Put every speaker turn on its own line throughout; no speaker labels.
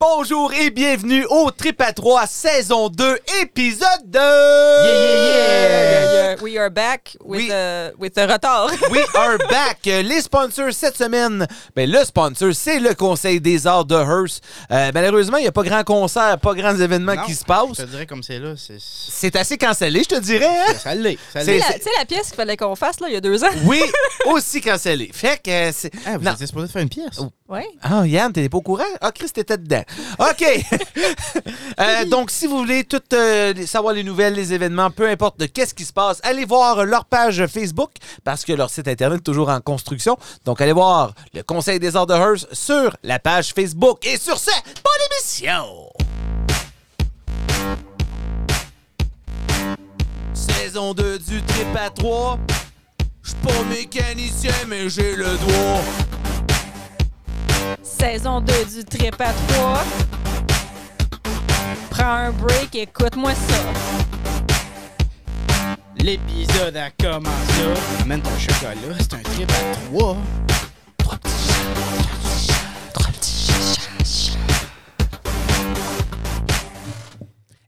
Bonjour et bienvenue au Trip à 3 saison 2 épisode 2.
Yeah, yeah, yeah. We are back with,
Oui.
the- with the retard.
We are back. Euh, Les sponsors cette semaine, ben, le sponsor, c'est le Conseil des arts de Hearst. Euh, malheureusement, il n'y a pas grand concert, pas grands événements
Non,
qui se
Je
passent.
te dirais comme c'est là, c'est. Ça
C'est assez cancellé, je te dirais. hein?
ça l'est. ça
C'est-
l'est.
Tu sais la- tu sais la pièce qu'il fallait qu'on fasse là, il y a deux ans?
Oui, aussi cancellé. Fait que euh, c'est...
Ah, vous
non.
étiez supposé de faire une pièce.
Oui.
Ah, Yann, t'étais pas au courant? Ah, Chris, t'étais dedans. OK. Euh, donc, si vous voulez tout, euh, les- savoir les nouvelles, les événements, peu importe de qu'est-ce qui se passe, allez voir leur page Facebook parce que leur site Internet est toujours en construction. Donc, allez voir le Conseil des arts de Hearst sur la page Facebook. Et sur ce, bonne émission! Saison 2 du Trip à 3. Je suis pas mécanicien, mais j'ai le doigt.
Saison 2 du Trip à 3. Prends un break, écoute-moi ça.
L'épisode a commencé. Amène ton chocolat, c'est un trip à trois.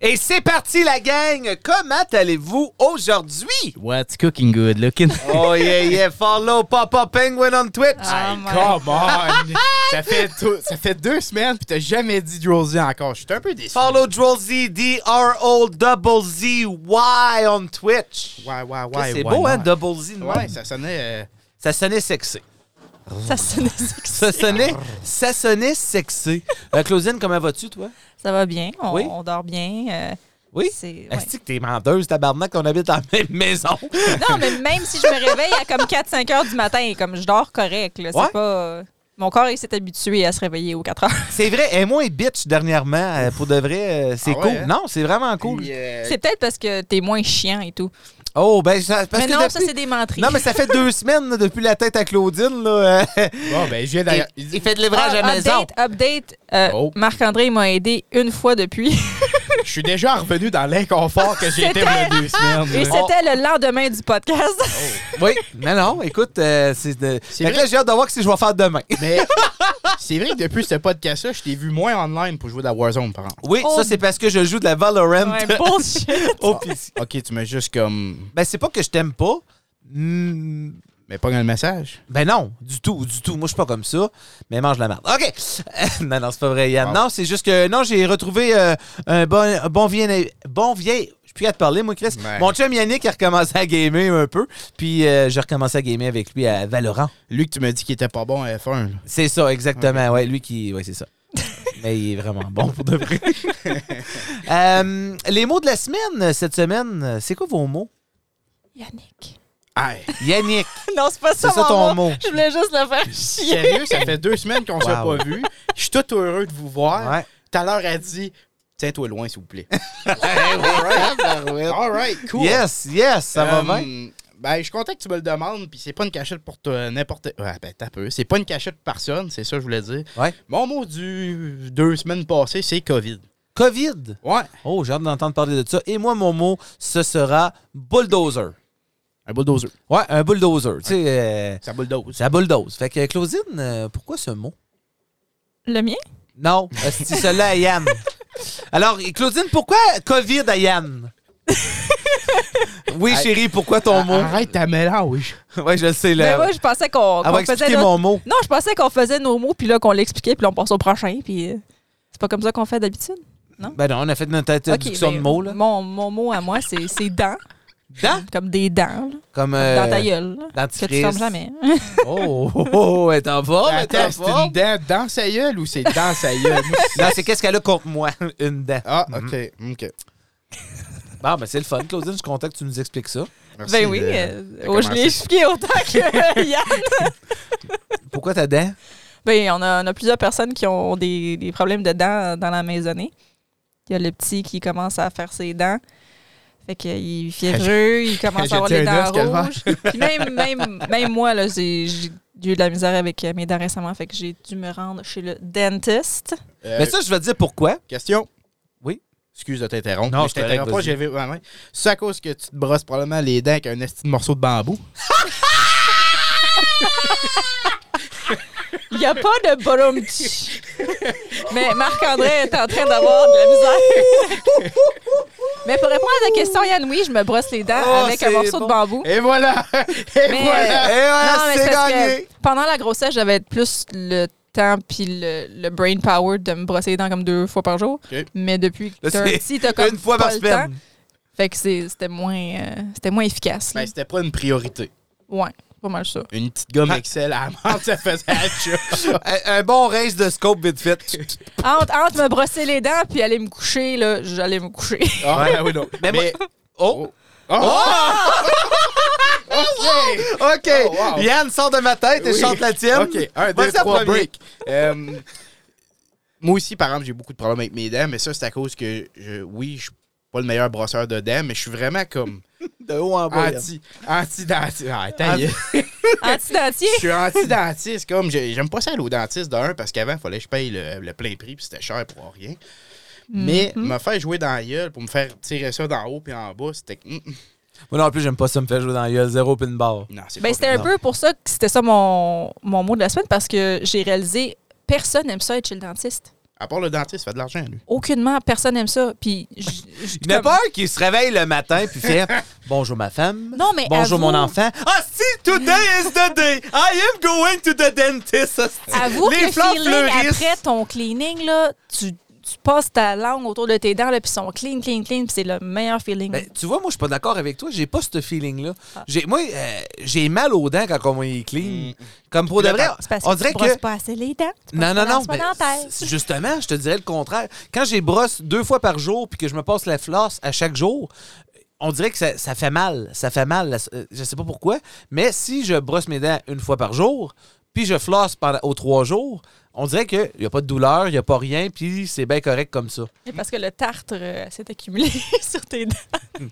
Et c'est parti la gang! Comment allez-vous aujourd'hui?
What's cooking good looking?
Oh yeah yeah, follow Papa Penguin on Twitch!
Ah, my-
Come on! ça, fait tout- ça fait deux semaines pis t'as jamais dit Drowsy encore. Je suis un peu déçu.
Follow Drolzy, D-R-O-Z-Z-Y on Twitch!
Ouais, ouais, ouais.
Chris, c'est
why
beau, hein?
not?
Double Z. de
Ouais,
même.
ça sonnait. euh,
Ça sonnait sexy.
Ça sonne sexy.
Ça sonnait, ça sonnait sexy. Euh, Claudine, comment vas-tu, toi?
Ça va bien, on,
Oui.
on dort bien. euh,
Oui?
c'est- ouais.
Est-ce que t'es menteuse, tabarnak, qu'on habite en même maison?
Non, mais même si je me réveille à comme 4-5 heures du matin, comme je dors correct, là, c'est
Ouais.
pas. Mon corps, il s'est habitué à se réveiller aux 4 heures.
C'est vrai, elle est moins bitch dernièrement, euh, pour de vrai. euh, C'est
Ah ouais,
cool.
hein?
Non, c'est vraiment cool.
puis, euh,
C'est peut-être parce que t'es moins chiant et tout.
Oh, ben, ça, parce
mais
que
non, ça,
depuis-
c'est des menteries.
Non, mais ça fait deux semaines là, depuis la tête à Claudine. Là, euh,
Bon, ben, je viens d'ailleurs.
il, il fait de l'ouvrage à la
Ah,
maison.
update, update. euh,
Oh.
Marc-André il m'a aidé une fois depuis.
Je suis déjà revenu dans l'inconfort que j'étais il y a deux
Et
semaines. là.
c'était le lendemain du podcast.
Oui, mais non, écoute, euh, c'est de.
C'est
Fait que
vrai.
là, j'ai hâte de voir ce que je vais faire demain.
Mais c'est vrai que depuis ce podcast-là, je t'ai vu moins online pour jouer de la Warzone, par exemple.
Oui,
Oh.
ça, c'est parce que je joue de la Valorant
Ouais, bullshit.
Oh,
au PC.
Ok, tu m'as juste comme.
Ben, c'est pas que je t'aime pas. Hmm,
Mais pas dans le message.
Ben non, du tout, du tout. Moi, je suis pas comme ça, mais mange la merde. OK. non, non, c'est pas vrai, Yann.
Wow.
Non, c'est juste que, non, j'ai retrouvé euh, un bon, un bon vieil... Bon vieil... Je suis plus à te parler, moi, Chris.
Ouais.
Mon chum Yannick a recommencé à gamer un peu, puis euh, j'ai recommencé à gamer avec lui à Valorant.
Lui que tu m'as dit qu'il était pas bon à F1. là.
C'est ça, exactement. Ouais, lui qui... Ouais, c'est ça. mais il est vraiment bon pour de vrai. Euh, les mots de la semaine, cette semaine, c'est quoi vos mots?
Yannick.
Aïe.
Yannick,
Non, c'est pas ça.
C'est ça
mon
ton mot.
Je voulais juste le faire chier.
Sérieux, ça fait deux semaines qu'on s'est
Wow.
pas vu. Je suis tout heureux de vous voir.
ouais.
Tout à l'heure, elle dit Tiens-toi loin, s'il vous plaît.
Alright.
All right, cool.
Yes, yes, ça va
Euh,
bien.
Ben, je suis content que tu me le demandes, puis c'est pas une cachette pour toi, n'importe. Ouais, ben, t'as peu. C'est pas une cachette pour personne, c'est ça que je voulais dire.
Ouais.
Mon mot du deux semaines passées, c'est COVID.
COVID.
Ouais.
Oh, j'ai hâte d'entendre parler de ça. Et moi, mon mot, ce sera bulldozer.
Un bulldozer.
Ouais, un bulldozer. Tu sais, euh,
Ça bulldoze.
ça bulldoze. Fait que, Claudine, euh, pourquoi ce mot?
Le mien?
Non, c'est cela à Yann. Alors, Claudine, pourquoi COVID à Yann? oui, chérie, pourquoi ton mot?
Arrête ta mélange.
Oui, ah, je le sais.
Mais
Là.
Ben, moi, je pensais qu'on
Elle
qu'on
va
faisait.
expliquer
notre-
Ah mon mot.
Non, je pensais qu'on faisait nos mots, puis là, qu'on l'expliquait, puis là, on passe au prochain, puis. euh, C'est pas comme ça qu'on fait d'habitude.
Ben non, on a fait notre
Ok,
introduction
ben,
de mots. Là.
Mon, mon mot à moi, c'est c'est dents.
Dents?
Comme des dents, là,
Comme
dans ta
euh,
gueule. là, Que tu
dentifrice.
fermes jamais.
Oh, oh, oh, elle est en forme, elle est en
Attends, c'est
forme.
une dent dans sa gueule ou c'est dans sa gueule? Moi, c'est-
Non, c'est qu'est-ce qu'elle a contre moi, une dent.
Ah, ok, ok.
Bon, ben c'est le fun, Claudine, je suis content que tu nous expliques ça.
Merci
Ben oui,
de-
euh,
de
oh, je l'ai
commencer.
expliqué autant que Yann.
Pourquoi ta dent?
Ben, on a, on a plusieurs personnes qui ont des, des problèmes de dents dans la maisonnée. Il y a le petit qui commence à faire ses dents. Fait qu'il est fiévreux, il commence à avoir les
J'étais un
dents
os, calvaire.
rouges. Puis même, même, même moi, là, j'ai j'ai eu de la misère avec euh, mes dents récemment. Fait que j'ai dû me rendre chez le dentiste.
Euh,
Mais ça, je vais te dire pourquoi.
Question.
Oui?
Excuse de t'interrompre.
Non,
mais je
c'est
t'interromps
correct,
pas,
vas-y.
j'avais ma main. C'est à cause que tu te brosses probablement les dents avec un esti de morceau de bambou.
n'y a pas de bonhomme. Mais Marc-André est en train d'avoir de la misère. Mais pour répondre à ta question, Yann, oui, je me brosse les dents
Oh,
avec un
c'est bon.
morceau de bambou.
Et voilà! Et
Mais-
Et
voilà!
voilà,
Non, mais
Eh Ah, c'est
c'est parce que
gagné.
pendant la grossesse, j'avais plus le temps puis le, le brain power de me brosser les dents comme deux fois par jour.
OK.
Mais depuis que
Là,
t'as un
c'est
petit, t'as comme
Une fois
pas
par
le temps.
semaine.
Fait que c'est- c'était moins, euh, c'était moins efficace. là.
Ben, c'était pas une priorité.
ouais, c'est pas mal ça.
Une petite gomme
Ah.
Excel à amande, ça faisait la job.
Un, un bon race de scope vite fait.
Entre, entre me brosser les dents puis aller me coucher, là, j'allais me coucher.
Ah, ben oui, non.
Mais
Mais.
moi- Oh!
Oh!
Oh!
OK!
OK!
Oh, wow.
Yann sort de ma tête et
Oui.
chante la tienne.
OK, un, deux,
Vas-y en
trois,
premier.
break. Euh, moi aussi, par exemple, j'ai beaucoup de problèmes avec mes dents, mais ça, c'est à cause que, je, oui, je suis pas le meilleur brosseur de dents, mais je suis vraiment comme
De haut en bas. Yann.
anti... Anti-dentiste. Ah, ta gueule.
Anti-dentier.
je suis anti-dentiste. Comme, j'ai- j'aime pas ça aller au dentiste, d'un, parce qu'avant, il fallait que je paye le, le plein prix, puis c'était cher pour rien. Mais
Mhm.
me faire jouer dans la gueule pour me faire tirer ça d'en haut puis en bas, c'était... que, mm, mm.
Moi non plus, j'aime pas ça me faire jouer dans la gueule. Zéro pin bar.
Non, c'est
Ben,
pas
c'était un
Non.
peu pour ça que c'était ça mon, mon mot de la semaine parce que j'ai réalisé personne n'aime ça être chez le dentiste.
À part le dentiste, ça fait de l'argent, lui.
Aucunement, personne n'aime ça. Puis, j- j-
Il n'y en a
comme-
pas un qui se réveille le matin puis fait Bonjour ma femme.
Non, mais
Bonjour
avoue-
mon enfant. Ah si, today is the day. I am going to the dentist. hostie.
Avoue que
Les fleurs
feeling
fleurissent.
après ton cleaning, là, tu, tu passes ta langue autour de tes dents, là, puis ils sont clean, clean, clean, puis c'est le meilleur feeling.
Ben, tu vois, moi, je suis pas d'accord avec toi. J'ai pas ce feeling-là.
Ah.
J'ai, moi, euh, j'ai mal aux dents quand on est clean. Comme pour de
Mm. Là,
vrai,
t'as-
c'est parce
on
que
dirait
tu brosses
que.
pas assez les dents. Tu
Non, non,
passes pas
non.
dans
ben,
ton dentaire.
c'est- justement, je te dirais le contraire. Quand j'ai brosse deux fois par jour puis que je me passe la flosse à chaque jour, on dirait que ça, ça fait mal. Ça fait mal. la- euh, Je sais pas pourquoi. Mais si je brosse mes dents une fois par jour puis je flosse pendant, aux trois jours, on dirait qu'il n'y a pas de douleur, il n'y a pas rien, puis c'est bien correct comme ça.
Mais Parce que le tartre euh, s'est accumulé sur tes dents.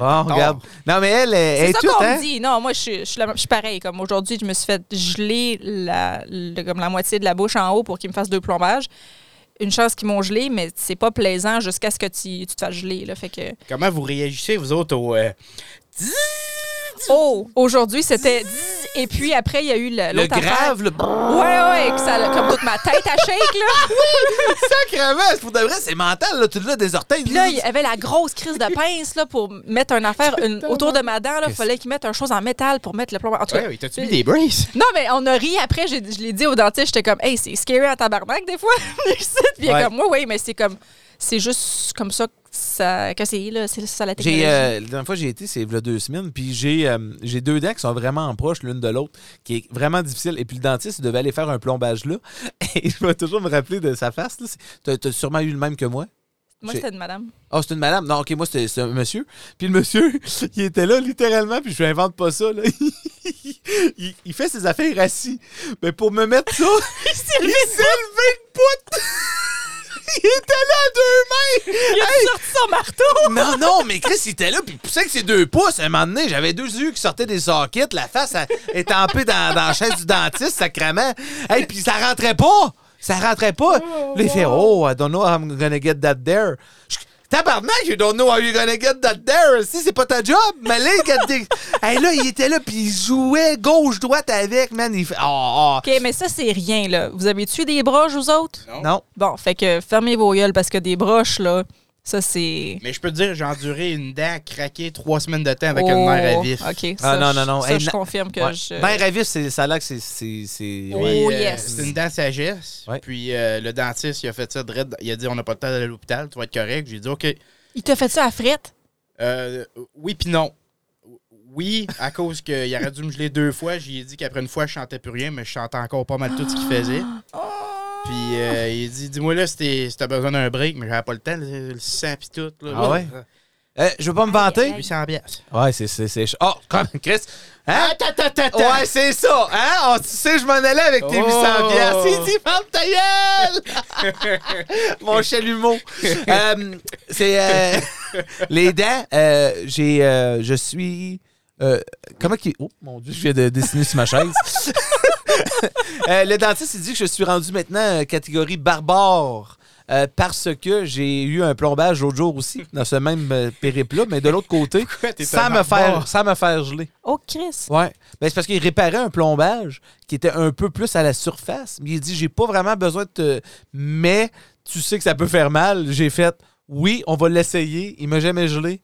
Ah, regarde. Non, mais elle, elle,
C'est
elle est
ça
toute,
qu'on
hein?
me dit. Non, moi, je suis, je suis la- je suis pareil. Comme aujourd'hui, je me suis fait geler la, le- comme la moitié de la bouche en haut pour qu'ils me fassent deux plombages. Une chance qu'ils m'ont gelé, mais c'est pas plaisant jusqu'à ce que tu, tu te fasses geler. Là. Fait que,
Comment vous réagissez, vous autres, au... euh,
oh, aujourd'hui, c'était zzz, et puis après, il y a eu la-
Le
l'autre affaire.
grave, le...
Ouais, ouais, que ça, a comme toute ma tête à shake, là.
Sacrement, pour de vrai, c'est mental, là, tu l'as des orteils.
Puis là, il y avait la grosse crise de pince, là, pour mettre une affaire une- autour de ma dent, là.
Qu'est-ce-
Fallait qu'ils mettent un chose en métal pour mettre le plomb. En tout cas,
Ouais, ouais, t'as-tu mis des braces?
Non, mais on a ri après. j'ai- Je l'ai dit au dentiste. J'étais comme, hey, c'est scary en tabarnak des fois. venir ici. Puis il est
Ouais.
comme, oui, oui, mais c'est comme, c'est juste comme ça que ça- que c'est, là. C'est ça la technologie.
J'ai, euh, la dernière fois que j'ai été, c'est il y a deux semaines, puis j'ai, euh, j'ai deux dents qui sont vraiment proches l'une de l'autre, qui est vraiment difficile. Et puis le dentiste, il devait aller faire un plombage là. Et je vais toujours me rappeler de sa face. Là. T'as, t'as sûrement eu le même que moi.
Moi,
j'ai-
c'était de madame.
Ah, c'est une madame. Non, OK, moi, c'était c'est un monsieur. Puis le monsieur, il était là littéralement, puis je lui invente pas ça. Là. il, il fait ses affaires assis. Mais pour me mettre ça, il s'est levé une poutre. il était là à deux mains.
Il a sorti son marteau.
Non, non, mais Chris, il était là, puis il poussait avec ses deux pouces. À un moment donné, j'avais deux yeux qui sortaient des sockets, la face elle, étampée dans, dans la chaise du dentiste, sacrément. Et puis ça rentrait pas! Ça rentrait pas! là, il fait « Oh, I don't know how I'm gonna get that there. » Je- Tabarnak, you don't know how you're gonna get that there. Si, c'est pas ta job. Mais là, quand t'es- Hey, là, il était là, puis il jouait gauche-droite avec, man. Il fait... Oh,
OK, mais ça, c'est rien, là. Vous avez tué des broches, vous autres?
oh. Non.
Bon, fait que fermez vos gueules parce que des broches, là, ça, c'est.
Mais je peux te dire, j'ai enduré une dent craquée trois semaines de temps avec
Oh,
une mère à vif.
OK. Ça,
Ah, non, non,
je-
non.
Ça,
Hey,
je
na-
confirme que
Ouais.
je.
Ben, Ravis, c'est ça là que c'est... c'est, c'est...
Oh,
Puis, euh,
yes.
C'est une dent de sagesse.
Ouais.
Puis euh, le dentiste, il a fait ça direct. Il a dit, on n'a pas le temps d'aller à l'hôpital, tu vas être correct. J'ai dit, OK.
Il t'a fait ça à frette?
Euh, oui, puis non. Oui, à cause qu'il aurait dû me geler deux fois. J'ai dit qu'après une fois, je chantais plus rien, mais je chantais encore pas mal tout ce
Ah!
qu'il faisait.
Oh!
Puis euh, il dit, dis-moi là si t'es- si t'as besoin d'un break, mais j'avais pas le temps, le, le sang pis tout. Là,
Ah ouais? Euh, je veux pas me vanter.
800 piastres.
Ouais, c'est. c'est, c'est... Oh, comme Chris. Hein?
Attends, attends, attends, attends.
Ouais, c'est ça. Hein? On, tu sais, je m'en allais avec tes
Oh.
800 piastres. Il dit, ferme ta gueule! Mon chalumeau. Euh, c'est. euh, les dents, euh, j'ai. euh, je suis. euh, comment qu'il. Oh mon Dieu, je viens de dessiner sur ma chaise. Euh, le dentiste, il dit que je suis rendu maintenant euh, catégorie barbare. euh, parce que j'ai eu un plombage l'autre jour aussi, dans ce même euh, périple-là, mais de l'autre côté,
Pourquoi t'es
sans
un
me, faire,
barbare?
sans me faire geler.
Oh, Chris!
Ouais. Ben, c'est parce qu'il réparait un plombage qui était un peu plus à la surface. Il dit J'ai pas vraiment besoin de te. Mais tu sais que ça peut faire mal. J'ai fait Oui, on va l'essayer. Il m'a jamais gelé.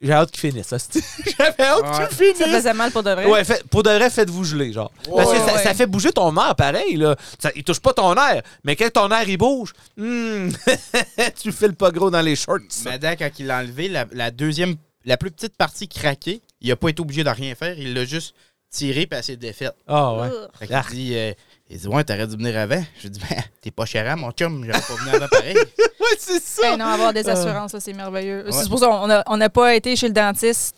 J'ai hâte qu'il finisse. hostie. J'avais hâte
Ouais.
qu'il
Ça
finisse.
faisait mal pour de vrai.
Ouais, fait- pour de vrai, faites-vous geler, genre. Parce que
Ouais,
ça,
ouais.
ça fait bouger ton nerf pareil, là. Ça, il touche pas ton nerf, mais quand ton nerf il bouge, hmm, tu files pas gros dans les shorts.
Madan, quand il l'a enlevé, la, la deuxième, la plus petite partie craquée, il a pas été obligé de rien faire. Il l'a juste tiré puis elle s'est défaite.
Ah ouais.
Ugh.
Fait qu'il
Ah.
dit, euh, il dit, ouais, t'aurais dû venir avant. Je dis, ben, t'es pas cher à mon chum, j'aurais pas venu avant pareil.
Ouais, c'est ça.
Eh non, avoir des assurances, là, c'est merveilleux.
Ouais.
C'est pour ça qu'on a- on n'a pas été chez le dentiste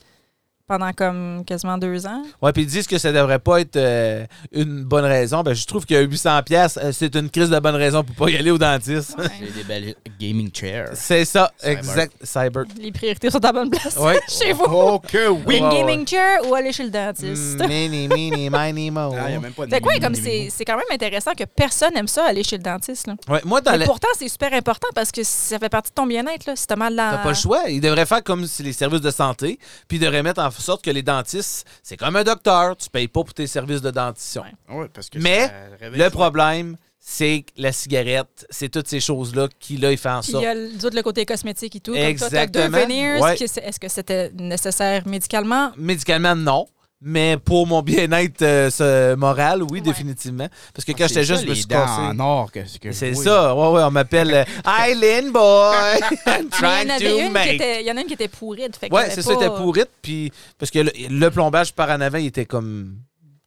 pendant comme quasiment deux ans.
Ouais, puis ils disent que ça devrait pas être euh, une bonne raison. Ben, je trouve que 800 pièces, euh, c'est une crise de bonne raison pour pas y aller au dentiste.
J'ai des belles gaming chairs.
C'est ça,
Cyber.
exact. Cyber.
Les priorités sont à bonne place.
Ouais.
chez vous.
Oh que oui!
Ouais,
Une
ouais. Mm.
gaming chair ou aller chez le dentiste.
Mini, mini, mini, mo.
Ah, y a même pas de
Fait que ouais,
mini-
comme
mini-
c'est c'est quand même intéressant que personne aime ça, aller chez le dentiste. Là.
Ouais, moi, dans
Mais
la-
pourtant, c'est super important parce que ça fait partie de ton bien-être. là. Si t'as mal dans...
T'as pas le choix. Ils devraient faire comme si les services de santé, puis ils devraient mettre en sorte que les dentistes, c'est comme un docteur, tu payes pas pour tes services de dentition.
Ouais.
Ouais, parce que
Mais
ça réveille
Le
ça.
problème, c'est que la cigarette, c'est toutes ces choses-là qui, là, ils font en
Puis il
sorte.
y a le- d'autres, le côté cosmétique et tout. Comme toi, t'as deux
Exactement.
veneers.
Ouais.
Est-ce que c'est- Est-ce que c'était nécessaire médicalement?
Médicalement, non. Mais pour mon bien-être euh, ce- moral, oui,
Ouais.
définitivement. Parce que
Ah,
quand
c'est
j'étais
ça,
juste, je me
les
suis
dents
cassé.
en or que, que
C'est
oui.
ça, ouais, ouais, on m'appelle euh, Island Boy. I'm trying
Mais Il y en avait
to
une qui
make.
était- il y en a une qui était pourrite. Fait qu'il y
Ouais,
avait
c'est ça, c'était
pas-
pourrite. Puis, parce que le, le plombage par en avant, il était comme.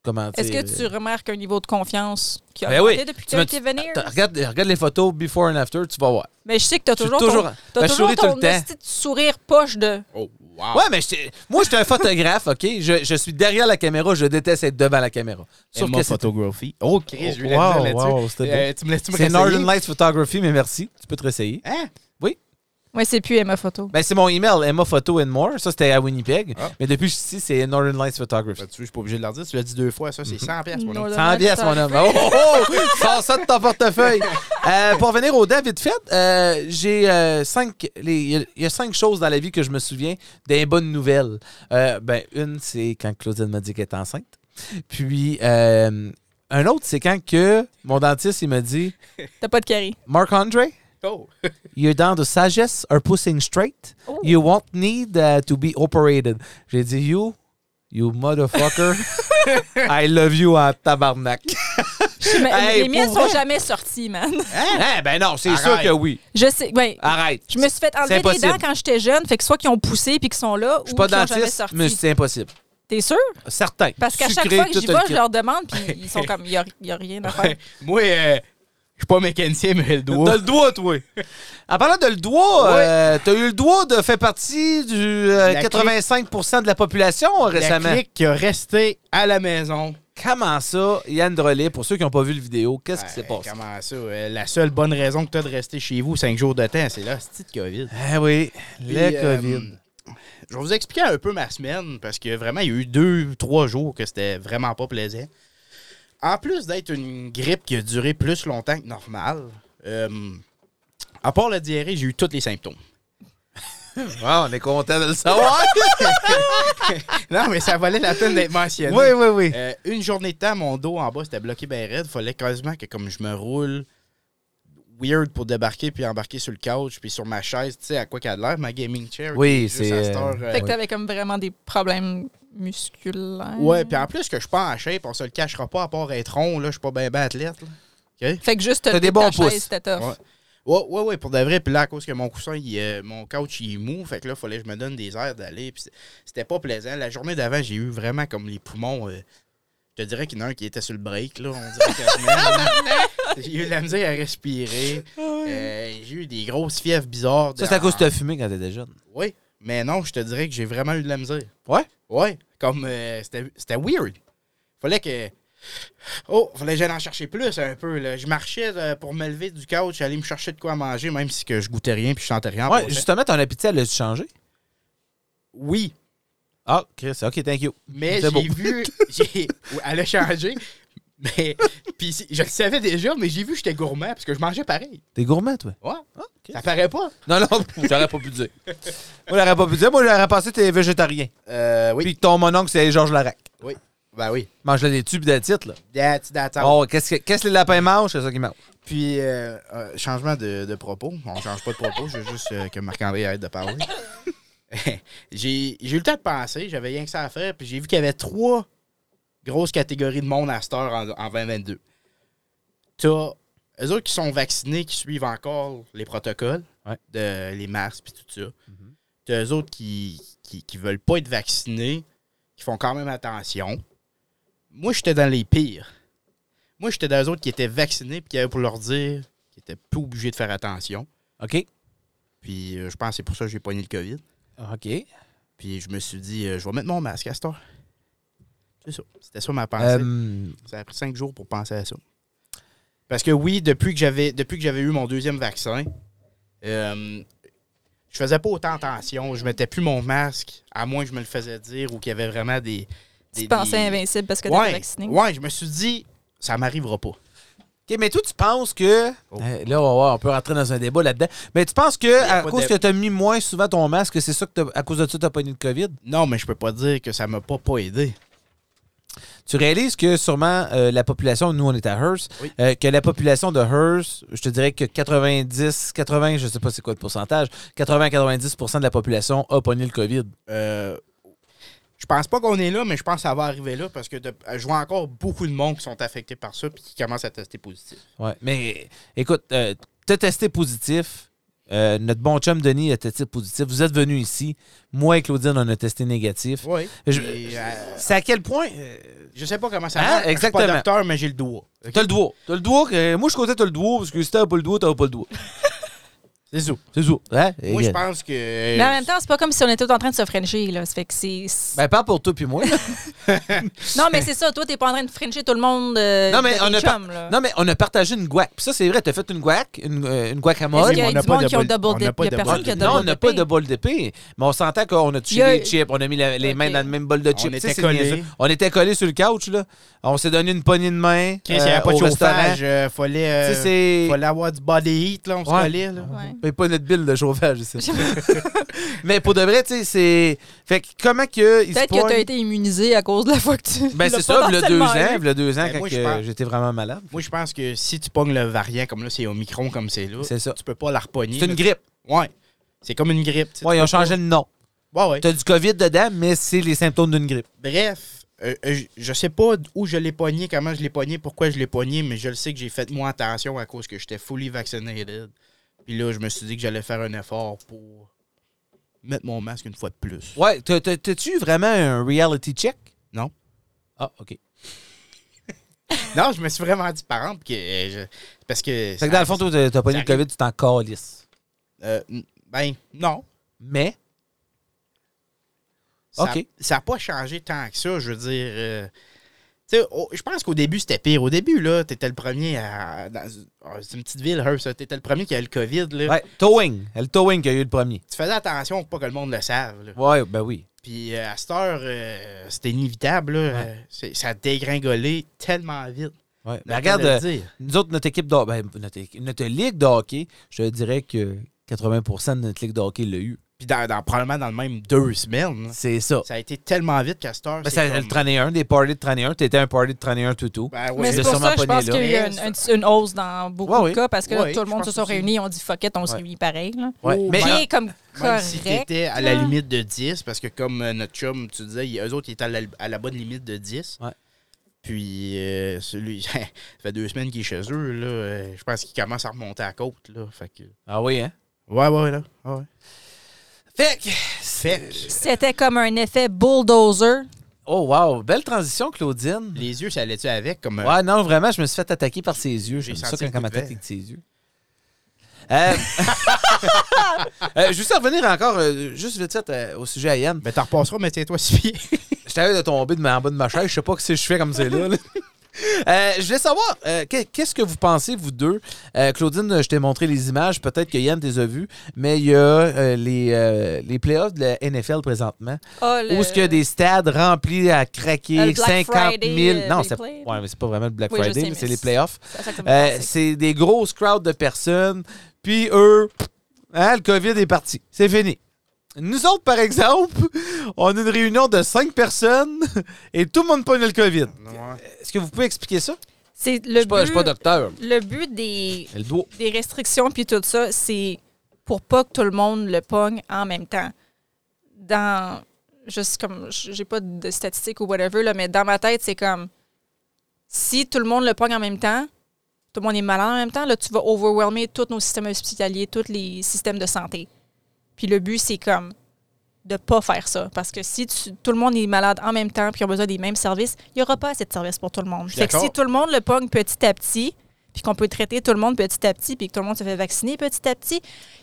Comment
Est-ce
dire,
que
euh,
tu remarques un niveau de confiance qui a
Ben
augmenté
oui.
depuis
Tu
que tu as
m'as
été venir?
Attends, regarde, regarde les photos before and after, tu vas voir.
Mais Ben, je sais que tu as
Je suis
toujours,
toujours-
ton, t'as
Ben, je
toujours
souris tout
ton
le temps.
esti de sourire poche de...
Oh,
Ah.
wow!
Ouais, mais j'étais- moi, j'étais un photographe, OK? Je, je suis derrière la caméra, je déteste être devant la caméra. Sauf
Emma
que c'est
Photography. Oh, Chris, je voulais
Wow,
dire là-dessus.
wow, c'était
Euh, tu me laisses-tu me
c'est
réessayer?
Northern Lights Photography, mais merci. Tu peux te réessayer.
Hein?
Oui, c'est plus Emma Photo.
Ben, c'est mon email, Emma Photo and More. Ça, c'était à Winnipeg.
Ah.
Mais depuis que je suis ici, c'est Northern Lights Photography.
Ben, tu sais, je suis pas obligé de leur dire. Tu l'as dit deux fois, ça,
Mm-hmm.
c'est 100 pièces. mon homme.
Northern
100 pièces, mon homme. Oh, oh, oh! Sors ça de ton portefeuille. Euh, pour venir au dents, vite fait, euh, j'ai euh, cinq. les- Il y a- il y a cinq choses dans la vie que je me souviens des bonnes nouvelles. Euh, ben, une, c'est quand Claudine m'a dit qu'elle est enceinte. Puis, euh, un autre, c'est quand que mon dentiste, il m'a dit
T'as pas de carie.
Marc-André,
Oh.
your dents de sagesse are pushing straight.
Oh.
You won't need uh, to be operated. J'ai dit, you, you motherfucker, I love you en tabarnak.
Je- mais-
Hey,
les miennes
pour
sont
vrai?
jamais sorties, man.
Eh ben non, c'est sûr
Arrête.
que oui.
Je sais, ouais.
Arrête.
Hein? Je me suis fait enlever des
impossible.
dents quand j'étais jeune, fait que soit qui ont poussé puis qui sont là,
Je suis
ou
pas
qui ont jamais
dentiste,
sorti.
mais c'est impossible.
T'es sûr?
Certain.
Parce qu'à chaque
Sucré,
fois que j'y
tout
vais,
le
je
kit.
leur demande, puis ils sont comme, il n'y a, rien à faire.
Moi, euh, je suis pas mécanicien, mais le
T'as
doigt.
le doigt, toi. En parlant de le doigt,
Ouais.
euh, t'as eu le doigt de faire partie du euh,
La
85% de la population euh,
La
récemment.
clique qui a resté à la maison.
Comment ça, Yann Drolet, pour ceux qui n'ont pas vu le vidéo, qu'est-ce qui s'est
Euh,
passé?
Comment ça? euh, la seule bonne raison que tu as de rester chez vous cinq jours de temps, c'est la petite COVID.
Eh oui, le
Puis, euh,
COVID.
Je vais vous expliquer un peu ma semaine parce que vraiment, il y a eu deux, trois jours que c'était vraiment pas plaisant. En plus d'être une grippe qui a duré plus longtemps que normal, euh, à part la diarrhée, j'ai eu tous les symptômes.
Ah, on est content de le savoir.
non, mais ça valait la peine d'être mentionné.
oui, oui, oui.
Euh, une journée de temps, mon dos en bas, c'était bloqué ben raide. Fallait quasiment que comme je me roule weird pour débarquer puis embarquer sur le couch puis sur ma chaise, tu sais à quoi qu'elle a de l'air, ma gaming chair.
Oui,
qui est juste
c'est,
à cette heure, euh,
Fait que t'avais comme vraiment des problèmes musculaires.
Ouais, puis en plus que je suis pas en shape, on se le cachera pas à part être rond, là, je suis pas bien ben athlète. là.
Fait que juste te
T'as des
lever de
bons
ta chaise,
pouces.
C'était tough.
Ouais. Ouais, ouais, ouais, pour de vrai. Puis là, à cause que mon coussin, il, euh, mon couch, il est mou, fait que là, fallait que je me donne des airs d'aller. Puis c'est- c'était pas plaisant. La journée d'avant, j'ai eu vraiment comme les poumons. euh, je te dirais qu'il y en a un qui était sur le break, là. On dirait quasiment. J'ai eu de la misère à respirer. Euh, j'ai eu des grosses fièvres bizarres.
Ça, c'est à cause que t'as fumé quand t'étais jeune.
Oui, mais non, je te dirais que j'ai vraiment eu de la misère.
Ouais?
Ouais, comme euh, c'était c'était weird. Fallait que. Oh, fallait que j'aille en chercher plus un peu. Là. Je marchais euh, pour me lever du couch, j'allais me chercher de quoi manger, même si que je goûtais rien puis je sentais rien. en
Ouais,
passant.
justement, ton appétit, elle a dû changer.
Oui,
Ah, Chris, OK, thank you.
mais
C'est
j'ai
beau.
vu. j'ai- ouais, Elle a changé, Mais, puis si- je le savais déjà, mais j'ai vu que j'étais gourmand parce que je mangeais pareil.
T'es gourmand, toi?
Ouais.
ok.
Ça paraît pas.
Non, non, j'aurais pas pu dire. Moi, j'aurais pas pu dire. Moi, j'aurais pensé que t'es végétarien.
Euh, oui.
Puis que ton mononcle, c'est Georges Larac.
Oui. Ben oui.
Mange-le des tubes de titre, là.
That's, that's all.
Oh, qu'est-ce que, qu'est-ce que les lapins mangent? C'est ça qu'ils mangent.
Puis, euh, euh, changement de, de propos. On change pas de propos, je veux juste euh, que Marc-André arrête de parler. j'ai j'ai eu le temps de penser, j'avais rien que ça à faire, puis j'ai vu qu'il y avait trois grosses catégories de monde à cette heure en, en 2022. T'as eux autres qui sont vaccinés, qui suivent encore les protocoles,
Ouais.
de, les masques, puis tout ça. T'as eux autres qui, qui, qui veulent pas être vaccinés, qui font quand même attention. Moi, j'étais dans les pires. Moi, j'étais dans les autres qui étaient vaccinés puis qui avaient pour leur dire qu'ils étaient plus obligés de faire attention.
OK.
Puis euh, je pense que c'est pour ça que j'ai pogné le COVID.
OK.
Puis je me suis dit, euh, je vais mettre mon masque à cette heure. C'est ça. C'était ça ma pensée.
Euh,
Ça a pris cinq jours pour penser à ça. Parce que oui, depuis que j'avais depuis que j'avais eu mon deuxième vaccin, euh, je faisais pas autant attention. Je mettais plus mon masque, à moins que je me le faisais dire ou qu'il y avait vraiment des. des
Tu te pensais
des-
invincible parce que t'étais
ouais,
vacciné.
ouais, je me suis dit, ça m'arrivera pas.
OK, mais toi, tu penses que.
Oh.
Euh, là, on, va- on peut rentrer dans un débat là-dedans. Mais tu penses que,
a
à
pas
cause
de-
que t'as mis moins souvent ton masque, c'est ça que t'as- à cause de ça, t'as pas eu de COVID?
Non, mais je peux pas dire que ça m'a pas pas aidé.
Tu réalises que sûrement euh, la population, nous on est à Hearst,
Oui.
euh, que la population de Hearst, je te dirais que 90, 80, je sais pas c'est quoi le pourcentage, 80-90% de la population a pogné le COVID.
Euh, je pense pas qu'on est là, mais je pense que ça va arriver là parce que de- je vois encore beaucoup de monde qui sont affectés par ça puis qui commencent à tester positif.
Ouais. Mais écoute, euh, t'as testé positif. Euh, notre bon chum Denis a testé positif. Vous êtes venu ici. Moi et Claudine, on a testé négatif.
Oui.
Je-
Et, euh,
C'est à quel point. euh,
Je sais pas comment ça
Hein?
marche. Je suis
Exactement.
pas docteur, mais j'ai le doigt. Ok?
T'as le doigt. T'as le doigt. euh, moi, je comptais t'as le doigt, parce que si t'as pas le doigt, t'as pas le doigt.
C'est ça.
C'est ça. Hein?
Moi, je pense que. euh,
Mais en même temps, c'est pas comme si on était tous en train de se frencher. Là. Ça fait que c'est- c'est-
Ben, parle pour toi puis moi.
non, mais c'est ça. Toi, t'es pas en train de frencher tout le monde. euh,
Non, mais
de
on
tes
a
chums, là.
Non, mais on a partagé une guac. Puis ça, c'est vrai, t'as fait une guac, une, euh, une guacamole.
Est-ce qu'il y a
on n'a
du
pas
monde
de
qui ont
bol-
double
on
dip?
n'a pas
Il y a
de
personne
bol-
qui a
Non, on
double
n'a pas de
dip.
bol d'épée, mais on s'entend qu'on a
Il y
tué
a-
les chips, on a mis la- les
Ok.
mains dans le même bol de chips.
On
tu sais,
était
c'est
collés.
niaiseux. On était collés sur le couch, là. On s'est donné une poignée de main
Chris, il n'y avait
euh,
pas de
au restaurant.
chauffage. euh, fallait,
Tu
euh,
sais, c'est...
fallait avoir du body heat, là, on se
Ouais.
collait. Là.
Ouais.
Mais pas notre bill de chauffage, ici. mais pour de vrai, tu sais, c'est... Fait que comment que... ils se
Peut-être que
poignent-
t'as été immunisé à cause de la fois que tu.
Ben,
l'as
c'est ça, le deux
potentiellement eu.
ans, le deux ans,
Ben,
quand
moi, je
que
pense-
j'étais vraiment malade.
Moi, je pense que si tu pognes le variant, comme là, c'est Omicron, comme c'est là,
C'est ça.
tu peux pas la repogner.
C'est une
là.
grippe.
Ouais. C'est comme une grippe. tu sais,
Ouais,
tu
ils ont
peux pas-
changé de nom.
Ouais, ouais.
T'as du COVID dedans, mais c'est les symptômes d'une grippe.
Bref, euh, euh, je- je sais pas où je l'ai pogné, comment je l'ai pogné, pourquoi je l'ai pogné, mais je le sais que j'ai fait moins attention à cause que j'étais fully vacciné. raide. Puis là, je me suis dit que j'allais faire un effort pour mettre mon masque une fois de plus.
Ouais, t'as- t'as- t'as-tu vraiment un reality check?
Non.
Ah, OK.
Non, je me suis vraiment dit par exemple que euh, je- parce que,
Fait que dans le fond, toi, t'as- t'as pas eu
ça
le COVID, tu t'en calisses.
euh, n- ben non,
Mais,
ça
Ok.
ça a pas changé tant que ça, je veux dire euh, tu sais, au- je pense qu'au début, c'était pire. Au début, là, t'étais le premier à. dans- ah, c'est une petite ville, Hearst. là. T'étais le premier qui a le COVID, là.
ouais, Towing. Le Towing qui a eu le premier.
Tu faisais attention pour pas que le monde le sache, là.
Ouais, ben oui.
Puis euh, à cette heure, euh, c'était inévitable. là. Euh, c'est- ça a dégringolé tellement vite.
Ouais.
Le
Mais regarde,
temps de
euh,
le dire.
nous autres, notre équipe de ben, notre, équipe- notre ligue de hockey, je te dirais que 80 de notre ligue de hockey l'a eu.
Puis dans, dans- probablement dans le même deux semaines. là.
C'est ça.
Ça a été tellement vite qu'à cette heure.
Ben,
c'est
c'est
comme-
le 31, des parties de 31. T'étais un party de 31 tout tout.
Ben ouais.
Mais c'est
J'ai
pour ça,
sûrement
je pense
pogné,
qu'il y a
là.
une, une- une hausse dans beaucoup
Ouais, oui.
de cas parce que là,
Ouais,
tout le
je
monde se
pense
sont
aussi.
réunis, on dit fuck it, on se réunit pareil. Là.
Ouais.
Oh,
Mais
Qui
ben,
est comme
Même si
correct.
t'étais à la
là.
limite de 10, parce que comme euh, notre chum, tu disais, il- eux autres, ils étaient à la, à la bonne limite de 10.
Ouais.
Puis euh, celui, ça fait deux semaines qu'il est chez eux, là. euh, je pense qu'il commence à remonter à la côte, là. Fait que...
Ah oui, hein?
Ouais, ouais, là. Ouais.
Fait que.
Fait que
C'était comme un effet bulldozer.
Oh, wow. Belle transition, Claudine.
les yeux, ça allait-tu avec comme. euh,
Ouais, non, vraiment, je me suis fait attaquer par ses yeux.
J'ai
J'aime ça
senti
quand
le
quand
coup de
m'attaque
verre.
avec ses yeux. Euh, euh, je veux revenir encore, euh, juste vite fait, euh, au sujet à Yann.
Ben, t'en repasseras, mais tiens-toi si pieds.
Je t'avais de tomber de ma, en bas de ma chaise. Je sais pas ce que je fais comme c'est là. là. Euh, je voulais savoir, euh, qu'est- qu'est-ce que vous pensez, vous deux? Euh, Claudine, je t'ai montré les images, peut-être que Yann les a vues, mais il y a euh, les, euh, les playoffs de la NFL présentement,
Ah, le-
où est-ce qu'il y a des stades remplis à
Ah,
craquer,
le Black
50 000.
Friday, euh,
Non,
des
c'est
plays.
ouais, mais c'est pas vraiment le Black
Oui, je
Friday,
sais,
mais
mais
c'est les
c'est-
playoffs.
C'est à ça que ça me
Euh,
fait penser.
c'est des grosses crowds de personnes. Puis eux, hein, le COVID est parti. C'est fini. Nous autres, par exemple, on a une réunion de cinq personnes et tout le monde pogne le COVID.
Ouais.
Est-ce que vous pouvez expliquer ça?
C'est
Je
le
suis pas, je
but,
suis pas docteur.
le but des,
Elle doit.
des restrictions puis tout ça, c'est pour pas que tout le monde le pogne en même temps. Dans juste comme j'ai pas de statistiques ou whatever là, mais dans ma tête, c'est comme si tout le monde le pogne en même temps, tout le monde est malade en même temps, là tu vas overwhelmer tous nos systèmes hospitaliers, tous les systèmes de santé. Puis le but c'est comme de pas faire ça parce que si tu- tout le monde est malade en même temps puis ils ont besoin des mêmes services, il y aura pas assez de services pour tout le monde.
suis
Fait que
d'accord.
si tout le monde le pogne petit à petit, puis qu'on peut traiter tout le monde petit à petit, puis que tout le monde se fait vacciner petit à petit,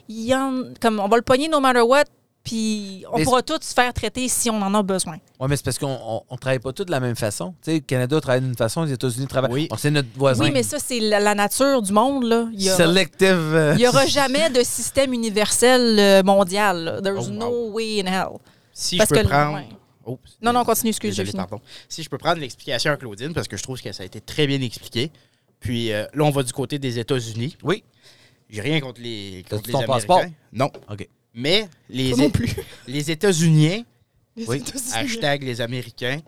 il y en- comme on va le pogner no matter what, puis on
Mais-
pourra tous se faire traiter si on en a besoin.
Oui, mais c'est parce qu'on on, on travaille pas tous de la même façon. Tu sais, le Canada travaille d'une façon, les États-Unis travaillent.
Oui.
Bon, c'est notre voisin.
Oui, mais ça, c'est la, la nature du monde. Là. Il y aura,
Selective. euh,
il y aura jamais de système universel euh, mondial. là. There's
Oh,
no way in hell.
Si
Parce
je peux
que-
prendre.
ouais.
Oh,
Non, non, continue, excuse,
Désolé,
j'ai fini.
pardon. Si je peux prendre l'explication à Claudine, parce que je trouve que ça a été très bien expliqué. Puis euh, là, on va du côté des États-Unis.
Oui.
J'ai rien contre les, contre
T'as-tu
les
ton
Américains.
passeport?
Non.
OK.
Mais les,
Moi non plus.
les États-Unis,
Oui.
hashtag les Américains,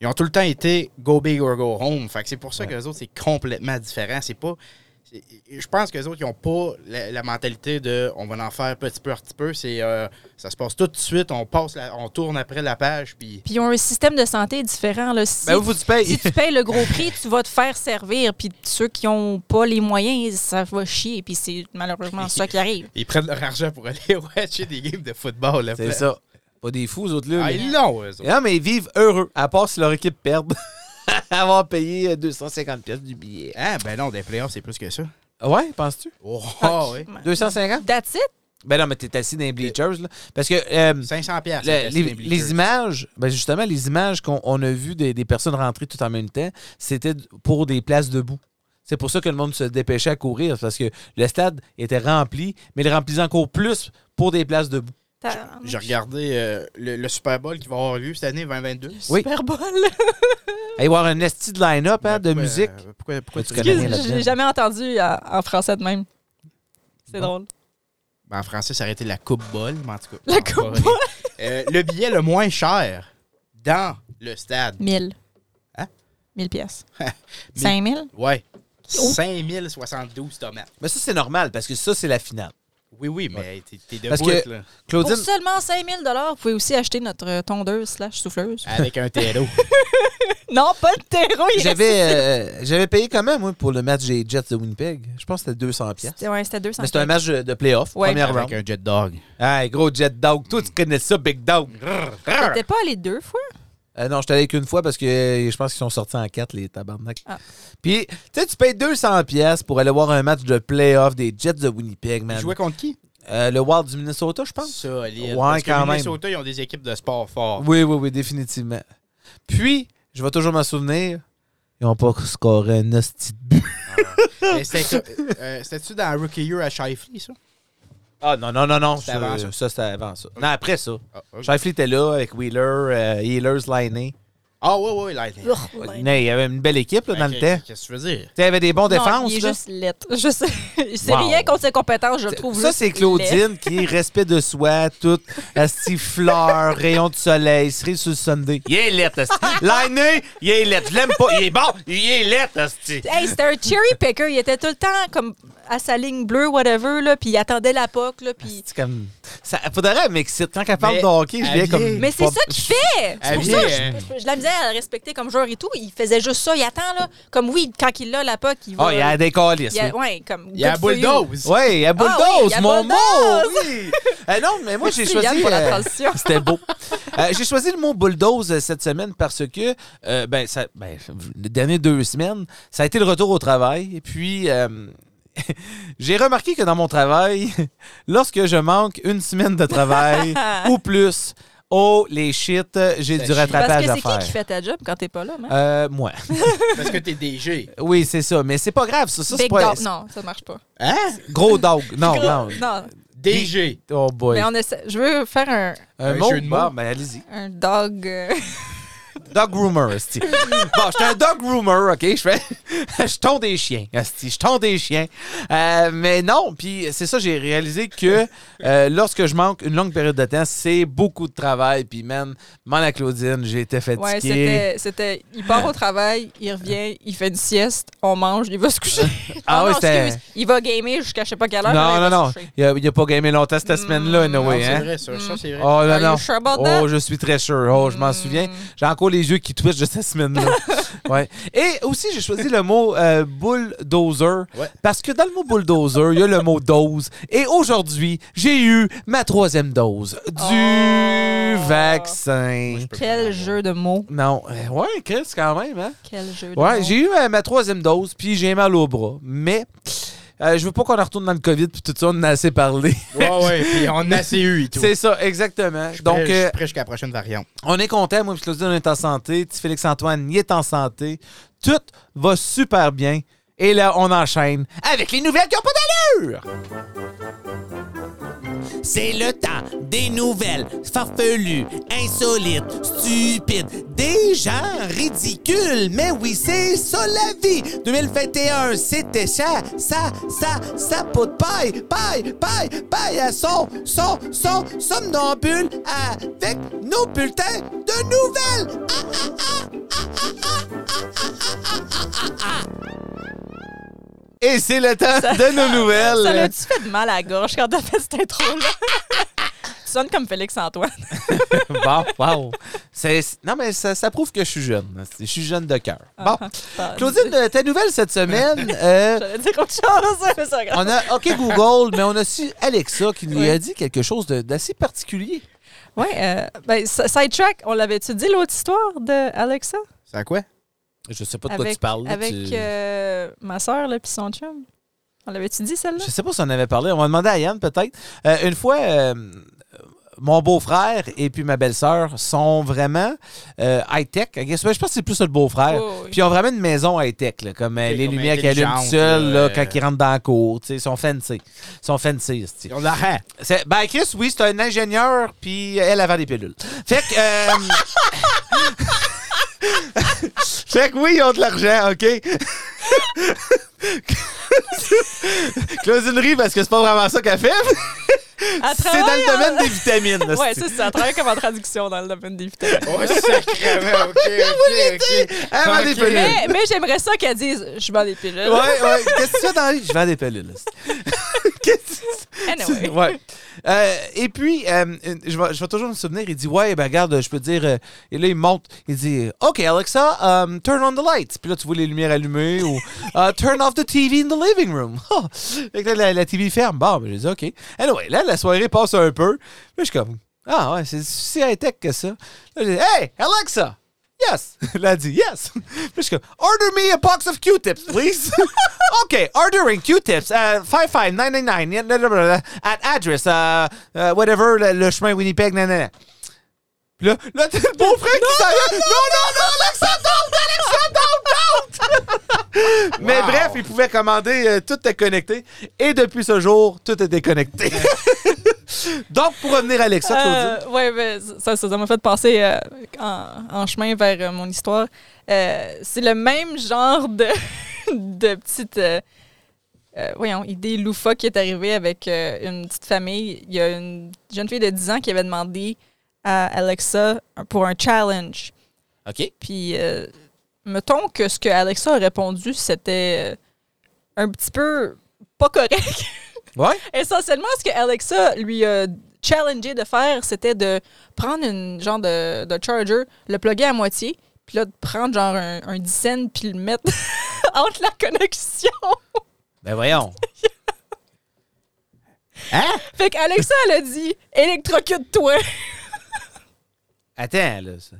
ils ont tout le temps été go big or go home. Fait que c'est pour ça que les autres, c'est complètement différent. C'est pas. c'est- Je pense que les autres, ils n'ont pas la, la mentalité de on va en faire petit peu, petit peu. C'est euh, ça se passe tout de suite, on passe, la- on tourne après la page, puis
Puis ils ont un système de santé différent. Là. Si,
Ben, vous, tu payes.
si tu payes le gros prix, tu vas te faire servir. Puis ceux qui n'ont pas les moyens, ça va chier. Puis c'est malheureusement ça qui arrive.
ils prennent leur argent pour aller watcher des games de football. là.
C'est ça. Pas des fous, eux autres, là.
Ah,
mais-
ils l'ont, eux autres.
Non, mais ils vivent heureux, à part si leur équipe perd. Avoir payé euh, 250 pièces du billet.
Ah, ben non, des playoffs, c'est plus que ça.
Ouais, penses-tu?
Oh, ouais.
Fuck.
250?
That's it?
Ben non, mais t'es assis dans les bleachers, là. Parce que euh,
500 pièces.
le- les, les images, ben justement, les images qu'on on a vues des, des personnes rentrer tout en même temps, c'était d- pour des places debout. C'est pour ça que le monde se dépêchait à courir, c'est parce que le stade était rempli, mais il remplissait encore plus pour des places debout.
T'as-
J'ai regardé euh, le, le Super Bowl qui va avoir lieu cette année, 2022.
Oui.
Super Bowl.
Il va y avoir un esti de line-up hein, de
Pourquoi-
musique.
euh, Pourquoi, pourquoi
Tu
tu
connais
connais
rien.
Je l'ai jamais entendu euh, en français de même. C'est
Bon.
drôle.
En français, ça aurait été la Coupe Bol, mais en tout cas.
La
on
Coupe
va aller. Euh, le billet le moins cher dans le stade.
1000.
Hein?
1000 pièces.
Mille.
5000?
Ouais.
Oh.
5072 tomates.
Mais ça, c'est normal, parce que ça, c'est la finale.
Oui, oui, mais t'es- t'es de
Parce
bout,
que-
là.
Pour
Claudine,
seulement 5000 dollars, vous pouvez aussi acheter notre euh, tondeuse slash souffleuse.
Avec un terreau.
Non, pas le terreau. il reste-
J'avais, euh, j'avais payé comment, moi, pour le match des Jets de Winnipeg? Je pense que c'était 200 piastres.
C'était ouais, c'était 200.
Mais c'était un match de de playoff,
Ouais.
première
avec
round.
un Mm. jet dog.
Hey, gros Jet Dog, toi, tu connais ça, Big Dog.
T'étais pas allé deux fois?
Euh, non, je allé qu'une fois parce que euh, je pense qu'ils sont sortis en quatre, les tabarnak.
Ah.
Puis, tu sais, tu payes 200 piastres pour aller voir un match de playoff des Jets de Winnipeg,
Tu
man.
jouais contre qui?
Euh, le Wild du Minnesota, je pense.
Solide.
Ouais,
Parce que
quand même.
Minnesota, ils ont des équipes de sport fort.
Oui, oui, oui, définitivement. Puis, je vais toujours m'en souvenir, ils n'ont pas scoré un hostie de but.
Mais c'était- euh, C'était-tu dans Rookie Year à Shifley, ça?
Ah, non, non, non, non.
C'était
ça,
avant ça.
ça, c'était avant ça. Non, après ça.
Ah, ok.
Shifley était là avec Wheeler, euh, Healers, Liney.
Ah, ouais, ouais, Lightning.
Il y avait une belle équipe là, dans le
Ok,
temps. Tu
Qu'est-ce que tu veux dire?
sais, Il y avait des bons défenses.
il est
là.
juste lettre. Je sais. C'est
Wow.
rien contre ses compétences, je le trouve.
Ça,
juste
c'est
laid.
Claudine qui est respect de soi, toute asti fleur, rayon de soleil, cerise sur le Sunday. Il est lettre, asti. Liney, il est lettre. Je l'aime pas. Il est bon. Il est lettre, asti.
Hey, c'était un cherry picker. Il était tout le temps comme à sa ligne bleue, whatever, là, puis il attendait la POC, là, puis...
C'est comme... Ça, faudrait qu'elle m'excite. Quand elle parle
Mais
de hockey, je viens
habillé-
comme...
Mais c'est
pas-
ça qu'il fait! C'est pour
Habillé,
ça que je-
hein?
je, la misère à le respecter comme joueur et tout. Il faisait juste ça. Il attend, là. Comme oui, quand il l'a, la POC, il va...
Ah, il y a des calices.
il y a-
oui.
ouais, comme...
Il y a
good for you.
Bulldoze.
Ouais, il y a bulldoze,
Ah oui, il y a
mon
bulldoze.
mot! Oui! Euh, non, mais moi, j'ai
Merci,
choisi.
Yann, pour la
euh,
transition.
C'était beau. Euh, j'ai choisi le mot bulldoze euh, cette semaine parce que, euh, ben, ça, ben, les dernières deux semaines, ça a été le retour au travail. Et puis, euh, j'ai remarqué que dans mon travail, lorsque je manque une semaine de travail ou plus, Oh les shit, j'ai
Ben,
du
shit.
Parce
rattrapage
que
à
c'est
faire.
qui qui fait ta job quand t'es pas là, man?
Euh, moi.
Parce que t'es DG.
Oui, c'est ça. Mais c'est pas grave, ça. ça c'est
Big
pas...
dog. Non, ça marche pas.
Hein?
Gros dog. Non, non.
Non,
DG.
Oh boy.
mais on essaie- Je veux faire un,
Un
Un
mot,
jeu de mots.
bon, ben, allez-y.
un dog. euh,
Dog groomer, esti. bon, j'étais un dog groomer, OK? Je fais... Je tond des chiens, esti. Je tond des chiens. Euh, mais non, puis c'est ça, j'ai réalisé que euh, lorsque je manque une longue période de temps, c'est beaucoup de travail. Puis man, man à Claudine, j'ai été
Ouais,
fatigué.
c'était, c'était. Il part au travail, il revient, il fait une sieste, on mange, il va se coucher.
Ah
Non,
ouais,
non,
c'était-
excuse, Il va gamer jusqu'à je sais pas quelle heure.
non,
mais là,
non,
il va
non.
se coucher.
Il a, il a pas gamé longtemps cette
Mm.
semaine-là, anyway,
Non,
hein?
C'est vrai, ça, ça, c'est vrai.
Oh
Are
là
you
non.
sure about that? Mm.
oh, je suis très sûr. Oh, je m'en souviens. J'ai encore les yeux qui twitchent de cette semaine-là. ouais. Et aussi, j'ai choisi le mot euh, bulldozer
Ouais.
parce que dans le mot bulldozer, il y a le mot dose. Et aujourd'hui, j'ai eu ma troisième dose du
Oh.
vaccin.
Moi, je peux pas
Quel
l'avoir.
jeu de mots.
Non. Euh, Ouais, Chris, quand même, hein?
Quel jeu de
Ouais,
mots.
j'ai eu euh, ma troisième dose, puis j'ai mal au bras. Mais euh, je veux pas qu'on en retourne dans le COVID, puis tout ça, on en a assez parlé.
Ouais, ouais, puis on a assez eu et tout.
C'est ça, exactement.
Je suis
Donc,
prêt- je
euh,
suis prêt jusqu'à la prochaine variante.
On est content, moi, puis Claudine, on est en santé. Petit Félix-Antoine, il est en santé. Tout va super bien. Et là, on enchaîne avec les nouvelles qui ont pas d'allure! C'est le temps des nouvelles farfelues, insolites, stupides, des gens ridicules. Mais oui, c'est ça la vie. 2021, c'était ça, ça, ça, ça, pot de paille, paille, paille, paille à son, son, son, somnambule avec nos bulletins de nouvelles. Ah, ah, ah, ah, ah, ah, ah, ah, ah, ah. Et c'est le temps de nos nouvelles.
Ça l'a-tu fait de mal à la gorge quand t'as fait cette intro-là? tu sonnes comme Félix-Antoine.
bon, wow. C'est- c'est- non, mais ça, ça prouve que je suis jeune. Je suis jeune de cœur. Bon.
Ah.
Claudine, euh, ta nouvelle cette semaine, euh,
J'allais dire autre chose, mais ça grave.
on a OK Google, mais on a su Alexa qui nous
Oui.
a dit quelque chose de- d'assez particulier.
Ouais, euh, ben, s- sidetrack, on l'avait-tu dit l'autre histoire de Alexa?
C'est à quoi?
Je sais pas de quoi
avec
tu parles. là,
avec
tu-
euh, ma soeur, là, puis son chum. On l'avait-tu dit, celle-là?
Je sais pas si on avait parlé. On va demander à Yann peut-être. Euh, une fois, euh, mon beau-frère et puis ma belle-sœur sont vraiment euh, high-tech. I guess. Ouais, Je pense que c'est plus le beau-frère.
Oh, oui.
Puis ils ont vraiment une maison high-tech, là, comme euh,
Ok,
les
comme
lumières qui allument
intelligente,
seules
là,
là,
euh.
quand ils rentrent dans la cour. tu sais, Ils sont fancy. Ils sont fancy. tu sais.
On l'arrête.
C'est- Ben, Chris, oui, c'est un ingénieur, puis elle avait des pilules. Fait que. euh, fait que oui, ils ont de l'argent, OK? Claudine rit parce que c'est pas vraiment ça qu'elle fait.
Elle
C'est dans
travaille
le
en-
domaine des vitamines.
Ouais,
c'est-
ça, c'est à travaille comme en traduction dans le domaine des vitamines.
Oh, sacrément, ok, ok, ok.
Elle vend des
Ok.
pilules.
Mais, mais j'aimerais ça qu'elle dise Je vends des pilules.
Ouais, ouais. Qu'est-ce que tu fais dans la vie? Je vends des pilules. Qu'est-ce que tu
Anyway.
Ouais. Euh, et puis, euh, je, vais, je vais toujours me souvenir, il dit Ouais, ben regarde, je peux te dire. euh, et là, il monte, il dit OK, Alexa, um, turn on the lights. Puis là, tu vois les lumières allumées ou Ah, turn off the TV in the living room. Ah! Fait que là, la, la TV ferme. Bon, ben, j'ai dit OK. Anyway, là, la soirée passe un peu. Là, je suis comme Ah, ouais, c'est si high-tech que ça. Là, j'ai dit Hey, Alexa! Yes! Là, elle dit yes! Puis je suis comme, order me a box of Q-tips, please! okay, ordering Q-tips at 55999 blah, blah, blah, at address, uh, uh, whatever, le, le chemin Winnipeg, nanana. Puis là, là t'as le beau-frère qui s'en vient. Non, non, non, Alexa, don't! Alexa, don't! Don't! Mais
Wow.
bref, il pouvait commander, euh, tout était connecté. Et depuis ce jour, tout était connecté. Donc, pour revenir à Alexa, Claudine.
Euh, ouais, mais ça, ça ça m'a fait passer euh, en, en chemin vers euh, mon histoire. Euh, c'est le même genre de, de petite. euh, euh, voyons, idée loufoque qui est arrivée avec euh, une petite famille. Il y a une jeune fille de 10 ans qui avait demandé à Alexa pour un challenge.
OK.
Puis, euh, mettons que ce que Alexa a répondu, c'était euh, un petit peu pas correct.
Ouais.
Essentiellement, ce que Alexa lui a challengé de faire, c'était de prendre une genre de, de charger, le plugger à moitié, puis là, de prendre genre un, un 10 cents, puis le mettre entre la connexion.
Ben voyons.
Hein?
Fait qu'Alexa, elle a dit « Électrocute-toi
Attends, là. ça.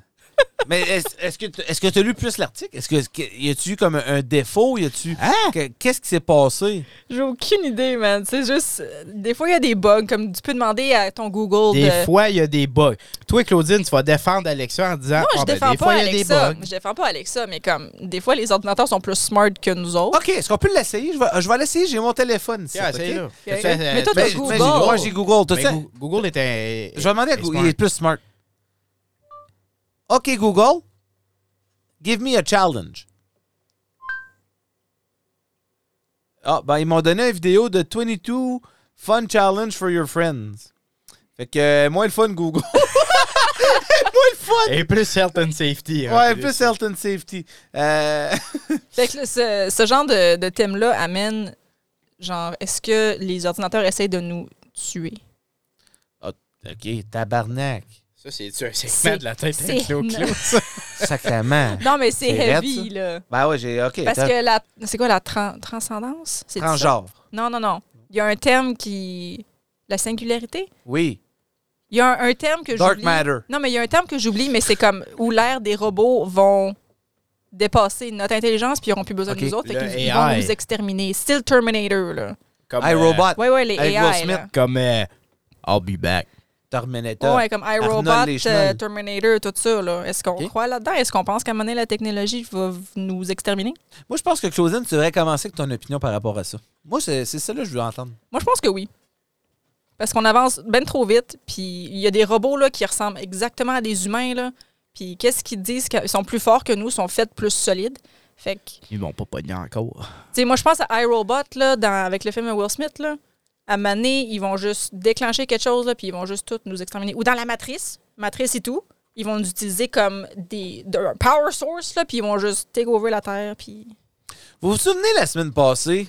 Mais est-ce est-ce que tu as lu plus l'article? Est-ce que, est-ce que- y a-tu eu comme un défaut? Y a-tu.
Hein?
que- Qu'est-ce qui s'est passé?
J'ai aucune idée, man. C'est juste. euh, Des fois, il y a des bugs. Comme tu peux demander à ton Google
Des
de.
fois, il y a des bugs. Toi, Claudine, tu vas défendre Alexa en disant
Non, je
Ah, ben,
défends
des
pas
fois, il y a des
Alexa.
bugs.
Je défends pas Alexa, mais comme. Des fois, les ordinateurs sont plus smart que nous autres.
OK, est-ce qu'on peut l'essayer? Je vais, je vais l'essayer, j'ai mon téléphone ici.
Tiens,
OK?
essaye-le.
Mais
Ah, Fais- fais-
toi, t'as
Mais-
fais-
Google.
mais j'ai- Moi, j'ai Google. T'as
Mais
ça?
Gou- Google est un.
Je vais demander à
est
Google.
smart.
Il est plus smart. OK, Google. Give me a challenge. Ah, ben, ils m'ont donné une vidéo de 22 fun challenge for your friends. Fait que, euh, moins le fun, Google. moins le fun.
Et plus certain safety. en
Ouais, plus health and safety. Euh,
Fait que là, ce, ce genre de, de thème-là amène. Genre, est-ce que les ordinateurs essayent de nous tuer?
OK, tabarnak.
Ça, c'est-tu un segment
C'est-
de la tête
c'est-
avec Clo Clo, ça?
Sacrement.
Non, mais c'est
C'est raide,
heavy, là.
ben ouais, j'ai... OK,
Parce
t'as-
que la. C'est quoi la tran- transcendance? C'est ça?
transgenre.
Non, non, non. Il y a un thème qui. La singularité?
Oui.
Il y a un, un terme que
Dark
j'oublie.
matter.
Non, mais il y a un terme que j'oublie, mais c'est comme où l'ère des robots vont dépasser notre intelligence puis ils n'auront plus besoin
Ok.
de nous autres. Fait
Le
qu'ils ils vont
AI.
nous exterminer. Still Terminator, là.
Comme,
I,
euh,
Robot.
Ouais, ouais, les
Avec Will
AI.
Smith.
là.
Comme euh, I'll be back.
Terminator.
Ouais, comme
Arnold
iRobot,
les chenolles.
euh, Terminator, tout ça. là. Est-ce qu'on
Ok.
croit là-dedans? Est-ce qu'on pense qu'à un moment donné, la technologie va v- nous exterminer?
Moi, je pense que Claudine, tu devrais commencer avec ton opinion par rapport à ça. Moi, c'est c'est ça là que je veux entendre.
Moi, je pense que oui. Parce qu'on avance ben trop vite, puis il y a des robots là, qui ressemblent exactement à des humains. Là. Puis qu'est-ce qu'ils disent? qu'ils sont plus forts que nous, sont faits plus solides. Fait que
Ils m'ont pas pogné encore.
Tu sais, moi, je pense à iRobot, là, dans, avec le film de Will Smith, là. À Mané, ils vont juste déclencher quelque chose, là, puis ils vont juste tout nous exterminer. Ou dans la matrice, matrice et tout, ils vont nous utiliser comme des, de- un power source, là, puis ils vont juste take over la Terre, puis...
Vous vous souvenez la semaine passée,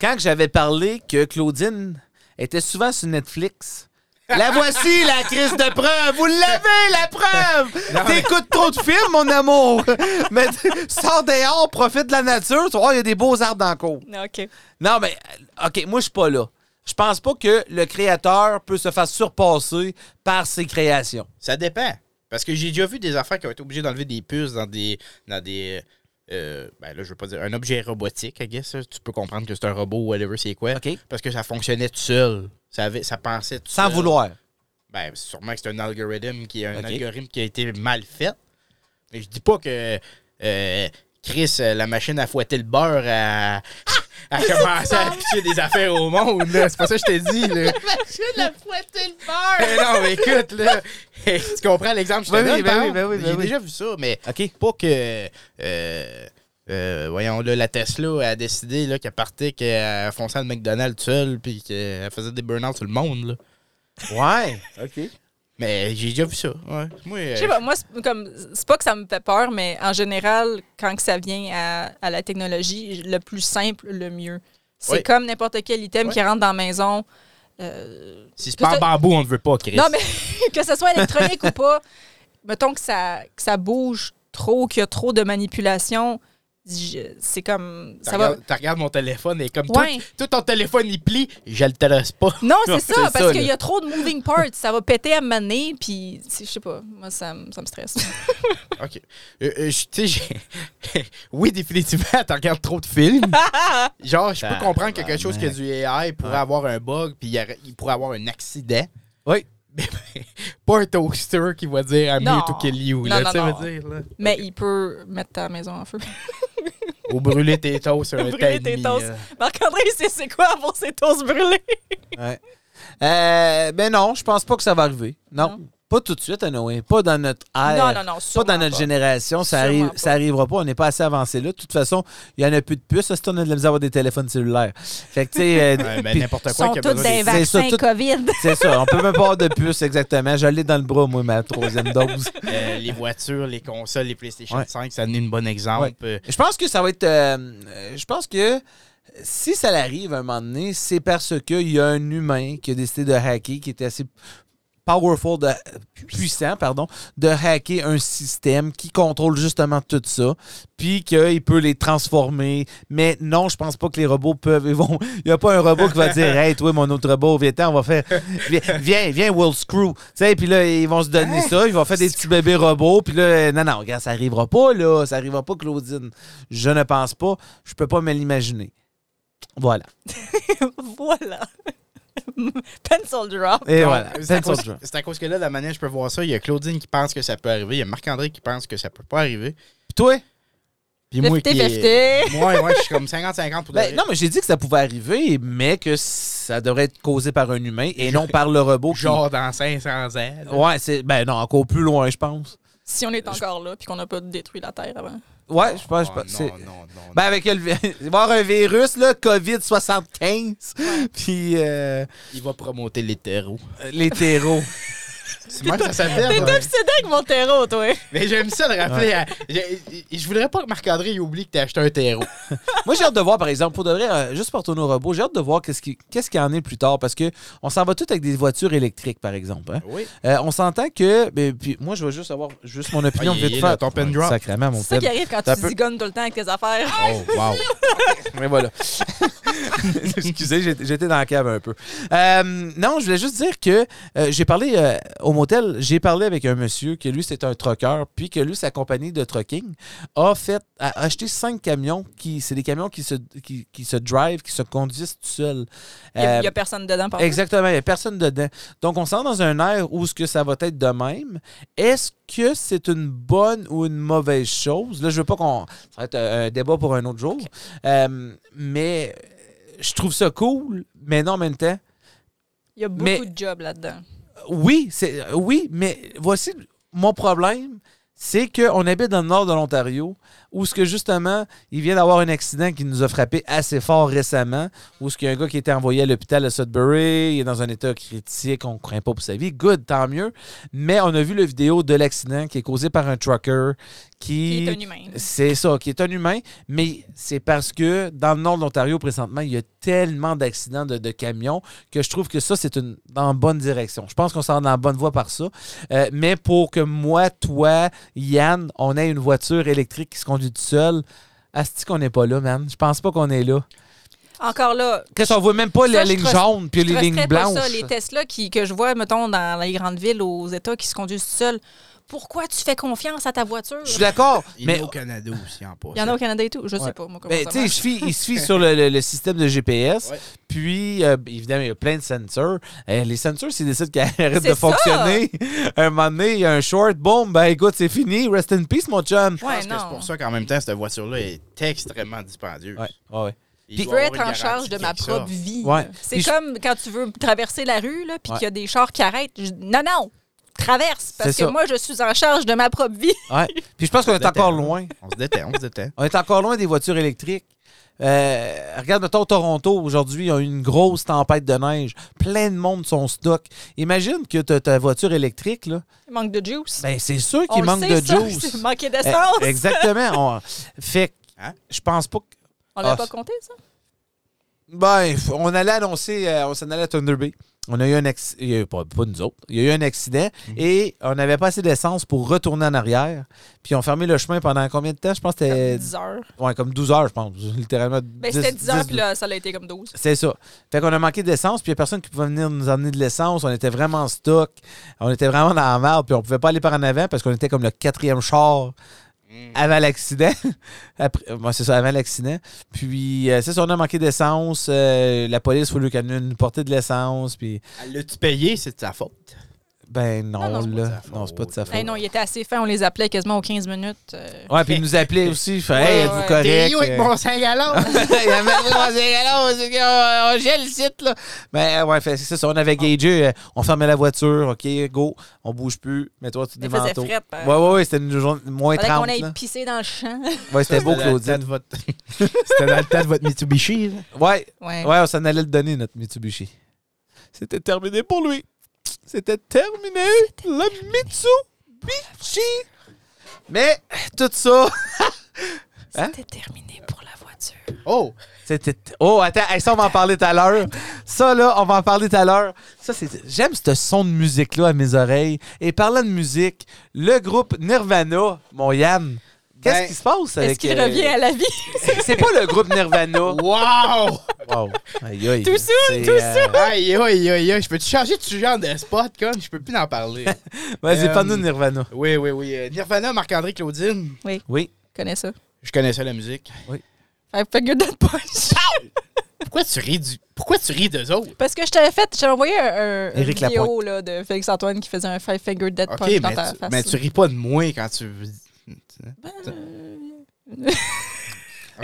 quand que j'avais parlé que Claudine était souvent sur Netflix? La voici, la crise de preuve! Vous l'avez, la preuve! T'écoutes trop de films, mon amour! Mais sors dehors, profite de la nature, tu vois, il y a des beaux arbres dans la cour.
OK.
Non, mais euh, OK, moi, je suis pas là. Je pense pas que le créateur peut se faire surpasser par ses créations.
Ça dépend. Parce que j'ai déjà vu des affaires qui ont été obligées d'enlever des puces dans des. Dans des euh, ben là, je veux pas dire. Un objet robotique, I guess. là. Tu peux comprendre que c'est un robot ou whatever, c'est quoi.
OK.
Parce que ça fonctionnait tout seul. Ça, avait, ça pensait tout
Sans
seul.
vouloir.
Ben, sûrement que c'est un algorithme qui est un
Ok.
algorithme qui a été mal fait. Mais je dis pas que euh, Chris, euh, la machine à fouetter le beurre, a,
Ah!
a commencé à pitcher des affaires au monde. là. C'est pas ça que je t'ai dit. Là. Mais non, mais écoute, là, tu comprends l'exemple que je te
Ben oui,
donne,
ben
par
oui,
exemple?
ben oui, ben
J'ai
oui.
déjà vu ça, mais
OK.
pas que. euh, euh, voyons, là, la Tesla a décidé là, qu'elle partait, qu'elle fonçait à le McDonald's seule, puis qu'elle faisait des burn-out sur le monde. Là.
Ouais. OK.
Mais j'ai déjà vu ça. Ouais. Moi, euh,
Je sais pas, moi, c'est comme- c'est pas que ça me fait peur, mais en général, quand que ça vient à, à la technologie, le plus simple, le mieux. C'est
Oui.
comme n'importe quel item
Oui.
qui rentre dans la maison. euh,
si c'est pas en bambou, on ne veut pas, Chris.
Non, mais que ce soit électronique ou pas, mettons que ça, que ça bouge trop, qu'il y a trop de manipulation, je- c'est comme.
T'as
Ça va.
regard- t'as regardes mon téléphone et comme
Ouais.
tout, tout ton téléphone il plie, je le terrasse pas.
Non, c'est ça,
c'est ça,
parce qu'il
là.
y a trop de moving parts. Ça va péter à maner, puis c'est- je sais pas, moi, ça, me- ça me stresse.
OK. Euh, euh, je- tu sais, j'ai- oui, définitivement, tu regardes trop de films. Genre, je peux
Tabarnak.
comprendre que quelque chose que du AI pourrait avoir un bug, puis il, y aurait- il pourrait avoir un accident.
Oui.
Mais mais pas un toaster qui va dire I'm
Non.
here to kill you.
Non,
là,
non,
tu sais,
non.
veut dire, là.
Mais il peut mettre ta maison en feu.
Ou brûler tes toasts, un
Brûler
temps et
tes
demi,
toasts.
là.
Marc-André, il sait c'est quoi avoir ses toasts brûlés.
Ouais. Euh, ben non, je pense pas que ça va arriver. Non. Pas tout de suite, Noé. Pas dans notre ère.
non, non, non,
Pas
sûrement
dans notre génération. Ça,
Sûrement
arrive,
pas.
ça arrivera pas. On n'est pas assez avancé là. De toute façon, il y en a plus de puces. Si on a de la misère à avoir des téléphones cellulaires. Fait que, tu sais, euh,
Ouais, ben,
puis-
n'importe
Ils
quoi
sont
qui a
tous
besoin
des
de-
C'est ça,
vaccins
tout-
COVID.
c'est ça. On peut même pas avoir de puces, exactement. Je l'ai dans le bras, moi, ma troisième dose.
Euh, les voitures, les consoles, les PlayStation
Ouais.
5, ça donne un bon exemple. Euh,
Je pense que ça va être. euh, euh, je pense que si ça l'arrive à un moment donné, c'est parce qu'il y a un humain qui a décidé de hacker, qui était assez powerful, de, puissant, pardon, de hacker un système qui contrôle justement tout ça, puis qu'il peut les transformer. Mais non, je pense pas que les robots peuvent. ils vont- Il n'y a pas un robot qui va dire Hey, toi, mon autre robot, viens, on va faire. Viens, viens, viens Will Screw. Tu sais, puis là, ils vont se donner ça, ils vont faire des petits bébés robots, puis là, non, non, regarde, ça arrivera pas, là, ça arrivera pas, Claudine. Je ne pense pas, je peux pas me l'imaginer. Voilà.
voilà. Pencil drop.
Et
Non,
voilà.
C'est à,
Pencil
cause-
Draw.
c'est à cause que là, la manière je peux voir ça, il y a Claudine qui pense que ça peut arriver, il y a Marc-André qui pense que ça peut pas arriver.
Puis toi?
Puis moi qui.
Fifty-fifty.
Moi, moi, je suis comme 50-50 pour de
Ben,
vrai.
non, mais j'ai dit que ça pouvait arriver, mais que ça devrait être causé par un humain et non par le robot. qui-
Genre dans 500 ans. là. Oh,
Ouais, c'est. Ben non, encore plus loin, je pense.
Si on est encore là puis qu'on n'a pas détruit la Terre avant.
Ouais, je pense. je
Oh,
pense- c'est-
non, non, non.
Ben avec le. vi- il va y avoir un virus, là, COVID-75, puis euh,
Il va promoter les terreaux.
les terreaux.
C'est moi que ça s'appelle.
T'es
ouais.
obsédé avec mon terreau, toi.
Mais j'aime ça le rappeler. à- Je, je voudrais pas que Marc-André il oublie que t'as acheté un terreau.
Moi, j'ai hâte de voir, par exemple, pour de vrai, euh, juste pour tourner au robot, j'ai hâte de voir qu'est-ce qui- qu'est-ce qu'il y en est plus tard, parce que on s'en va tout avec des voitures électriques, par exemple. hein.
Oui.
Euh, on s'entend que. ben, puis moi, je veux juste avoir juste mon opinion
Ah, il est
vite
là,
fait.
ton pin drop.
Sacrément, mon
C'est ça qui
pin.
arrive quand
Ça
tu
peut-
zigonnes tout le temps avec tes affaires.
Oh, wow.
Mais voilà. Excusez, j'étais j'étais dans la cave un peu. Euh, non, je voulais juste dire que euh, j'ai parlé euh, au motel, j'ai parlé avec un monsieur que lui, c'est un troqueur, puis que lui, sa compagnie de trucking a fait a acheté cinq camions qui c'est des camions qui se qui, qui se drive, qui se conduisent tout seuls.
Il y a-
Euh,
il y a personne dedans, par
Exactement, il n'y a personne dedans. Donc, on sent dans un air où ce que ça va être de même. Est-ce que c'est une bonne ou une mauvaise chose? Là, je veux pas qu'on... Ça va être un un débat pour un autre jour. Euh, mais euh, je trouve ça cool, mais non en même temps.
Il y a beaucoup
Mais-
de jobs là-dedans.
Oui, c'est euh, oui, mais voici mon problème, c'est qu'on habite dans le nord de l'Ontario, où ce que justement, il vient d'avoir un accident qui nous a frappé assez fort récemment, où ce qu'il y a un gars qui était envoyé à l'hôpital à Sudbury, il est dans un état critique, on ne craint pas pour sa vie, good, tant mieux. Mais on a vu la vidéo de l'accident qui est causé par un trucker
Il est un humain.
c'est ça, qui est un humain, mais c'est parce que dans le nord de l'Ontario, présentement, il y a tellement d'accidents de, de camions que je trouve que ça, c'est une dans la bonne direction. Je pense qu'on s'en va dans la bonne voie par ça. Euh, mais pour que moi, toi, Yann, on ait une voiture électrique qui se conduit tout seul, asti qu'on n'est pas là, man. Je pense pas qu'on est là.
Encore là,
Qu'est-ce qu'on voit même pas
Ça,
la
je
ligne
crosse-
jaune puis
je
les lignes
resterais pas
blanches.
ça. Les Tesla qui, que je vois, mettons, dans les grandes villes aux États qui se conduisent seuls, pourquoi tu fais confiance à ta voiture?
Je suis d'accord,
Il
mais
est au Canada aussi en passant.
Il y en a au Canada et tout. Je
Ouais.
sais pas, moi, comment
Ben,
ça
tu sais, il
marche.
se fie- il se fie sur le, le- le système de GPS.
Ouais.
Puis, euh, évidemment, il y a plein de sensors. Euh, les sensors, s'ils décident qu'ils arrêtent de
C'est ça!
fonctionner, un moment donné, il y a un short, boom, ben écoute, c'est fini. Rest in peace, mon chum.
Je pense
Ouais,
que c'est
non.
pour ça qu'en même temps, cette voiture-là est extrêmement dispendieuse.
Ouais, ouais, ouais.
Il
Puis-
Je
doit
veux
avoir
être
une
en
garantie
charge de ma
quelque sorte.
propre vie.
Ouais.
C'est
Puis je-
comme quand tu veux traverser la rue, là, puis
Ouais.
qu'il y a des chars qui arrêtent. Je- Non, non, traverse, parce que
C'est ça.
moi, je suis en charge de ma propre vie.
Ouais. Puis, je pense qu'on est encore loin.
On se détend, on se détend.
On est encore loin des voitures électriques. Euh, regarde, mettons, Toronto, aujourd'hui, il y a eu une grosse tempête de neige. Plein de monde sont stock. Imagine que t'as ta voiture électrique, là.
Il manque de juice.
Ben, c'est sûr
On
qu'il
le
manque
sait,
de
ça,
juice.
c'est Manquer d'essence.
Eh, Exactement. On- Fait que
Hein?
je pense pas que.
On l'a
Ah,
pas
c'est-
compté, ça?
Ben, f- on allait annoncer, euh, on s'en allait à Thunder Bay. On a eu un accident, pas, pas nous autres, il y a eu un accident et on n'avait pas assez d'essence pour retourner en arrière. Puis on fermé le chemin pendant combien de temps? Je pense que c'était
10 heures.
ouais, comme 12 heures, je pense, littéralement.
Ben,
10,
c'était 10 heures,
10,
puis là, ça l'a été comme 12.
C'est ça. Fait qu'on a manqué d'essence, puis il n'y a personne qui pouvait venir nous emmener de l'essence. On était vraiment en stock. On était vraiment dans la merde, puis on pouvait pas aller par en avant parce qu'on était comme le quatrième char avant l'accident. Après- bon, c'est ça, avant l'accident. Puis, euh, c'est ça, on a manqué d'essence. euh, la police, voulait qu'elle nous porter de l'essance, puis
L'as-tu payé? C'est de sa faute.
ben non,
Non, non, c'est pas de
là.
sa
Non, c'est pas de sa
Eh
faute.
non, il était assez fin. On les appelait quasiment aux 15 minutes. euh.
Ouais, puis ils nous appelaient aussi. Ils faisaient,
Ouais,
hey, êtes-vous
ouais.
correct?
où avec
Euh,
mon 5 gallons?
Il y a même pas de conseil. Alors, c'est qu'on- on gèle le site, là. Mais euh, ouais, fait, c'est ça. On avait gagé. euh, on fermait la voiture. OK, go. On bouge plus. Mets-toi tous des
Il faisait
manteaux.
frette, euh.
Ouais, ouais, ouais. C'était une journée moins
Fallait
30.
qu'on aille
là.
pisser dans le champ.
Ouais, c'était beau, Claudine.
C'était dans le temps de votre Mitsubishi. là.
Ouais,
Ouais.
ouais, on s'en allait le donner, notre Mitsubishi. C'était terminé pour lui. C'était terminé. Le Mitsubishi. Mais tout ça.
C'était terminé pour la voiture.
Oh!
C'était- Oh, attends, hey, ça, on va en parler tout à l'heure. Ça, là, on va en parler tout à l'heure. Ça, c'est... J'aime ce son de musique-là à mes oreilles. Et parlant de musique, le groupe Nirvana, mon Yann, qu'est-ce
Ben,
qui se passe
Est-ce
avec...
qu'il
euh,
revient à la vie?
c'est- C'est pas le groupe Nirvana.
Wow!
wow. Aïe, aïe.
Tout soon,
C'est,
tout
euh,
aïe, aïe, aïe, aïe. Je peux-tu changer de sujet de spot, comme? Je peux plus en parler.
Vas-y,
Euh,
parle-nous de Nirvana.
oui, oui, oui. Euh, Nirvana, Marc-André Claudine.
Oui.
Je connais ça.
Je connaissais la musique.
Fait que good that punch.
Ah!
Pourquoi tu ris du... Pourquoi tu ris d'eux autres?
Parce que je t'avais fait, j'avais envoyé un, un- une
Éric
vidéo là, de Félix Antoine qui faisait un five finger dead
OK,
punch
mais
dans ta
tu,
face.
mais tu ris pas de moi quand tu...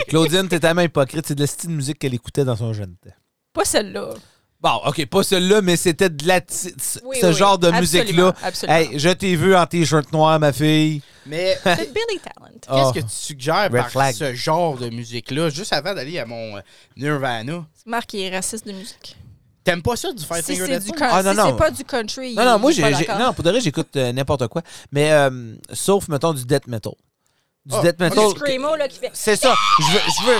Claudine, t'es tellement hypocrite. C'est de la style de musique qu'elle écoutait dans son jeune temps.
Pas celle-là.
Bon, OK, pas celle-là, mais c'était de la... ti- ce
Oui,
ce
oui,
genre de
absolument,
musique-là.
Absolument.
Hey, je t'ai vu en t-shirt noir, ma fille.
Mais
C'est Billy Talent.
Oh.
qu'est-ce que tu suggères
Red
par
flag.
ce genre de musique-là, juste avant d'aller à mon euh, Nirvana?
Marc, il est raciste de musique.
T'aimes pas ça du Five
Si
Finger
c'est
Death
du
Punch?
con-
Ah, non,
si
non.
c'est pas du country.
Non,
il
non, moi,
est pas
j'ai, j'ai-
d'accord.
non, pour de vrai, j'écoute euh, n'importe quoi. Mais euh, sauf, mettons, du death metal. Du
Ah,
death
ok.
metal.
Le screamo, là, qui fait.
C'est ça. Je veux, je veux.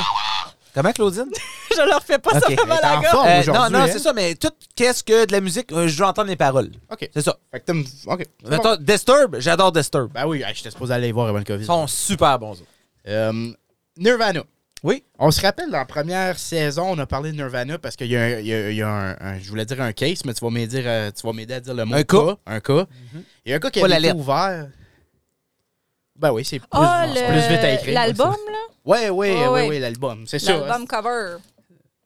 Comment, Claudine?
Je leur fais pas
Ok.
ça
Elle
devant
est
la
en
gorge.
forme
Euh, non,
aujourd'hui,
non,
hein?
c'est ça, mais tout, qu'est-ce que de la musique, euh, je veux entendre les paroles.
OK.
C'est ça.
Fait que t'aimes... OK. c'est bon.
Mettons, Disturb, j'adore Disturb.
Ben oui, hey, j'étais supposé aller les voir avant le COVID.
Ils sont super bons. eux.
Euh, Nirvana.
Oui.
On se rappelle, dans la première saison, on a parlé de Nirvana parce qu'il y a, un, il y a- il y a un- un- Je voulais dire un case, mais tu vas m'aider, euh, tu vas m'aider à dire le mot.
Un cas. Mhm.
Un cas. Il y a un cas qui
Pas
a
la
été
lettre.
ouvert. Ben oui, c'est plus,
Ah,
c'est
le-
plus vite à écrire.
l'album, là.
Ouais, ouais,
Ouais,
ouais,
ouais.
ouais, l'album. C'est sûr.
L'album cover.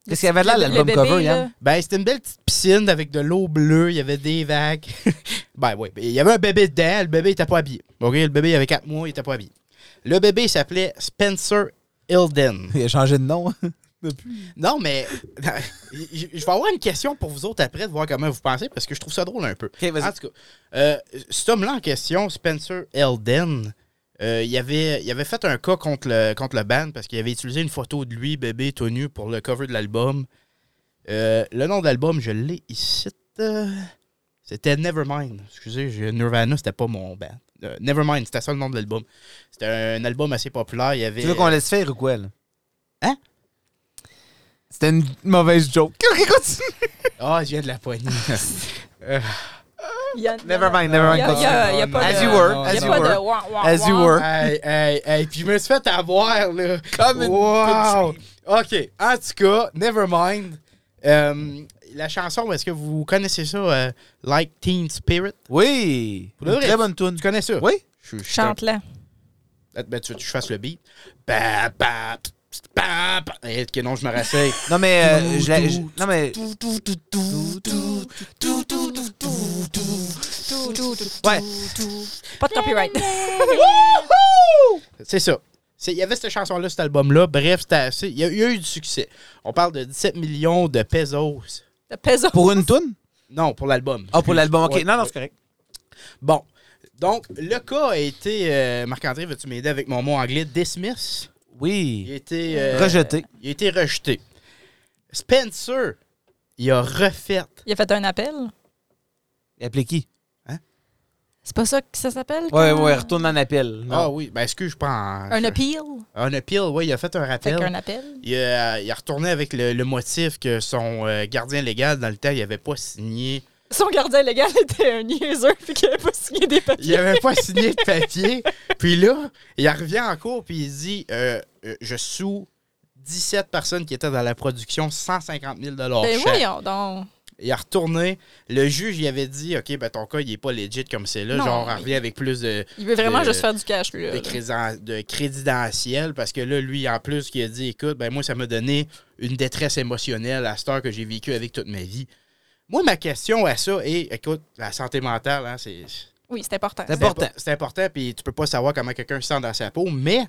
Qu'est-ce qu'il y avait là,
Le-
l'album
le bébé,
cover, hein.
là.
Yann?
Ben, c'était une belle petite piscine avec de l'eau bleue, il y avait des vagues. ben oui, il y avait un bébé dedans, le bébé était pas habillé. OK, le bébé il avait 4 mois, il était pas habillé. Le bébé il s'appelait Spencer Hilden.
Il a changé de nom.
Non, mais je je vais avoir une question pour vous autres après de voir comment vous pensez parce que je trouve ça drôle un peu.
OK, vas-y.
En tout cas, euh, cet homme-là en question, Spencer Elden, euh, il, avait, il avait fait un cas contre le, contre le band parce qu'il avait utilisé une photo de lui, bébé tout nu, pour le cover de l'album. Euh, le nom de l'album, je l'ai ici. euh, c'était Nevermind. Excusez, j'ai- Nirvana, c'était pas mon band. Euh, Nevermind, c'était ça le nom de l'album. C'était un album assez populaire. Il y avait...
Tu veux qu'on laisse faire ou quoi, là?
Hein?
C'était une mauvaise joke. OK, continue.
Ah, je viens de la poignée.
Il y a-
Never mind, never
Il
mind.
y a- il y
continue.
a- il y a pas
As
de-
you were,
Il
as
y a
you
pas de.
were.
wah, wah,
As you
wah.
were.
Hey, hey, hey, puis je me suis fait avoir, là.
Comme une
wow. OK, en tout cas, Nevermind. Euh, la chanson, est-ce que vous connaissez ça, euh, Like Teen Spirit?
Oui.
de
Une
vrai,
très bonne tune.
Tu connais ça?
Oui.
Je, je-
Chante-la.
Ah, Ben, tu veux que je fasse le beat? Ba, ba, pst, ba, ba. Eh, que non, je me rassais.
Non, mais. euh, je la- je- non, mais. Ouais.
Pas de copyright.
C'est ça. C'est- Il y avait cette chanson-là, cet album-là. Bref, c'était assez. Il y a eu il y a eu du succès. On parle de 17 millions de pesos.
De peso.
Pour une tune?
Non, pour l'album.
Ah, pour l'album, ok.
Ouais.
Non, non, c'est correct.
Bon. Donc, le cas a été, euh, Marc-André, veux-tu m'aider avec mon mot anglais, dismiss? Il a
Oui.
été, euh,
Rejeté.
il a été rejeté. Spencer, il a refait.
Il a fait un appel.
Il appelait qui?
C'est pas ça que ça s'appelle?
Ouais,
quand-
ouais, retourne en appel.
Ah
Non.
oui, ben excuse, je prends.
Un
je-
appeal.
Un appeal, oui, il a fait un
Fait
rappel.
qu'un appel.
Il a, il a retourné avec le, le motif que son euh, gardien légal, dans le temps, il n'avait pas signé.
Son gardien légal était un niaiseur puis qu'il avait pas signé des papiers.
Il n'avait pas signé de papier. Puis là, il revient en cours, puis il dit euh, euh, Je sous 17 personnes qui étaient dans la production, 150 000
Ben
chaque.
voyons donc.
Il a retourné. Le juge, il avait dit OK, ben ton cas, il est pas legit comme c'est là.
Non,
Genre, on
mais-
revient avec plus de,
Il veut vraiment
Euh,
juste faire du cash, lui. là,
de,
là.
crédent- de crédentiel parce que là, lui, en plus, qui a dit Écoute, ben moi, ça m'a donné une détresse émotionnelle à cette heure que j'ai vécu avec toute ma vie. Moi, ma question à ça est Écoute, la santé mentale, hein, c'est.
Oui, c'est important.
C'est
c'est
important.
impo- C'est important, puis tu peux pas savoir comment quelqu'un se sent dans sa peau, mais.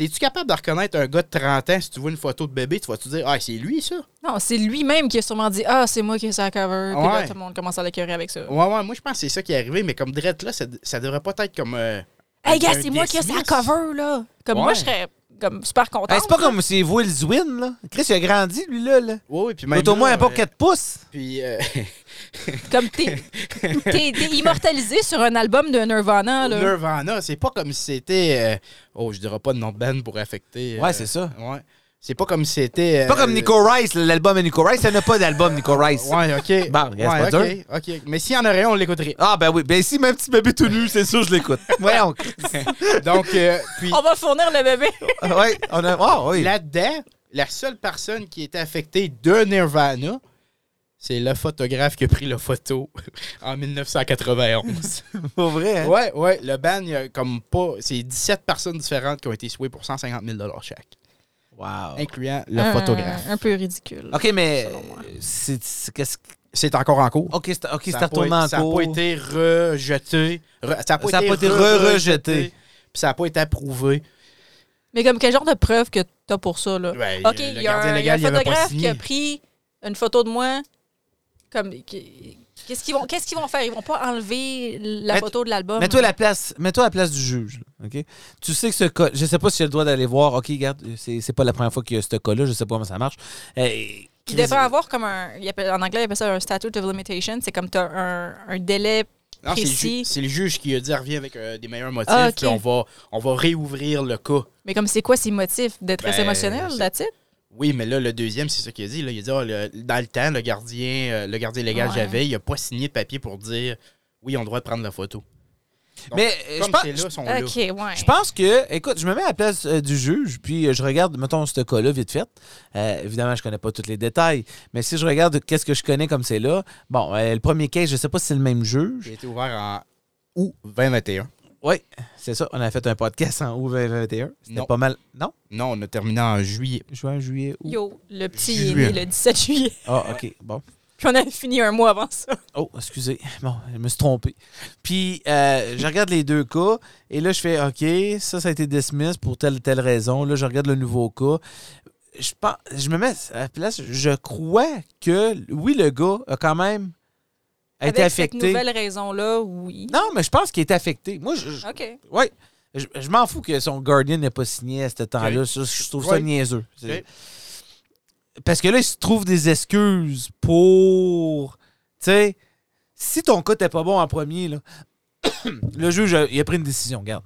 Es-tu capable de reconnaître un gars de 30 ans si tu vois une photo de bébé, tu vas-tu dire Ah, c'est lui ça?
Non, c'est lui-même qui a sûrement dit Ah, c'est moi qui ai ça à cover. Puis là,
Ouais.
tout le monde commence à l'écœurer avec ça.
Ouais, ouais, moi je pense que c'est ça qui est arrivé, mais comme Dredd là, ça, ça devrait pas être comme. euh,
Hey, gars,
un
c'est moi qui ai ça à
dismiss.
cover, là. Comme moi,
Ouais.
je serais comme super content.
Hey, c'est pas comme c'est Will Zwin, là. Chris, il a grandi, lui, là. là.
Ouais, ouais, puis
Il
même.
est au moins
là,
un pas
euh,
4 pouces.
Puis. euh,
Comme t'es t'es- t'es immortalisé sur un album de Nirvana, là.
Nirvana, c'est pas comme si c'était. euh, oh, je dirais pas de nom de band pour affecter. euh,
Ouais, c'est ça.
Ouais. C'est pas comme si c'était.
C'est pas
euh,
comme Nico Rice, l'album de Nico Rice. Elle n'a pas d'album, Nico Rice.
Ouais, ok.
Bon, regarde, c'est pas
ouais, ok, ok. Mais s'il y en aurait un, on l'écouterait.
Ah, ben oui. Ben, si, même petit bébé tout nu, c'est sûr, je l'écoute. Voyons.
Donc, euh, puis
On va fournir le bébé.
ouais, on a. Ah, oui.
là-dedans, la seule personne qui était affectée de Nirvana, c'est le photographe qui a pris la photo en 1991.
Pour vrai. hein?
ouais, ouais. Le ban, il y a comme pas. C'est 17 personnes différentes qui ont été souées pour 150 000 chaque, Ah.
Wow.
incluant le
Un-
photographe.
Un peu ridicule.
OK, mais.
Selon moi.
C'est. c'est- qu'est-ce que-
C'est encore en
Oh,
cours.
OK, c'est ok,
Ça
c'est
a
retourné
pas été-
en cours.
Ça n'a pas été rejeté. Re- ça n'a pas,
Ça a pas été
re-rejeté.
re-rejeté.
Puis ça n'a pas été approuvé.
Mais comme quel genre de preuve que t'as pour ça, là?
Ben,
OK,
le
il y a
gardien
un, il y a un
légal, il avait pas
photographe
signé.
qui a pris une photo de moi. Comme, qui- qu'est-ce qu'ils vont, qu'est-ce qu'ils vont faire? Ils vont pas enlever la
Mais-
photo de l'album.
Mets-toi à la place, mets-toi à la place du juge. là, OK? Tu sais que ce cas, je sais pas si j'ai le droit d'aller voir. OK, regarde, c'est c'est pas la première fois qu'il y a ce cas-là, je sais pas comment ça marche. Eh,
Il devrait avoir comme un. il appelle- en anglais, il appelle ça un statute of limitation. C'est comme t'as un, un délai.
Non, c'est le,
précis.
ju- c'est le juge qui a dit reviens avec euh, des meilleurs motifs,
Ah, ok.
puis on va, on va réouvrir le cas.
Mais comme c'est quoi ses motifs? Détresse
Ben,
émotionnelle,
c'est-
la titre?
Oui, mais là, le deuxième, c'est ça qu'il a dit. Là. Il a dit Ah, le- dans le temps, le gardien, euh, le gardien légal
Ouais.
j'avais, il n'a pas signé de papier pour dire oui, on a le droit de prendre la photo. Donc,
Mais euh, je
Comme
pense,
c'est là, sont là.
OK, ouais.
je pense que, écoute, je me mets à la place euh, du juge, puis euh, je regarde, mettons, ce cas-là vite fait. Euh, évidemment, je connais pas tous les détails, mais si je regarde qu'est-ce que je connais comme c'est là, bon, euh, le premier case, je sais pas si c'est le même juge.
Il a été ouvert en août 2021.
Oui, c'est ça. On a fait un podcast en août 2021. C'était
Non.
pas mal. Non?
Non, on a terminé en juillet.
Juin, juillet, août.
Yo, le petit il est
Juillet.
né le 17 juillet.
Ah, OK. Bon.
Puis on a fini un mois avant ça.
Oh, excusez. Bon, je me suis trompé. Puis, euh, je regarde les deux cas et là, je fais OK, ça, ça a été dismiss pour telle ou telle raison. Là, je regarde le nouveau cas. Je, pense, je me mets à la place. Je crois que, oui, le gars a quand même été
Avec cette
affecté.
nouvelle raison-là, oui.
Non, mais je pense qu'il est affecté. Moi, je, je-
OK.
ouais, je, je m'en fous que son Guardian n'ait pas signé à ce temps-là.
Ok.
Ça, je trouve ça
Ouais.
niaiseux. C'est-
Ok.
Parce que là, il se trouve des excuses pour. Tu sais, si ton cas t'es pas bon en premier, là, le juge a- il a pris une décision, regarde.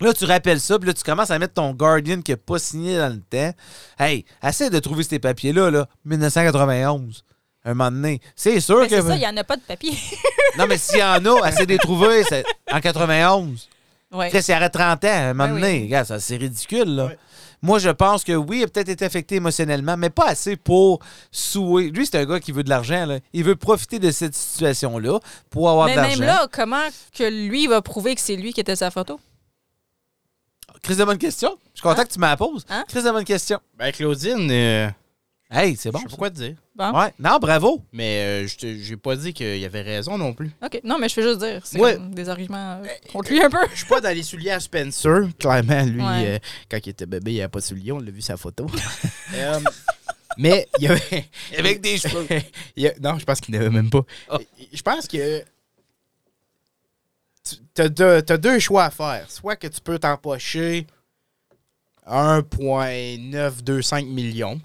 Là, tu rappelles ça, puis là, tu commences à mettre ton Guardian qui n'a pas signé dans le temps. Hey, essaie de trouver ces papiers-là, là, 1991. Un moment donné. C'est sûr
Mais
que.
Ben, c'est ça, il n'y en a pas de papier.
Non, mais s'il y en a, essaie de les trouver c'est- en 91.
ouais.
Après, c'est arrêt 30 ans, à un moment
Ben
donné.
oui.
Regarde, ça, c'est ridicule, là.
Ouais.
Moi, je pense que oui, il a peut-être été affecté émotionnellement, mais pas assez pour souer. Lui, c'est un gars qui veut de l'argent, là. Il veut profiter de cette situation-là pour avoir
Mais
de l'argent.
même là, comment que lui va prouver que c'est lui qui était sa photo?
Chris de bonne question. Je suis content
Hein?
que tu me la poses.
Hein?
Chris de bonne question.
Ben, Claudine, euh,
Hey, c'est bon.
je sais pas
ça.
quoi te dire.
Bon.
Ouais. Non, bravo.
Mais euh, je te- j'ai pas dit qu'il y avait raison non plus.
OK. Non, mais je fais juste dire. C'est
Ouais.
comme des arguments euh, contre lui un peu.
Je suis pas dans les souliers à Spencer. Clairement, lui,
Ouais.
euh, quand il était bébé, il avait pas de souliers. On l'a vu sa photo. Euh, mais il y avait.
Avec des cheveux.
il y a- non, je pense qu'il n'avait même pas.
Ah.
Je pense que. tu- T'as deux, t'as deux choix à faire. Soit que tu peux t'empocher 1,925 millions.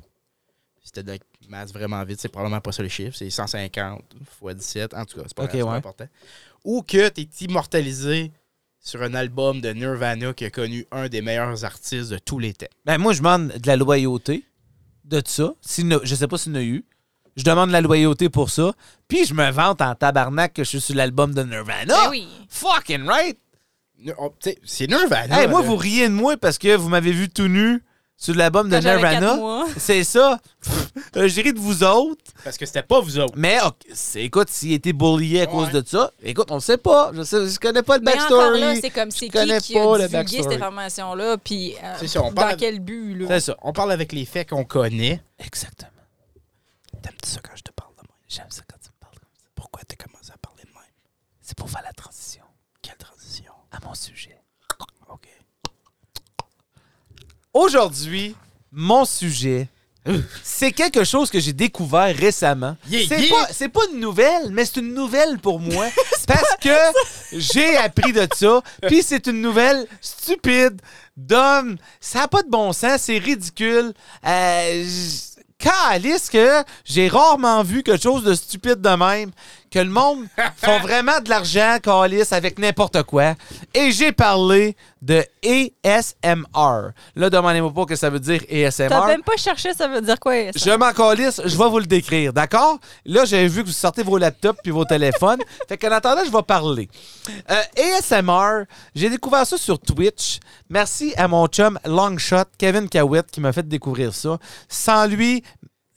C'était de la masse vraiment vite. C'est probablement pas ça le chiffre. C'est 150 x 17. En tout cas, c'est pas,
Ok,
grave, c'est pas
ouais.
important. Ou que t'es immortalisé sur un album de Nirvana qui a connu un des meilleurs artistes de tous les temps.
Ben, moi, je demande de la loyauté de ça. S'il n'a- je sais pas s'il y en a eu. Je demande de la loyauté pour ça. Puis, je me vante en tabarnak que je suis sur l'album de Nirvana.
Ben oui.
Fucking right.
Nu- oh, t'sais, C'est Nirvana.
Hey, Eh, moi,
là.
vous riez de moi parce que vous m'avez vu tout nu sur l'album de
Quand j'avais quatre
Nirvana.
mois.
C'est ça. Euh, J'ai ri de vous autres.
Parce que c'était pas vous autres.
Mais ok, c'est- écoute, s'il était bullié à
Ouais.
cause de ça, écoute, on ne sait pas. Je sais, je connais pas le
Mais encore
backstory.
là, c'est comme c'est qui qui
connais
a
pas le
divulgué
backstory.
cette information-là, puis euh,
C'est ça, on
dans
parle-
quel but, là?
C'est ça.
On parle avec les faits qu'on connaît.
Exactement.
T'aimes-tu ça quand je te parle de moi?
J'aime ça quand tu me parles comme ça.
Pourquoi t'as commencé à parler de moi?
C'est pour faire la transition
Quelle transition?
à mon sujet.
OK.
Aujourd'hui, mon sujet, Euh. c'est quelque chose que j'ai découvert récemment.
Yeah,
c'est,
yeah.
Pas, c'est pas une nouvelle, mais c'est une nouvelle pour moi parce que j'ai appris de ça. Puis c'est une nouvelle stupide, d'homme. Ça n'a pas de bon sens, c'est ridicule. Euh, j- Calice que j'ai rarement vu quelque chose de stupide de même, que le monde font vraiment de l'argent, Calice, avec n'importe quoi. Et j'ai parlé de ASMR. Là, demandez-moi pas que ça veut dire
T'as
ASMR.
même pas cherché, ça veut dire quoi? ça?
Je m'en calisse, je vais vous le décrire, d'accord? Là, j'ai vu que vous sortez vos laptops puis vos téléphones. fait qu'en attendant, je vais parler. Euh, ASMR, j'ai découvert ça sur Twitch. Merci à mon chum Longshot, Kevin Cowett, qui m'a fait découvrir ça. Sans lui,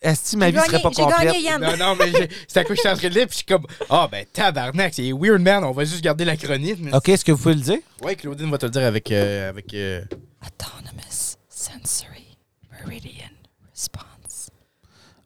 est-ce ma
J'ai
vie serait
gagné,
pas
j'ai
complète?
gagné,
Non,
Yann.
non, mais j'ai- c'est à quoi je suis en train de lire, puis je suis comme, ah, ben tabarnak, c'est weird, man, on va juste garder la chronique. mais-
OK, est-ce que vous pouvez le dire?
Ouais, Claudine va te le dire avec. euh, avec euh,
Autonomous Sensory Meridian Response.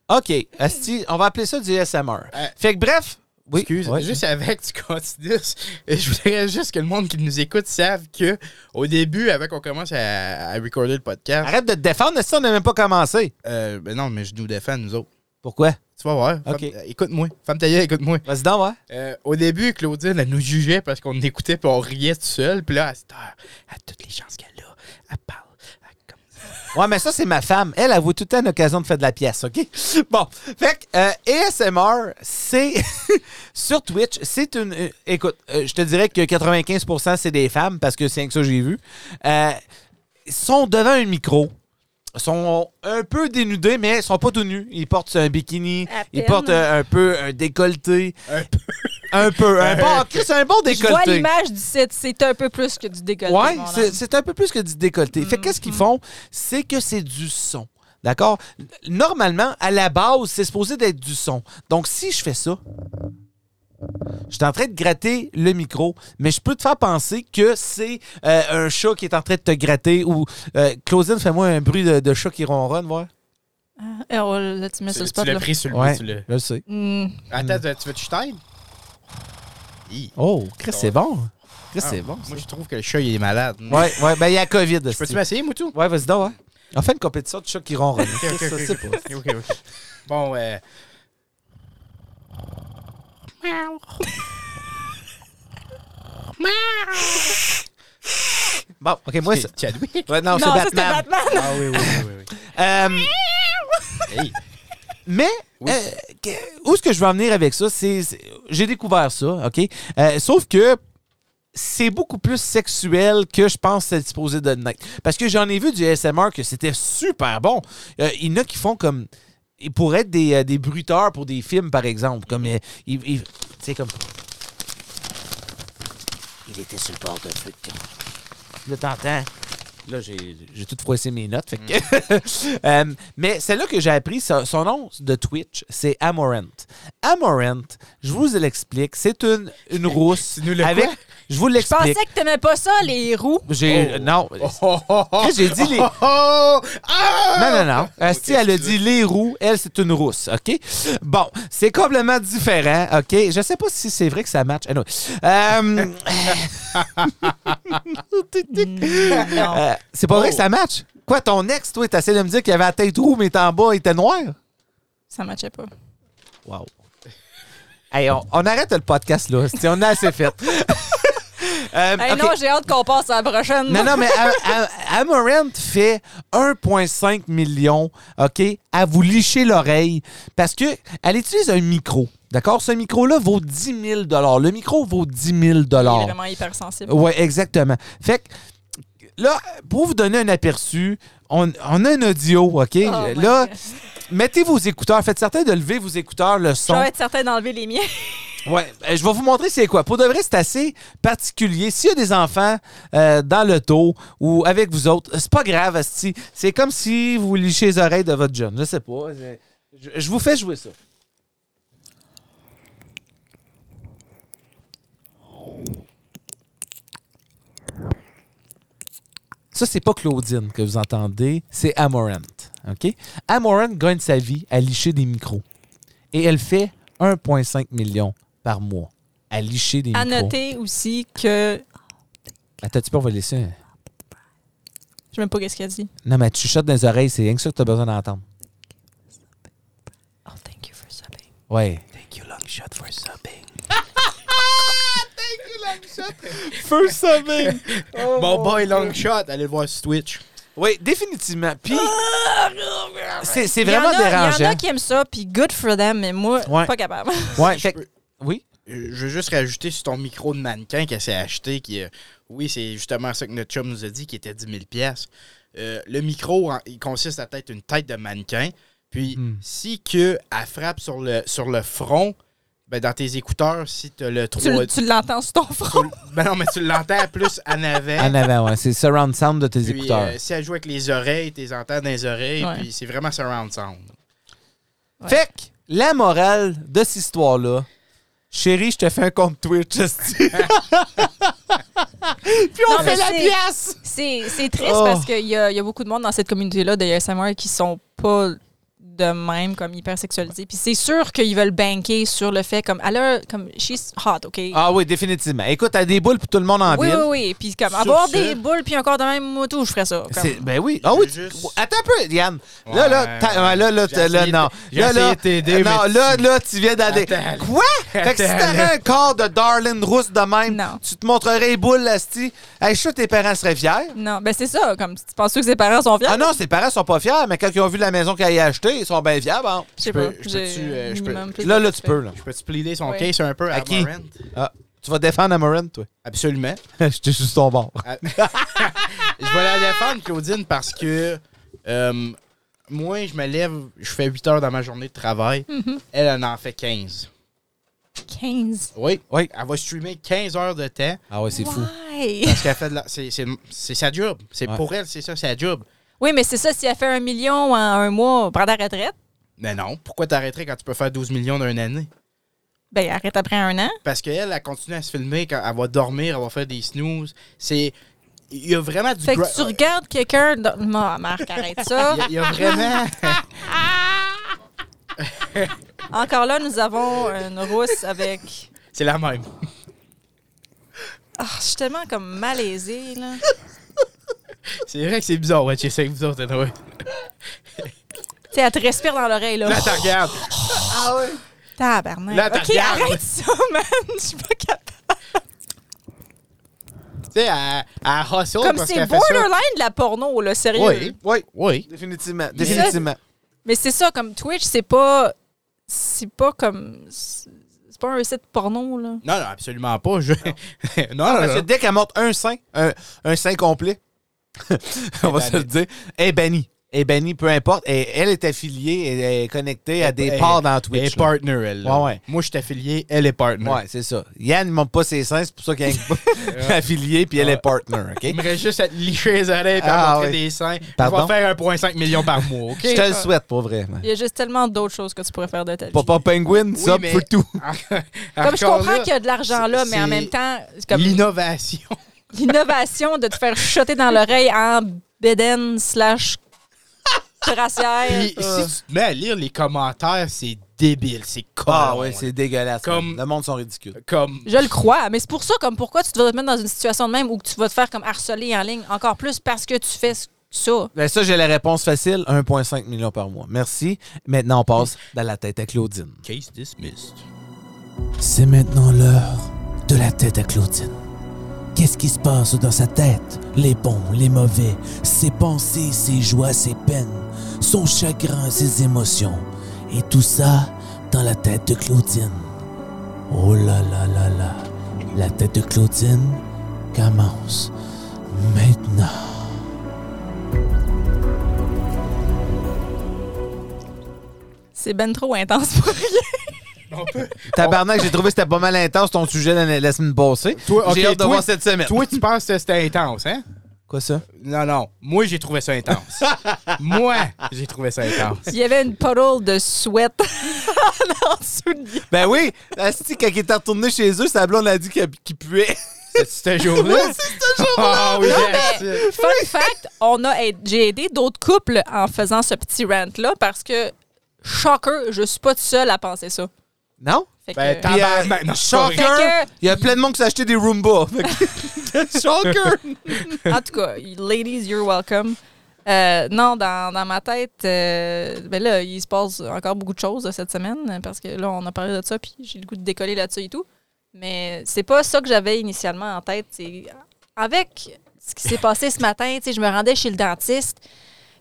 OK, esti, on va appeler ça du ASMR.
Euh,
fait que bref... Oui,
Excuse,
ouais.
juste avec, tu continues. Et je voudrais juste que le monde qui nous écoute savent que au début, avant qu'on commence à, à recorder le podcast,
Arrête de te défendre, si on n'a même pas commencé.
euh, ben non, mais je nous défends, nous autres.
Pourquoi?
Tu vas voir. Femme-
Ok.
euh, écoute-moi. Femme taillée, écoute-moi.
Vas-y donc, ouais.
Euh, au début, Claudine, elle nous jugeait parce qu'on écoutait puis on riait tout seul. Puis là, à cette heure, à toutes les chances qu'elle a, elle parle. elle comme-
Ouais, mais ça, c'est ma femme. Elle, elle voit tout le temps une occasion de faire de la pièce, OK? Bon, fait que euh, ASMR, c'est... sur Twitch, c'est une... euh, écoute, euh, je te dirais que 95 c'est des femmes, parce que c'est rien que ça que j'ai vu. Euh, sont devant un micro, sont un peu dénudés, mais ils sont pas tout nus. Ils portent un bikini,
À
ils
peine.
portent euh, un peu un décolleté.
Un
Un peu. Un bon, Chris, c'est un bon
Je vois
décolleté.
l'image du site, c'est un peu plus que du décolleté.
Ouais,
mon
c'est-
homme.
c'est un peu plus que du décolleté. Fait que qu'est-ce qu'ils font? C'est que c'est du son. D'accord? Normalement, à la base, c'est supposé d'être du son. Donc, si je fais ça, je suis en train de gratter le micro, mais je peux te faire penser que c'est euh, un chat qui est en train de te gratter ou. euh, Claudine, fais-moi un bruit de, de chat qui ronronne, voir.
Eh, oh, là, tu mets sur le
Tu,
spot,
l'as
là.
pris sur le bout,
Ouais,
tu l'as-
je le sais.
Hmm.
Attends, tu veux que je t'aide? Hi.
Oh, Chris, c'est bon. Chris,
Ah,
c'est bon. ça.
Moi, je trouve que le chat, il est malade.
Ouais, ouais, ben il y a la COVID.
Je peux-tu
esti.
m'essayer, Moutou?
Ouais, vas-y donc, ouais. On fait une compétition de chat qui ronronne.
Ok, ok,
Chris, ça,
ok,
c'est
ok.
pas-
Ok, ok. Bon, euh,
Bon, ok, moi, c'est.
c'est Chadwick.
Ouais, non,
Non,
c'est
ça, c'était
Batman.
Batman.
Ah oui, oui, oui, oui. oui.
Euh,
Hey.
mais
Oui.
euh, que- où est-ce que je veux en venir avec ça? C'est, c'est- j'ai découvert ça, OK? Euh, sauf que c'est beaucoup plus sexuel que je pense que c'est disposé de naître. Parce que j'en ai vu du SMR que c'était super bon. Euh, il y en a qui font comme. Ils pourraient être des, euh, des bruiteurs pour des films, par exemple. Comme. euh, ils- ils- tu sais, comme. Il était sur le bord d'un feu de camp. Là, t'entends. Là, j'ai j'ai tout froissé mes notes. fait que- Euh, mais celle-là que j'ai appris, ça- son nom de Twitch, c'est Amorant. Amorant, je vous l'explique, c'est une, une rousse.
Tu nous le
avec,
quoi?
Je vous
Je
l'explique.
pensais que t'aimais pas ça, les roues.
J'ai.
Oh.
Non.
Oh, oh, oh, oh.
Chris, j'ai dit les-
Oh,
Non,
oh, oh. Ah!
non, non. Asti, elle a dit les roues, elle, c'est une rousse, OK? Bon, c'est complètement différent, OK? Je sais pas si c'est vrai que ça match. Anyway. Euh,
non.
euh, c'est pas vrai que ça match? Quoi, ton ex, toi, t'essayes de me dire qu'il avait la tête roue, mais il était en bas, il était noir?
Ça matchait pas.
Wow. Hey, on, on arrête le podcast là. C'est- On a assez fait. Euh,
Hey,
ok.
Non, j'ai hâte qu'on passe à la prochaine.
non, non, mais A- A- Amarant fait 1,5 million, OK, à vous licher l'oreille parce que elle utilise un micro. D'accord? Ce micro-là vaut 10 000 Le micro vaut 10 000
Il est vraiment hypersensible.
oui, exactement. Fait que là, pour vous donner un aperçu, on, on a un audio, OK?
Oh my
là,
God.
mettez vos écouteurs. Faites certain de lever vos écouteurs, le
Je
son.
vais être certain d'enlever les miens.
Ouais, euh, je vais vous montrer c'est quoi. Pour de vrai, c'est assez particulier. S'il y a des enfants euh, dans le taux ou avec vous autres, c'est pas grave, asti. C'est comme si vous lichez les oreilles de votre jeune. Je sais pas. c'est- Je, je vous fais jouer ça. Ça, c'est pas Claudine que vous entendez, c'est Amorant. OK? Amorant gagne sa vie à licher des micros. Et elle fait 1,5 million par mois à licher des
À
micros.
noter aussi que.
Attends, tu peux, on va laisser un-
Je sais même pas qu'est-ce qu'elle dit.
Non, mais tu chuchotes dans les oreilles, c'est rien que ça que tu as besoin d'entendre.
Oh, thank you for subbing.
Ouais.
Thank you, long shot, for subbing.
First summing! Oh,
Bon boy, long shot, allez le voir sur Twitch.
Oui, définitivement. Puis, c'est c'est
Il Ah, y en
vraiment
a- Il y en
dérangeant.
a qui aiment ça, puis good for them, mais moi,
Ouais.
pas capable.
Ouais,
Je
fait-
peux-
Oui?
Euh, je veux juste rajouter sur ton micro de mannequin qu'elle s'est acheté, qui, euh, oui, c'est justement ça que notre chum nous a dit, qui était 10 000 pièces. Euh, le micro, en- il consiste à peut-être une tête de mannequin. Puis,
Hmm.
si que elle frappe sur le, sur le front, ben dans tes écouteurs, si tu le 3
Tu, l- tu l'entends sur ton front.
ben non, mais tu l'entends plus en avant.
En avant, Ah, ouais. C'est surround sound de tes
Puis,
écouteurs.
euh, si elle joue avec les oreilles, tu les entends dans les oreilles.
Ouais.
Puis, c'est vraiment surround sound.
Ouais.
Fait que, la morale de cette histoire-là, chérie, je te fais un compte Twitch. esti. Puis on
Non,
fait
mais
la
c'est-
pièce!
C'est c'est triste
Oh.
parce qu'il y a, il y a beaucoup de monde dans cette communauté-là de ASMR qui sont pas de même comme hypersexualisés. Puis c'est sûr qu'ils veulent banquer sur le fait comme, elle a- comme, she's hot, OK?
Ah oui, définitivement. Écoute, t'as des boules pour tout le monde en
oui,
ville.
oui, oui. Puis comme,
Sur
avoir
ce-
des boules puis encore de même moto, je ferais ça. comme.
C'est- Ben oui. Ah oui.
Je veux juste-
tu- Attends un peu, Yann. Là, là,
Ouais.
t'as- ouais, là, là,
J'ai
t'as- là,
essayé de-
non.
j'ai
là,
essayé
là,
de t'aider,
non,
mais
là, là, tu viens d'aller.
Attends.
Quoi? Fait que si
Attends,
t'avais
là.
un corps de Darling Rousse de même,
Non.
tu te montrerais les boules, Asti. Hey, je suis sûr que tes parents seraient fiers.
Non, ben c'est ça. Comme, tu penses que ses parents sont fiers?
Ah non, ses parents sont pas fiers, mais quand ils ont vu la maison qu'elle a achetée, ils sont bien fiers. Bon.
Je sais
Je peux-
pas.
je
j'ai
peux-tu, euh, je peux-
minimum plus
Là,
de
là, tu
respect.
peux. Là.
Je peux-tu plaider son
Oui.
case un peu à,
À qui?
Morant?
Ah, tu vas défendre Amarin, toi.
Absolument.
J'étais juste ton bord.
Je vais la défendre, Claudine, parce que euh, moi, je me lève, je fais 8 heures dans ma journée de travail. Elle, elle en fait 15.
15.
Oui.
Oui.
Elle va streamer 15 heures de temps
Ah ouais, c'est fou.
Why?
parce qu'elle fait de la. c'est- C'est c'est sa job. C'est
Ouais.
Pour elle, c'est ça, sa job.
Oui, mais c'est ça, si elle fait un million en un mois pendant la retraite,
Mais non, pourquoi t'arrêterais quand tu peux faire 12 millions d'une année?
ben elle arrête après un an.
Parce qu'elle, elle continue à se filmer quand elle va dormir, elle va faire des snooze. C'est. Il y a vraiment du.
Fait que
gri-
tu regardes quelqu'un. dans- Ma- Marc, arrête ça.
Il y a- il y a vraiment.
Encore là, nous avons une rousse avec.
C'est la même.
Ah, je suis tellement comme malaisée, là.
C'est vrai que c'est bizarre, ouais, tu sais que vous autres, anyway.
Tu sais, elle te respire dans l'oreille, là.
Là, t'en regardes.
Ah ouais.
Tabarnak.
Là, t'as
OK,
regarde.
arrête ça, man. Je suis pas capable.
Tu sais, à, à hustle
Comme
Oh, parce
c'est
qu'elle fait ça.
borderline de la porno, là, sérieux.
Oui,
Oui,
oui.
définitivement. Définitivement.
Mais c'est ça, comme Twitch, c'est pas. C'est pas comme. C'est pas un site porno, là.
Non, non, absolument pas. Je...
Ah,
non, non,
Parce que
non.
dès qu'elle monte un sein, un, un sein complet, on va se le dire, elle est bannie. Elle est bannie, peu importe. Et elle est affiliée, elle est connectée à des
Elle-
parts dans
Elle
Twitch.
est
là.
partner, elle. là.
Ouais, ouais.
Moi, je suis affilié, elle est partner.
Ouais, c'est ça. Yann, il monte pas ses seins, c'est pour ça qu'elle est pas affiliée, puis elle est partner, OK?
Il me reste juste à te licher les oreilles et
Ah,
à montrer
oui.
des seins.
Pardon?
Je vais faire 1,5 million par mois, OK?
Je te le souhaite, pour vrai. man.
Il y a juste tellement d'autres choses que tu pourrais faire de ta vie.
Papa Penguin,
Oui,
ça,
mais-
pour tout.
Comme je
Encore
comprends
là,
qu'il y a de l'argent là,
c'est-
mais en
c'est
même temps, c'est comme
L'innovation.
l'innovation de te faire chuter dans l'oreille en bédaine slash Euh, terrassière.
Puis, si tu te mets à lire les commentaires, c'est débile, c'est con.
Ah ouais, c'est dégueulasse.
Comme-
Le monde sont ridicules.
Comme...
Je le crois, mais c'est pour ça, comme pourquoi tu vas te mettre dans une situation de même où tu vas te faire comme harceler en ligne encore plus parce que tu fais ça.
Ben ça, j'ai la réponse facile, 1,5 million par mois. Merci. Maintenant, on passe dans la tête à Claudine.
Case dismissed.
C'est maintenant l'heure de la tête à Claudine. Qu'est-ce qui se passe dans sa tête Les bons, les mauvais, ses pensées, ses joies, ses peines, son chagrin, ses émotions. Et tout ça dans la tête de Claudine. Oh là là là là. La tête de Claudine commence maintenant.
C'est ben trop intense pour rien.
On peut...
Tabarnak, j'ai trouvé que c'était pas mal intense ton sujet la, la semaine passée.
Toi,
j'ai
ok,
hâte de
toi-
voir cette semaine.
Toi, tu penses que c'était intense, hein?
Quoi ça?
Non, non. Moi, j'ai trouvé ça intense. Moi, j'ai trouvé ça intense.
Il y avait une puddle de sweat en dessous de lui.
Ben oui, Asti, quand il était retourné chez eux, sa blonde a dit qu'il qu'il puait.
C'était ce jour-là? Ah oui, yes.
Fun fact, on a aid- j'ai aidé d'autres couples en faisant ce petit rant-là parce que, shocker, je suis pas toute seule à penser ça.
Non?
Fait que-
Ben,
Puis,
tabarnak.
euh,
non, c'est pas vrai.
shocker,
Fait que-
il y a plein de monde qui s'est acheté des Roomba. Fait que- shocker!
En tout cas, ladies, you're welcome. Euh, non, dans, dans ma tête, euh, ben là, il se passe encore beaucoup de choses euh, cette semaine euh, parce que là, on a parlé de ça, puis j'ai le goût de décoller là-dessus et tout. Mais c'est pas ça que j'avais initialement en tête. C'est- Avec ce qui s'est passé ce matin, tu sais, je me rendais chez le dentiste,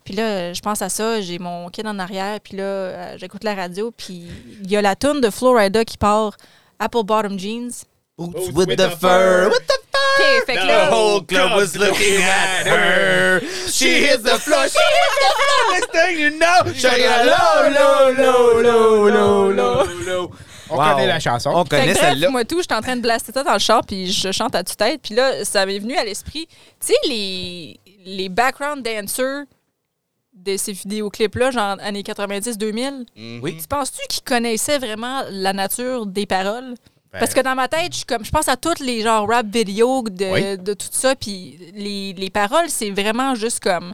puis là, euh, je pense à ça, j'ai mon kid en arrière, puis là, euh, j'écoute la radio, puis il y a la toune de Florida qui part Apple bottom jeans.
Boots with, the, fur. With the
OK, fait que
The
là,
whole club was looking at her. She hits the floor. She hits the floor. Next thing you know, she got low, low, low, low, low, low, low.
On
Wow.
connaît la chanson.
On
Fait que
connaît
bref,
celle-là.
moi tout, j'étais en train de blaster ça dans le char, puis je chante à toute tête. Puis là, ça m'est venu à l'esprit, tu sais, les, les background dancers de ces vidéoclips-là, genre années 90-2000,
Mm.
Oui.
tu penses-tu qu'ils connaissaient vraiment la nature des paroles?
Ben,
Parce que dans ma tête, je, suis comme, je pense à toutes les genres rap vidéo de,
Oui.
de tout ça, puis les, les paroles, c'est vraiment juste comme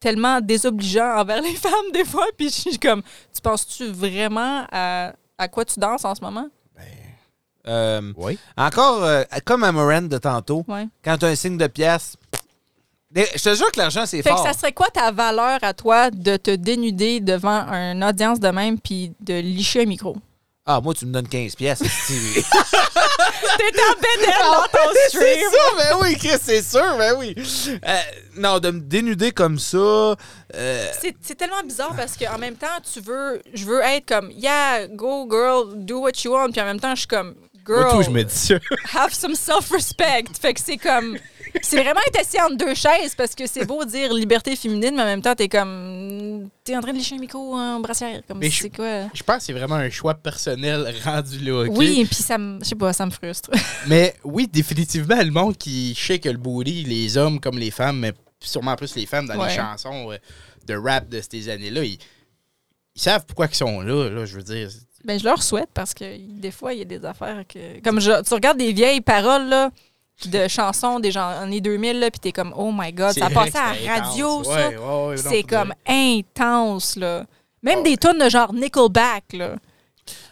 tellement désobligeant envers les femmes des fois, puis je suis comme, tu penses-tu vraiment à, à quoi tu danses en ce moment?
Euh,
Oui.
encore, euh, comme à Moran de tantôt,
Ouais.
quand tu as un signe de pièce, Mais je te jure que l'argent, c'est
Fait que
fort.
ça serait quoi ta valeur à toi de te dénuder devant une audience de même puis de licher un micro?
Ah, moi, tu me donnes 15 pièces. si-
T'étais en bédette dans ton
C'est
stream!
ça, ben oui, Chris, c'est sûr, ben oui. Euh, non, de me dénuder comme ça. euh,
C'est- C'est tellement bizarre parce qu'en même temps, tu veux... Je veux être comme, yeah, go girl, do what you want. Puis en même temps, je suis comme,
Moi,
girl,
tout, je me dis ça.
have some self-respect. Fait que c'est comme... C'est vraiment être assis entre deux chaises parce que c'est beau dire liberté féminine, mais en même temps, t'es comme... T'es en train de licher un micro en brassière. Comme
Mais
si
je-
c'est quoi...
Je pense que c'est vraiment un choix personnel rendu là, OK?
Oui, puis ça me... Je sais pas, ça me frustre.
Mais oui, définitivement, le monde qui shake le booty, les hommes comme les femmes, mais sûrement plus les femmes dans
Ouais.
les chansons euh, de rap de ces années-là, ils, ils savent pourquoi ils sont là, là, je veux dire.
Ben, je leur souhaite parce que des fois, il y a des affaires que. Comme je- tu regardes des vieilles paroles là, de chansons des gens années 2000, là, puis t'es comme, oh my god,
C'est
ça
vrai que
passait à
c'était
la radio,
intense.
ça.
Ouais, ouais, ouais, non,
c'est
pour
comme
de-
intense, là. Même
Ah
des tonnes de genre Nickelback, là.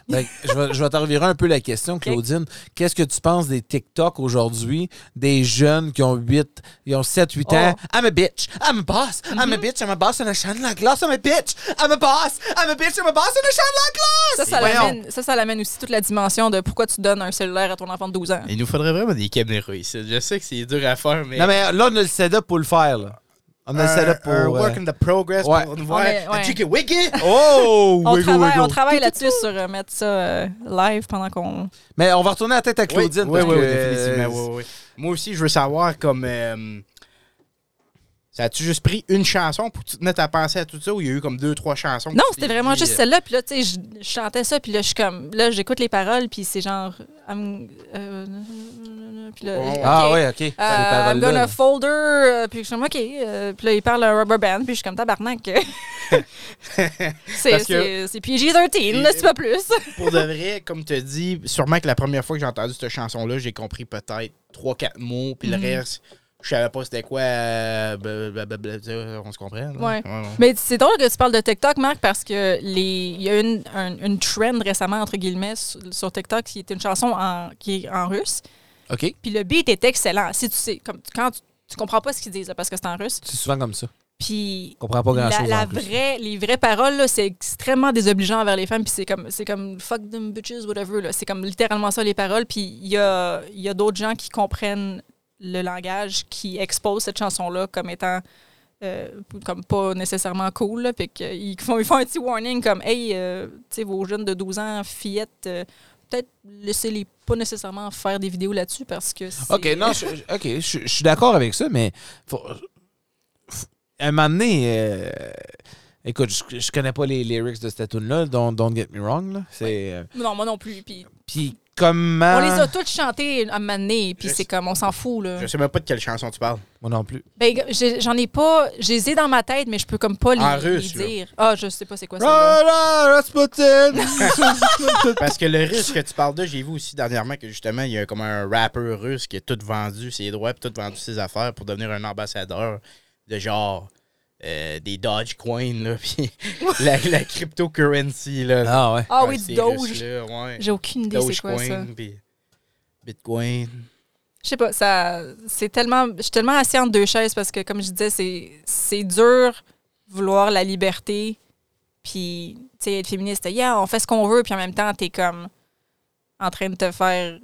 ben, je vais, je vais te revirer un peu la question, Claudine. Qu'est-ce que tu penses des TikTok aujourd'hui, des jeunes qui ont 8, ils ont 7, 8 ans?
Oh.
I'm a bitch, I'm a boss,
Mm-hmm.
I'm a bitch, I'm a boss, on a shine la glace, I'm a bitch, I'm a boss, I'm a bitch, I'm a boss, on a shine la glace!
Ça, ça
Voyons.
l'amène ça, ça l'amène aussi toute la dimension de pourquoi tu donnes un cellulaire à ton enfant de 12 ans.
Il nous faudrait vraiment des caméras ici. Je sais que c'est dur à faire, mais.
Non, mais là, on a le setup pour le faire, là. On a le
un,
setup pour.
un work
euh,
in the progress
ouais.
pour nous voir.
On est- ouais.
That you can wicked!
Oh!
On
wiggle,
travaille,
wiggle.
on travaille là-dessus sur euh, mettre ça euh, live pendant qu'on.
Mais on va retourner la tête à Claudine.
Oui,
parce
oui,
que,
oui,
euh,
définitivement. oui, oui, oui. Moi aussi, je veux savoir comme. euh, ça a-tu juste pris une chanson pour que tu te mettre à penser à tout ça ou il y a eu comme deux, trois chansons? que
Non,
tu
c'était
t'es
vraiment
dit,
juste
euh,
celle-là. Puis là, tu sais, je je chantais ça. Puis là, je suis comme. Là, j'écoute les paroles. Puis c'est genre. I'm, euh, puis là.
Ouais.
OK.
Ah, ouais, OK. Les
Euh, I'm
paroles-là,
gonna
là.
folder. euh, Puis je suis comme, OK. euh, puis là, il parle à rubber band. Puis je suis comme, tabarnak. c'est
Parce que-
c'est- c'est PG-13, là, c'est pas plus.
Pour de vrai, comme tu dis, sûrement que la première fois que j'ai entendu cette chanson-là, j'ai compris peut-être trois, quatre mots, puis le
Mm.
reste, je savais pas c'était quoi. euh, blablabla, on se comprend? là?
Ouais. Mais c'est drôle que tu parles de TikTok, Marc, parce que les il y a une, un- une trend récemment, entre guillemets, sur, sur TikTok qui est une chanson en- qui est en russe.
OK.
Puis le beat est excellent. Si tu sais, comme quand tu, tu comprends pas ce qu'ils disent là, parce que c'est en russe.
C'est souvent comme ça.
Puis
Je comprends pas
la,
grand-chose.
la
en plus.
vraie, les vraies paroles là, c'est extrêmement désobligeant envers les femmes. Puis c'est comme c'est comme fuck them bitches whatever là. C'est comme littéralement ça les paroles. Puis il y a il y a d'autres gens qui comprennent le langage qui exposent cette chanson là comme étant euh, comme pas nécessairement cool, là, puis qu'ils font, ils font un petit warning comme Hey, euh, tu sais, vos jeunes de 12 ans, fillettes, euh, peut-être laissez-les pas nécessairement faire des vidéos là-dessus parce que c'est-
OK, non, je, je- ok, je, je suis d'accord avec ça, mais faut- faut- à un moment donné, euh, écoute, je, je connais pas les lyrics de cette tune-là, don't, don't get me wrong. là. C'est, euh,
Non, moi non plus. Puis
Puis comment...
On les a tous chantés à un moment donné, puis
Je-
c'est comme, on s'en fout, là.
Je sais même pas de quelle chanson tu parles.
Moi non plus.
Ben, j'ai- j'en ai pas, j'ai les ai dans ma tête, mais je peux comme pas les,
En russe,
les
là.
dire. Ah, je sais pas c'est quoi ça.
Ra, ra, Rasputin!
Parce que le russe que tu parles de, j'ai vu aussi dernièrement que justement, il y a comme un rappeur russe qui a tout vendu ses droits, puis tout vendu ses affaires pour devenir un ambassadeur de genre euh, des Dogecoin, là, puis la, la cryptocurrency, là.
ah ouais.
Ah
Ouais,
oui,
ces
Doge.
Russes-là, ouais.
J'ai aucune idée c'est quoi ça.
Dogecoin, puis Bitcoin.
Je sais pas, ça, c'est tellement, je suis tellement assis entre deux chaises parce que, comme je disais, c'est, c'est dur vouloir la liberté, puis, tu sais, être féministe, yeah, on fait ce qu'on veut, puis en même temps, t'es comme en train de te faire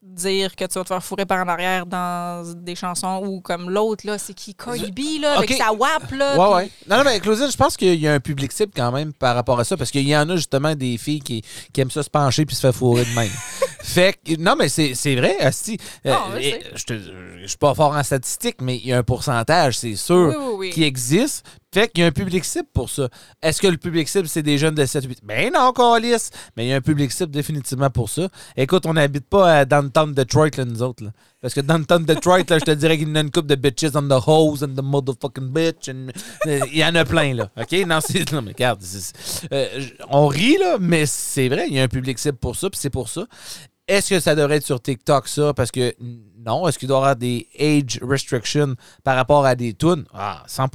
dire que tu vas te faire fourrer par en arrière dans des chansons ou comme l'autre, là, c'est qui? Koibi, là, avec
Ok.
sa WAP, là.
Ouais,
puis-
ouais. Non, non, mais Claudine, je pense qu'il y a un public cible quand même par rapport à ça, parce qu'il y en a justement des filles qui, qui aiment ça se pencher puis se faire fourrer de même. fait que, non, mais c'est c'est vrai, Asti. Euh,
Ah, je
et-
sais.
je, te- je suis pas fort en statistiques, mais il y a un pourcentage, c'est sûr,
Oui, oui, oui.
qui existe. Fait qu'il y a un public cible pour ça. Est-ce que le public cible, c'est des jeunes de 7-8? Ben non, Calis! Mais il y a un public cible définitivement pour ça. Écoute, on n'habite pas euh, à downtown Detroit, là, nous autres. là. Parce que downtown Detroit, là, je te dirais qu'il y en a une couple de bitches on the hose and the motherfucking bitch. and- euh, Il y en a plein, là. OK? Non, c'est... non mais regarde, c'est- euh, j- on rit, là, mais c'est vrai, il y a un public cible pour ça, puis c'est pour ça. Est-ce que ça devrait être sur TikTok, ça? Parce que n- non. Est-ce qu'il doit y avoir des age restrictions par rapport à des tunes? Ah, 100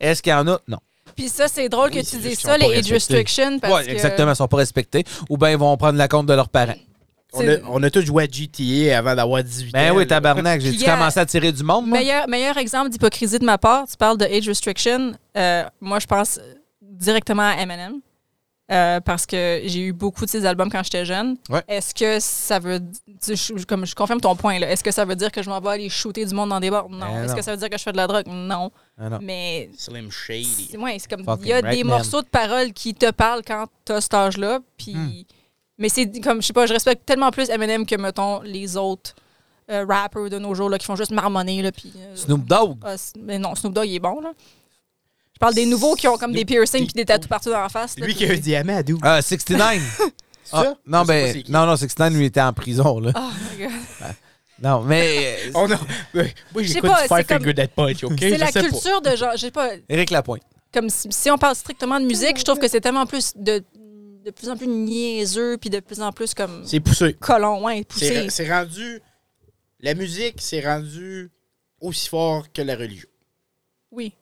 Est-ce qu'il y en a? Non.
Puis ça, c'est drôle
Oui,
que tu
c'est
dises
juste
ça,
qu'ils ont
les
pas
age
respecté.
restrictions, parce
Ouais,
que...
exactement. Ils ne sont pas respectés. Ou bien ils vont prendre la compte de leurs parents.
On a, on a tous joué à GTA avant d'avoir 18 ans.
Ben oui,
là.
tabarnak. J'ai-tu
Il y a-
commencé à tirer du monde, moi?
Meilleur, meilleur exemple d'hypocrisie de ma part, tu parles de age restriction. Euh, moi, je pense directement à Eminem. euh, parce que j'ai eu beaucoup de ses albums quand j'étais jeune.
Ouais.
Est-ce que ça veut. tu- je- comme je confirme ton point, là. Est-ce que ça veut dire que je m'en vais aller shooter du monde dans des bars? Non.
Ben
Est-ce
non.
que ça veut dire que je fais de la drogue? Non.
Ah, non.
Mais.
Slim Shady.
c'est- Ouais, c'est comme.
Fucking
Il y a
right,
des
man.
morceaux de paroles qui te parlent quand t'as cet âge-là. Puis.
Hmm.
Mais c'est comme. Je sais pas, je respecte tellement plus Eminem que, mettons, les autres euh, rappers de nos jours là, qui font juste marmonner. Là, puis, euh,
Snoop Dogg.
ah, c- mais non, Snoop Dogg, il est bon, là. Je parle des nouveaux qui ont comme des piercings puis des tatous partout dans la face. là,
Lui
puis-
qui a un diamant à doux.
Euh, 69.
C'est
Ah,
ça?
non,
Je sais pas
ben,
c'est qui.
non, non, 69, lui, était en prison, là.
Oh my God.
Non, mais... euh,
On a... Ben, Moi,
sais
j'écoute
pas,
du
c'est
Five
comme-
Finger Dead Punch, OK?
C'est
Je
la
sais pas.
culture de genre, je sais pas,
Éric Lapointe.
comme si, si on parle strictement de musique, je trouve que c'est tellement plus de, de plus en plus niaiseux puis de plus en plus comme
C'est poussé.
colon, ouais, poussé.
C'est c'est rendu... La musique, c'est rendu aussi fort que la religion.
Oui.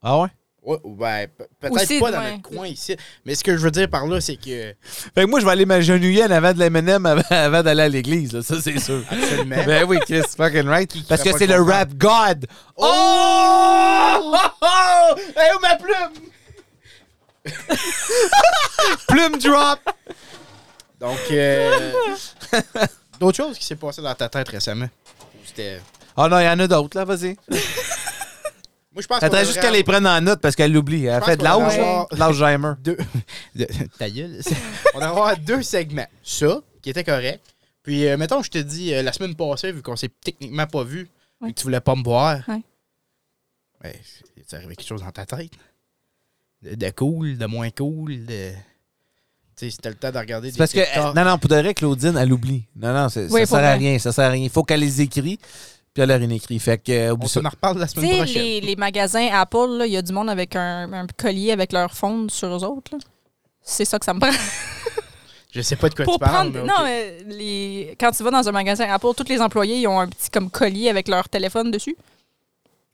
Ah ouais?
Ouais, ben, pe-
Aussi,
peut-être pas dans
ouais.
notre coin ici. Mais ce que je veux dire par là, c'est que...
Fait que moi, je vais aller m'agenouiller en avant de l'M&M avant, avant d'aller à l'église, là. Ça, c'est sûr.
Absolument.
ben oui, Chris, fucking right.
Qui- qui
Parce
fait
que
pas
c'est
le
le
contraire.
rap god. Oh! oh! Hey, où ma plume? plume drop!
Donc, euh, d'autres choses qui s'est passé dans ta tête récemment. C'était-
Oh non, il y en a d'autres, là, vas-y.
Moi, je pense qu'on
Faudrait juste qu'elle les prenne en note parce qu'elle l'oublie. Elle
pense
fait de
qu'on va
l'âge,
avoir-
de l'Alzheimer.
deux. de- Ta gueule. On va avoir deux segments. Ça, qui était correct. Puis, euh, mettons, je te dis, euh, la semaine passée, vu qu'on s'est techniquement pas vu,
Ouais.
et que tu voulais pas me voir.
Ouais.
Ben, c'est arrivé quelque chose dans ta tête. De, de cool, de moins cool, de. Tu sais, c'était le temps de regarder
C'est
des
parce que,
TikTok.
non, non, pour de vrai, Claudine, elle oublie. Non, non, c'est-
Oui,
ça
pour
sert à
vrai.
rien, ça sert à rien. Faut qu'elle les écrit, puis elle leur écrit. Fait que, euh,
on
oublie ça.
s'en reparle la
Tu
semaine
sais,
prochaine.
les, les magasins Apple, là, il y a du monde avec un, un collier avec leur fonde sur eux autres. là. C'est ça que ça me prend.
Je sais pas de quoi
pour
tu
prendre.
parles. mais
non,
ok.
mais les, quand tu vas dans un magasin Apple, tous les employés ils ont un petit comme collier avec leur téléphone dessus.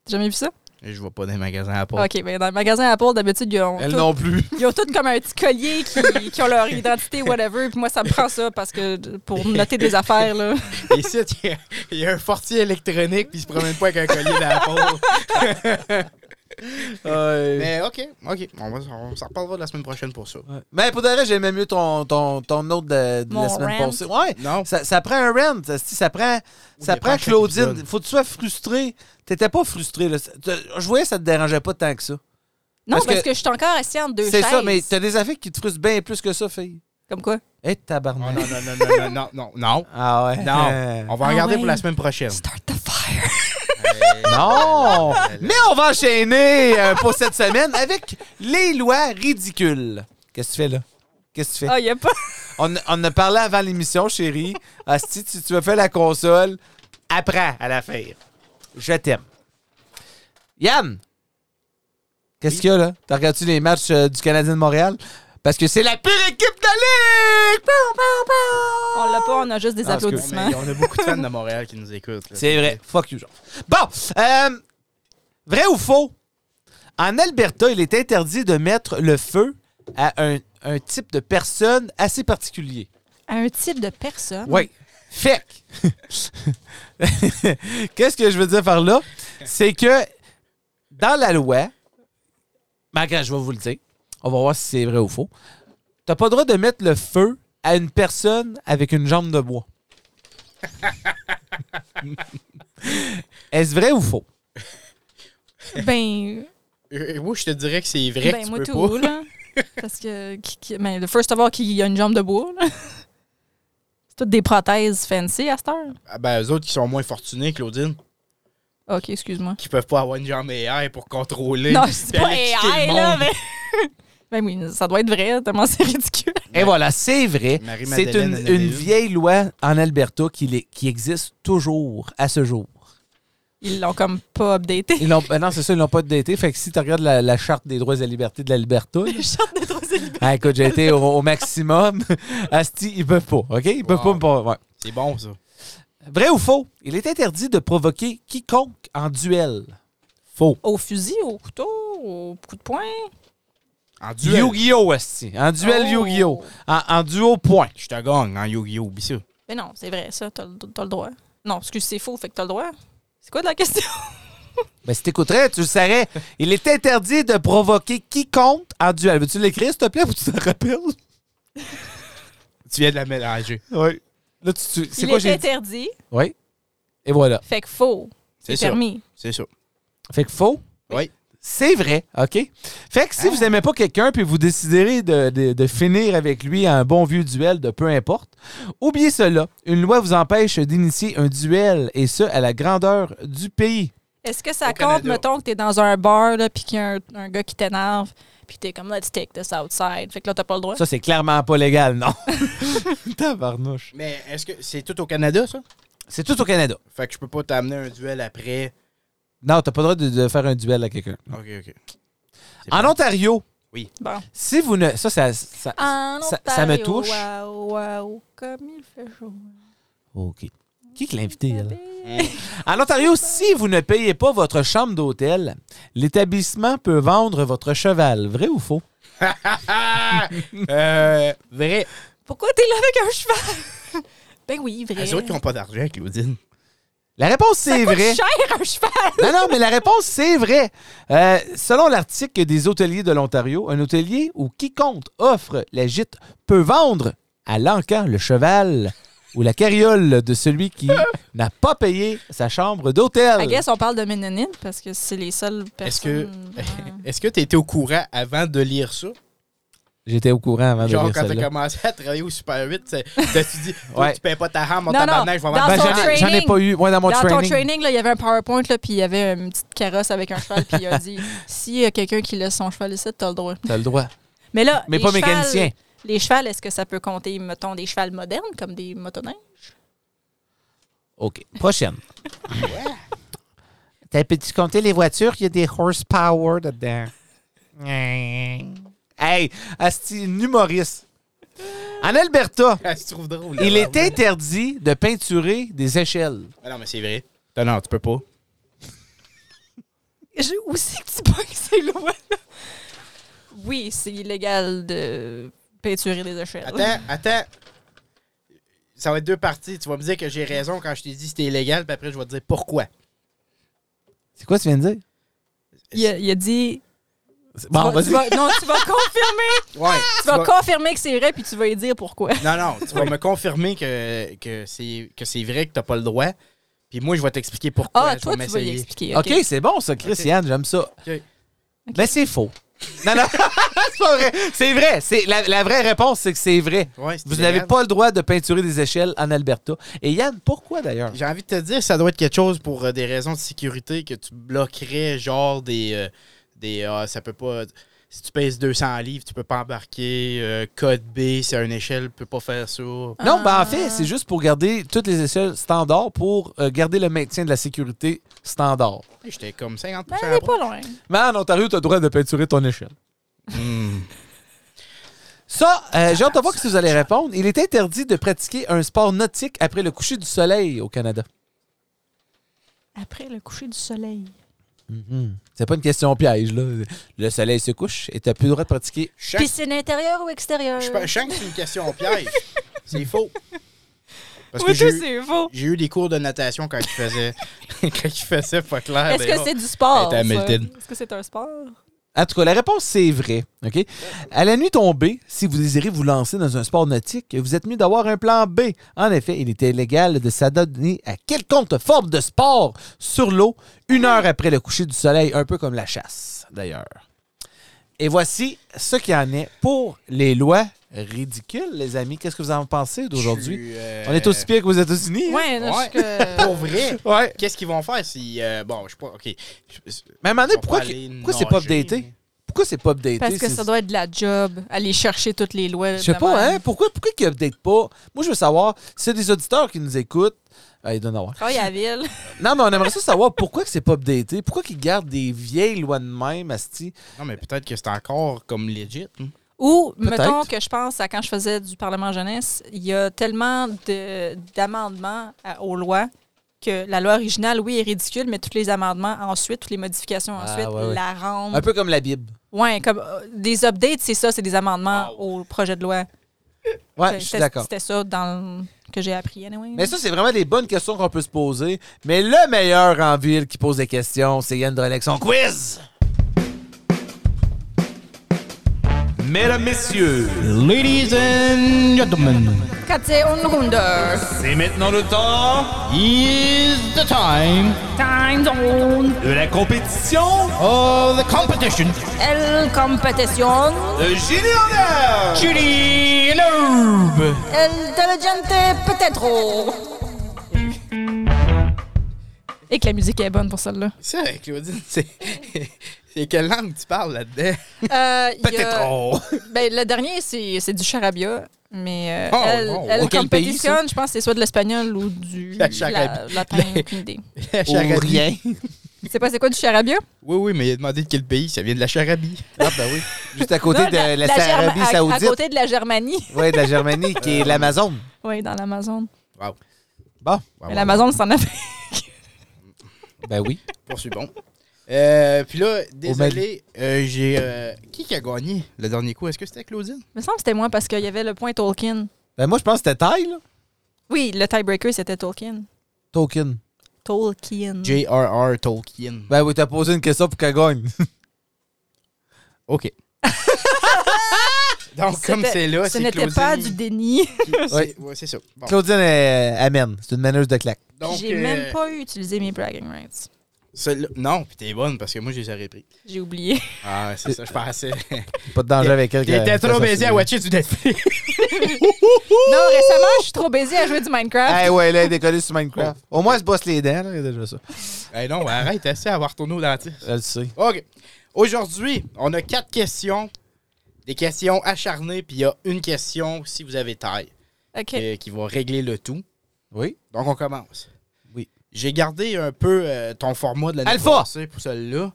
T'as jamais vu ça?
Je vois pas des magasins à part.
OK, ben dans le magasin Apple, d'habitude, ils ont,
Elle
tout-
non plus.
ils ont tous comme un petit collier qui, qui ont leur identité, whatever. Puis moi, ça me prend ça parce que d- pour noter des affaires, là.
Et ici, il y a- il y, a un fortier électronique, puis il se promène pas avec un collier dans la peau. Mais OK, OK. On, va- on s'en reparlera la semaine prochaine pour ça.
Ouais. Mais pour de vrai, j'aimais mieux ton, ton, ton autre de, de la
Mon
semaine
rant.
passée. Ouais.
Non.
Ça, ça prend un rent. Ça, ça prend, ça
dépend
prend
de chaque
Claudine.
épisode.
Faut que tu sois frustré. T'étais pas frustré. Là. Tu- Je voyais que ça te dérangeait pas tant que ça.
Non,
Parce
parce,
que-
que, je suis encore assis entre deux
C'est
chaises.
ça, mais t'as des affaires qui te frustrent bien plus que ça, fille.
Comme quoi?
Eh,
Oh,
tabarnak.
non, non, non, non, non, non, non, non.
Ah ouais.
Non. On va
Ah
regarder
ouais.
pour la semaine prochaine.
Start the fire.
Non! Mais on va enchaîner euh, pour cette semaine avec les lois ridicules. Qu'est-ce que tu fais là? Qu'est-ce que tu fais?
Ah, il y a pas.
On, on a parlé avant l'émission, chérie. Asti, si tu veux faire la console, apprends à la faire. Je t'aime. Yann, qu'est-ce
Oui.
qu'il y a là? T'as regardé les matchs euh, du Canadien de Montréal? Parce que c'est la pire équipe de la ligue! Pou, pou, pou!
On l'a pas, on a juste des
Ah, excuse.
Bon,
applaudissements.
mais on a beaucoup de fans de Montréal qui nous écoutent. là.
C'est vrai. Fuck you, genre. Bon, euh, vrai ou faux? En Alberta, il est interdit de mettre le feu à un, un type de personne assez particulier.
Un type de personne.
Oui. Fait que- Qu'est-ce que je veux dire par là? C'est que dans la loi, ben, regarde, je vais vous le dire. On va voir si c'est vrai ou faux. T'as pas le droit de mettre le feu à une personne avec une jambe de bois. Est-ce vrai ou faux?
Ben,
Euh, moi, je te dirais que c'est vrai que
ben
tu
moi
peux
tout,
pas.
là. Parce que, qui, qui- ben, le first of all, qu'il y a une jambe de bois, là. C'est toutes des prothèses fancy à cette heure.
Ah, ben, eux autres qui sont moins fortunés, Claudine,
OK, excuse-moi.
qui peuvent pas avoir une jambe AI pour contrôler.
Non, je dis
puis
pas
aller kicker
AI,
le
là,
monde.
mais... Ben oui, ça doit être vrai, tellement c'est ridicule.
Et voilà, c'est vrai. C'est
Marie-Madeleine
une,
en avait
une
une.
vieille loi en Alberta qui, l'est- qui existe toujours à ce jour.
Ils l'ont comme pas updaté.
Ils l'ont- ben non, c'est ça, ils l'ont pas daté. Fait que si tu regardes la, la charte des droits et libertés de l'Alberta, là,
Le charte des trois éléments.
ah, écoute, j'ai été au, au maximum. Asti, ils peuvent pas, OK? Ils peuvent
Wow.
pas. me- ouais.
C'est bon, ça.
Vrai ou faux? Il est interdit de provoquer quiconque en duel. Faux.
Au fusil, au couteau, au coup de poing.
En duel.
Yu-Gi-Oh! Asti. En duel
Oh.
Yu-Gi-Oh! En, en duo point.
Je te gagne en Yu-Gi-Oh! oublie ça.
Mais non, c'est vrai, ça, t'as le t'as le droit. Non, excuse, c'est faux, fait que t'as le droit. C'est quoi de la question?
Ben, si t'écouterais, tu le saurais. Il est interdit de provoquer quiconque en duel. Veux-tu l'écrire, s'il te plaît, ou tu te rappelles?
Tu viens de la mélanger.
Oui. Là, tu, tu- c'est
Il
quoi
est
j'ai dit?
interdit,
Oui. Et voilà.
fait que faux.
C'est
C'est
ça.
permis.
C'est ça.
Fait que faux.
Oui.
C'est vrai, OK? Fait que si
Ah.
vous aimez pas quelqu'un puis vous décidez de, de- de finir avec lui à un bon vieux duel de peu importe, oubliez cela. Une loi vous empêche d'initier un duel et ce, à la grandeur du pays.
Est-ce que ça
Au
compte,
Canada.
mettons, que t'es dans un bar, là, puis qu'il y a un, un gars qui t'énerve, puis t'es comme, let's take this outside. Fait que là, t'as pas le droit.
Ça, c'est clairement pas légal, non? Tabarnouche.
Mais est-ce que c'est tout au Canada, ça?
C'est tout au Canada.
Fait que je peux pas t'amener un duel après.
Non, t'as pas le droit de, de faire un duel à quelqu'un.
Ok, ok. C'est
En
bon.
Ontario,
Bon.
si vous ne... Ça, ça... ça-
Ah.
En
Ça- ça me
Ontario,
touche.
Waouh, waouh, comme il fait chaud.
OK. Qui que l'a invité, elle? En Ontario, si vous ne payez pas votre chambre d'hôtel, l'établissement peut vendre votre cheval. Vrai ou faux?
Euh, vrai.
Pourquoi t'es là avec un cheval? ben oui, vrai.
Les autres qui ont pas d'argent, Claudine.
La réponse, c'est
Coûte
vrai.
cher un cheval!
Non, non, mais la réponse, c'est vrai. Euh, selon l'article des hôteliers de l'Ontario, un hôtelier ou quiconque offre la gîte peut vendre à l'encan le cheval ou la carriole de celui qui n'a pas payé sa chambre
I
d'hôtel.
guess on parle de ménonites parce que c'est les seules
Est-ce
personnes.
que
Ouais.
est-ce que tu étais au courant avant de lire ça?
J'étais au courant avant de
Genre
lire
quand t'as
celle-là.
commencé à travailler au Super 8, t'as- t'as-tu dit Toi,
Ouais.
tu payes pas ta rame en
Non, non.
tabarnak, je vais avoir
Dans
Ben,
son
j'en ai- j'en ai,
training.
pas eu. Moi, dans mon
Dans ton
training.
training, là, il y avait un PowerPoint, là, puis il y avait une petite carrosse avec un cheval, puis il a dit s'il y a quelqu'un qui laisse son cheval ici, t'as le droit.
T'as le droit.
Mais là,
Mais
les
pas
chevals-
mécanicien.
Les chevals, est-ce que ça peut compter, mettons, des chevals modernes comme des motoneiges?
OK. Prochaine. T'as petit compter les voitures, il y a des horsepower dedans. hey, Asti, une humoriste. En Alberta,
Ah, tu trouves drôle.
il
là,
est
vraiment.
interdit de peinturer des échelles.
Ah non, mais c'est vrai. Non, non, tu peux pas.
Je, où c'est que tu penses que c'est loin? Oui, c'est illégal de peinturer des échelles.
Attends, attends. Ça va être deux parties. Tu vas me dire que j'ai raison quand je t'ai dit c'était illégal, puis après je vais te dire pourquoi.
Ah,
C'est quoi tu viens de dire?
Il a, il a dit. tu
Bon,
vas- tu
vas-y.
vas- non, tu vas confirmer.
Ouais.
tu vas confirmer que c'est vrai, puis tu vas y dire pourquoi.
Non, non, tu vas me confirmer que, que c'est que c'est vrai que t'as pas le droit. Puis moi, je vais t'expliquer pourquoi.
Ah,
je
toi,
vais
tu vas y
m'essayer.
expliquer.
OK, c'est bon ça, Christiane, j'aime ça.
OK.
Mais c'est faux. Non, non, c'est pas vrai. C'est vrai. C'est- La, la vraie réponse, c'est que c'est vrai.
Ouais, c'est
Vous
illégal.
n'avez pas le droit de peinturer des échelles en Alberta. Et Yann, pourquoi d'ailleurs?
J'ai envie de te dire, ça doit être quelque chose pour euh, des raisons de sécurité que tu bloquerais, genre des. euh, des ah, ça peut pas. Si tu pèses 200 livres, tu peux pas embarquer. euh, code B, c'est à une échelle, tu peux pas faire ça.
Non, ben en
Ah.
fait, c'est juste pour garder toutes les échelles standards pour euh, garder le maintien de la sécurité standard.
Hey, J'étais comme 50%
Ben,
à
elle est
propre.
pas loin.
Mais en Ontario, tu as le droit de peinturer ton échelle.
Hmm.
Ça, euh, j'ai hâte de voir ce que vous allez répondre. Il est interdit de pratiquer un sport nautique après le coucher du soleil au Canada.
Après le coucher du soleil.
C'est pas une question piège, là. Le soleil se couche et tu plus le droit de pratiquer.
Je sens-
Piscine intérieure ou extérieure?
je sens- je sens que c'est une question piège. c'est faux. Parce que
Oui,
j'ai
toi,
eu-
c'est faux.
J'ai eu des cours de natation quand je faisais quand je faisais pas clair.
Est-ce que c'est du sport?
Ah, ben Elle est à
ça?
Hamilton.
Est-ce que c'est un sport?
En tout cas, la réponse, c'est vrai. OK? À la nuit tombée, si vous désirez vous lancer dans un sport nautique, vous êtes mieux d'avoir un plan B. En effet, il était illégal de s'adonner à quelconque forme de sport sur l'eau une heure après le coucher du soleil, un peu comme la chasse, d'ailleurs. Et voici ce qu'il en est pour les lois ridicules, les amis. Qu'est-ce que vous en pensez d'aujourd'hui?
Je suis, euh,
On est aussi pire qu'aux États-Unis. hein?
Ouais, là,
Ouais.
je suis que-
Pour vrai,
Ouais.
qu'est-ce qu'ils vont faire si. euh, bon, je sais pas. OK.
Mais à un moment donné, pourquoi,
Ils vont aller
pourquoi c'est pas
nager.
updaté? Pourquoi c'est pas updaté?
Parce que
C'est-
ça doit être de la job, aller chercher toutes les lois.
Je sais
évidemment.
pas, hein? Pourquoi, pourquoi qu'ils updatent pas? Moi, je veux savoir, c'est des auditeurs qui nous écoutent. Ah, ils donnent à voir.
Travaille à la ville.
Non, mais on aimerait ça savoir pourquoi que c'est pas updaté. Pourquoi qu'ils gardent des vieilles lois de même, Asti?
Non, mais peut-être que c'est encore comme legit. hein.
Ou,
Peut-être.
mettons que je pense à quand je faisais du Parlement jeunesse, il y a tellement de- d'amendements à- aux lois que la loi originale, oui, est ridicule, mais tous les amendements ensuite, toutes les modifications
Ah,
ensuite,
ouais, Ah, ouais.
la rendent.
Un peu comme la Bible.
Ouais, comme euh, des updates, c'est ça, c'est des amendements au projet de
Ouais,
loi. Fait-
Ah, je suis
c'était-
d'accord.
C'était ça dans le- que j'ai appris, anyway.
Mais ça, c'est vraiment des bonnes questions qu'on peut se poser. Mais le meilleur en ville qui pose des questions, c'est Yann Drolec, son quiz! Mesdames, Messieurs,
Ladies and gentlemen,
Quand c'est une ronde,
c'est maintenant le temps
is the time
time zone,
de la compétition
of the competition.
elle compétition,
de Génie en Herbe.
Judy and Herb.
elle diligente peut-être. Et que la musique est bonne pour celle-là.
Ça, Claudine, c'est. C'est quelle langue tu parles là-dedans?
Euh, il y a-
Peut-être trop.
Ben, le dernier, c'est c'est du charabia. Mais euh,
Oh,
elle,
oh.
elle
Auquel pays,
compétition, je pense que c'est soit de l'espagnol ou du
La charabia.
la, latin, aucune idée.
La
Ou
Charabie.
rien.
C'est pas c'est quoi du charabia?
Oui, oui, mais il a demandé de quel pays. Ça vient de la Charabie.
Ah, ben oui. Juste à côté
Non,
de la,
Germa-
Arabie
à-
Saoudite.
À côté de la Germanie.
Ouais, de la Germanie, qui est l'Amazon.
Oui, dans l'Amazon.
Wow.
Bon,
Ah, Wow,
Mais
wow,
l'Amazon, c'est en Afrique.
ben oui.
Poursuivons. Euh, puis là,
Mali.
désolé, euh, j'ai. euh, qui qui a gagné le dernier coup Est-ce que c'était Claudine
Il me semble que c'était moi parce qu'il y avait le point Tolkien.
Ben moi, je pense que c'était Thaï, là.
Oui, le tiebreaker, c'était Tolkien.
Token.
Tolkien.
J.R.R. Tolkien.
Ben oui, t'as posé une question pour qu'elle gagne.
OK. Donc, comme
C'était-
c'est là,
Ce
c'est
n'était
Claudine.
pas du déni.
qui- c'est-
Ouais.
ouais, c'est ça. Bon.
Claudine, euh, amène. C'est une maneuse de claque.
Donc,
J'ai
euh,
même pas eu utilisé mes bragging rights.
celle-là- Non, puis t'es bonne parce que moi, je les aurais pris.
J'ai oublié.
Ah, c'est ça, je pensais.
Pas de danger avec elle.
T'étais
que-
trop
que ça,
baisé
c'est-
à watcher du Netflix.
non, récemment, je suis trop baisée à jouer du Minecraft.
Hey, ouais, là, elle est décollée sur Minecraft. Au moins, elle se bosse les dents, là. Déjà ça.
Eh non, arrête, assez à avoir tourné au dentiste.
Elle le sait.
OK. Aujourd'hui, on a quatre questions. Des questions acharnées, puis il y a une question si vous avez taille
OK.
euh, qui va régler le tout.
Oui.
Donc, on commence.
Oui.
J'ai gardé un peu euh, ton format de l'année
Alpha!
passée pour celle-là,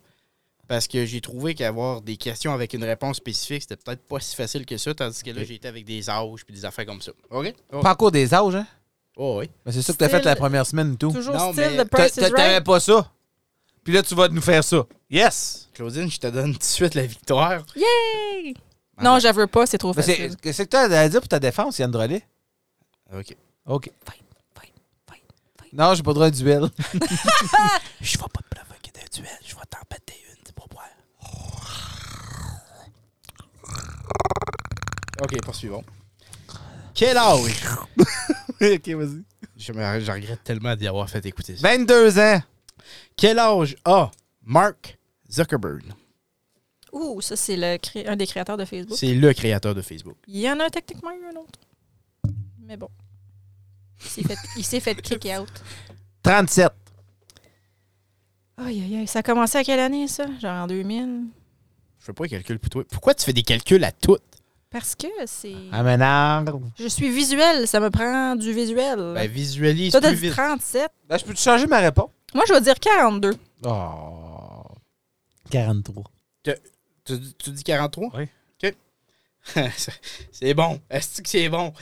parce que j'ai trouvé qu'avoir des questions avec une réponse spécifique, c'était peut-être pas si facile que ça, tandis que là,
Ok.
j'ai été avec des âges puis des affaires comme ça. OK? Oh,
Pas encore des âges, hein.
oh oui.
Mais c'est ça que t'as fait
Style-
la première semaine et tout.
Toujours
Non,
style The
mais
T'a-
Price
t'a-
is
T'avais
Right.
pas ça. Puis là, tu vas nous faire ça. Yes!
Claudine, je te donne tout de suite la victoire.
Yay!
Ah
Non, je veux pas, c'est trop
Mais
facile.
Ben, c'est- Qu'est-ce que t'as à dire pour ta défense, Yann Drolet?
OK.
OK.
Fight, fight, fight, fight.
Non, j'ai pas le droit à un duel.
Je vais pas te provoquer d'un duel, je vais t'en péter une, c'est pour boire. OK, poursuivons. Quel âge?
OK, vas-y.
Je, me- je regrette tellement d'y avoir fait écouter ça.
22 ans.
Ben, Quel âge a Mark Zuckerberg?
Ouh, ça, c'est le cré- un des créateurs de Facebook.
C'est le créateur de Facebook.
Il y en a techniquement eu un autre. Mais bon. Il s'est fait, il s'est fait kick out.
37.
Aïe, aïe, aïe. Ça a commencé à quelle année, ça? Genre en 2000?
Je fais pas les calculs pour toi. Pourquoi tu fais des calculs à toutes?
Parce que c'est.
Ah.
À Ménard.
Je suis visuel, ça me prend du visuel.
Ben, visualise
Toi, t'as
plus
dit
vite.
37.
Ben, je peux te changer ma réponse?
Moi, je vais dire 42.
Oh. 43.
Tu, dis- tu dis 43?
Oui.
OK. C'est- c'est bon. Est-ce que c'est bon?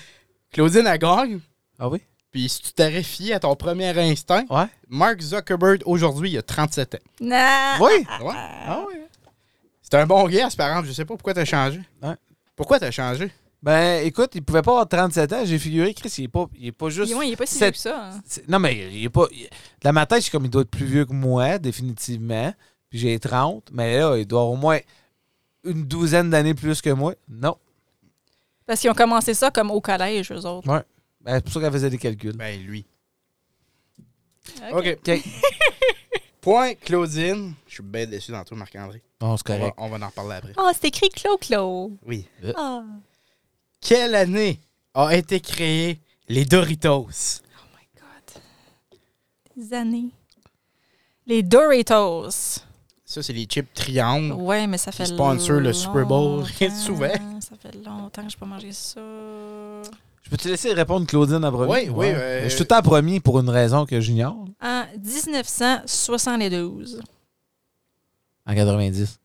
Claudine, elle gagne.
Ah oui?
Puis si tu t'aurais fié à ton premier instinct,
Ouais.
Mark Zuckerberg, aujourd'hui, il a 37 ans.
Non!
Oui?
Ouais.
Ah oui.
C'est un bon gars, par exemple. Je sais pas pourquoi t'as changé.
Ouais.
Pourquoi t'as changé?
Ben, écoute, il pouvait pas avoir 37 ans. J'ai figuré, Chris, il est pas, il est pas juste.
Il, ouais, il est pas si
sept-
vieux que ça. hein.
C'est- Non, mais il est pas. il- Dans ma tête, je suis comme il doit être plus vieux que moi, définitivement. Puis j'ai 30. Mais là, il doit avoir au moins une douzaine d'années plus que moi. Non.
Parce qu'ils ont commencé ça comme au collège, eux autres.
Ouais. Ben, c'est pour ça qu'elle faisait des calculs.
Ben, lui.
OK.
OK.
OK.
Point Claudine. Je suis bien déçu dans toi, Marc-André.
Bon, c'est
On va,
correct.
on va en reparler après.
Oh, c'est écrit Clo-Clo.
Oui.
Ah.
Quelle année a été créée les Doritos?
Oh my God. Des années. Les Doritos.
Ça, c'est les chips triangles.
Ouais, mais ça fait
Hmm. Ils sponsorent le Super Bowl,
longtemps.
souvent.
Ça fait longtemps que je n'ai pas mangé ça.
Je peux te laisser répondre, Claudine, à premier?
Oui, oui, euh,
Je suis tout le temps premier pour une raison que j'ignore.
En 1972.
En 90.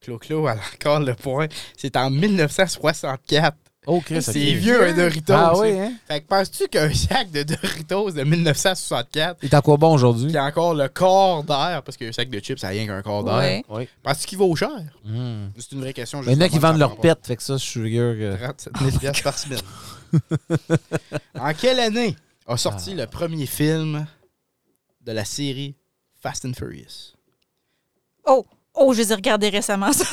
Clo-Clo a encore le point. C'est en 1964.
Oh, Chris,
C'est
ok.
vieux, un Doritos.
Ah
ça.
oui, hein?
Fait que penses-tu qu'un sac de Doritos de 1964
Il est encore bon aujourd'hui?
qui a encore le corps d'air, parce qu'un sac de chips, ça a rien qu'un corps d'air,
Ouais.
Oui.
penses-tu qu'il vaut cher?
Mm.
C'est une vraie question.
Il y en a qui vendent leur
pète.
pète, fait que ça, je suis sûr que...
37 000 piastres par semaine. en quelle année a sorti
Ah.
le premier film de la série Fast and Furious?
Oh! Oh, je les ai regardés récemment, ça.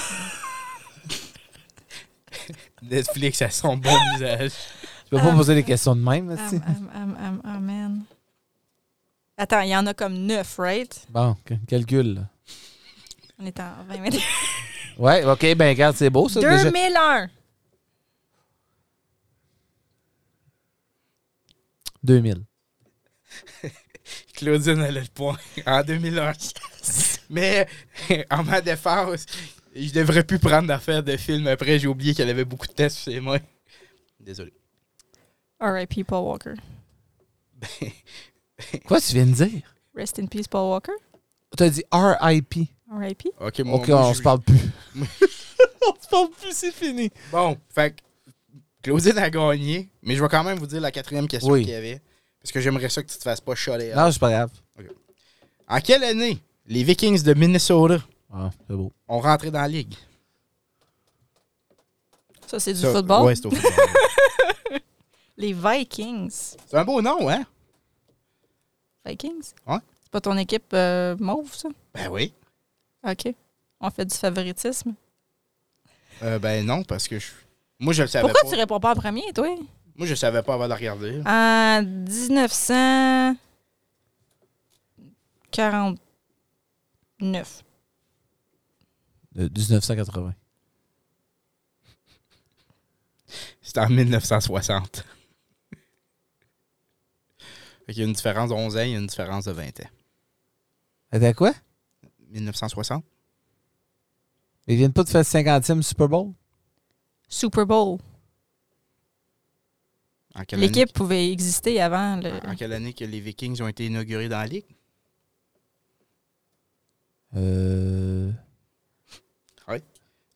Netflix a son bon usage.
Tu peux pas poser des questions de même,
Ah,
tu sais.
ah, ah, ah, ah, man. Attends, il y en a comme neuf, right?
Bon, que- calcul. là.
On est en 20 minutes.
Ouais, OK, ben regarde, c'est beau, ça, déjà.
2001.
2000.
Claudine, elle a le point. En 2001. Mais en ma défense, je devrais plus prendre d'affaires de film après. J'ai oublié qu'elle avait beaucoup de tests sur ses mains. Désolé.
R.I.P. Paul Walker.
Quoi tu viens de dire?
Rest in peace, Paul Walker.
T'as dit R.I.P.
R.I.P.
OK, mon
OK, on se parle plus. on se parle plus, c'est fini.
Bon, fait que Claudine a gagné, mais je vais quand même vous dire la quatrième question
Oui.
qu'il y avait. Parce que j'aimerais ça que tu te fasses pas choler.
Non, c'est pas grave.
En quelle année les Vikings de Minnesota
Ah, c'est beau.
ont rentré dans la ligue?
Ça, c'est du
Ça-
football.
Ouais, c'est au football.
Les Vikings.
c'est un beau nom, hein?
Vikings?
Ouais.
C'est pas ton équipe euh, mauve, ça?
Ben oui.
OK. On fait du favoritisme.
Euh, ben non, parce que je. Moi, je le savais
Pourquoi
pas.
tu réponds pas en premier, toi?
Moi, je savais pas avant de la regarder.
En 1949.
De 1980.
C'était en 1960. Fait qu'il y a une différence de 11 ans, il y a une différence de 20 ans.
Attends, quoi?
1960?
Ils viennent pas de faire 50e Super Bowl?
Super Bowl.
En quelle année- Ah,
L'équipe euh, pouvait exister avant le.
En quelle année que les Vikings ont été inaugurés dans la ligue?
Euh...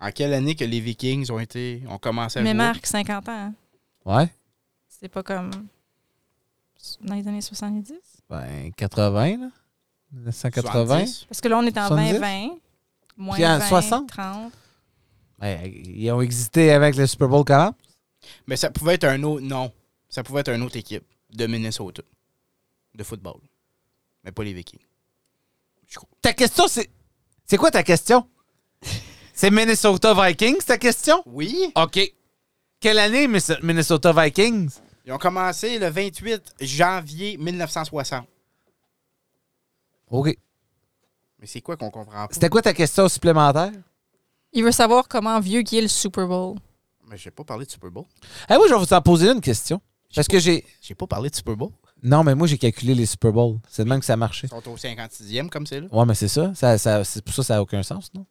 En quelle année que les Vikings ont été ont commencé à
Mais
jouer?
Marc, 50 ans. hein.
Ouais?
C'est pas comme. Dans les années 70?
Ben, 80, là. 1980.
70?
Parce que là, on est en
70?
2020. Moins
Puis en
20,
60?
30.
Ben, ils ont existé avec le Super Bowl 40.
Mais ça pouvait être un autre non. Ça pouvait être une autre équipe de Minnesota de football. Mais pas les Vikings. Je crois.
Ta question, c'est. C'est quoi ta question? c'est Minnesota Vikings, ta question?
Oui,
OK. Quelle année, Miss- Minnesota Vikings?
ils ont commencé le 28 janvier 1960.
OK.
Mais c'est quoi qu'on comprend pas
C'était quoi ta question supplémentaire?
Il veut savoir comment vieux qui est le Super Bowl.
Mais j'ai pas parlé de Super Bowl.
Eh, moi, je vais vous en poser une question. Parce que j'ai.
J'ai pas parlé de Super Bowl.
Non, mais moi, j'ai calculé les Super Bowls. C'est de même que ça marchait.
Ils sont au 56e comme c'est là.
Ouais, mais c'est ça. ça, ça- c'est pour ça que ça n'a aucun sens, non?